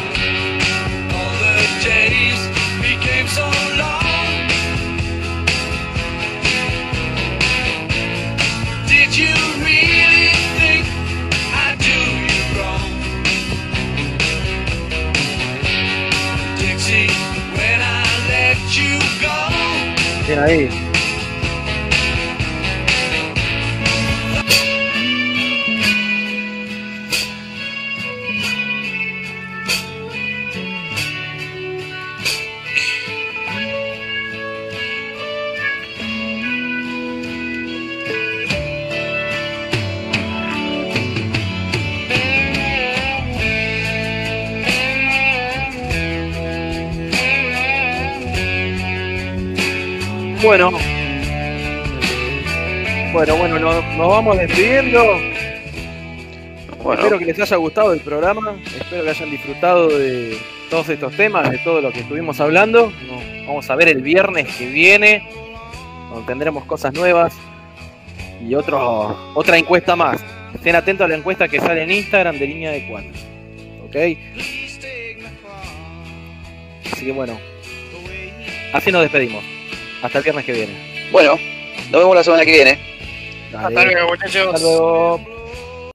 [SPEAKER 6] All the days became so long. Did you really think I do you wrong? Dixie, when I let you go,
[SPEAKER 1] Bien ahí. Bueno. Bueno, bueno, no- nos vamos despidiendo. Espero
[SPEAKER 3] Bueno,
[SPEAKER 1] que les haya gustado el programa, espero que hayan disfrutado de todos estos temas, de todo lo que estuvimos hablando. Nos vamos a ver el viernes que viene, donde tendremos cosas nuevas y otro, otra encuesta más. Estén atentos a la encuesta que sale en Instagram de línea de 4. ¿Ok?
[SPEAKER 6] please take my cross
[SPEAKER 1] Así que bueno,
[SPEAKER 6] away.
[SPEAKER 1] así nos despedimos. Hasta el viernes que viene.
[SPEAKER 3] bueno, nos vemos la semana que viene.
[SPEAKER 2] Hasta luego, muchachos.
[SPEAKER 1] Hasta luego.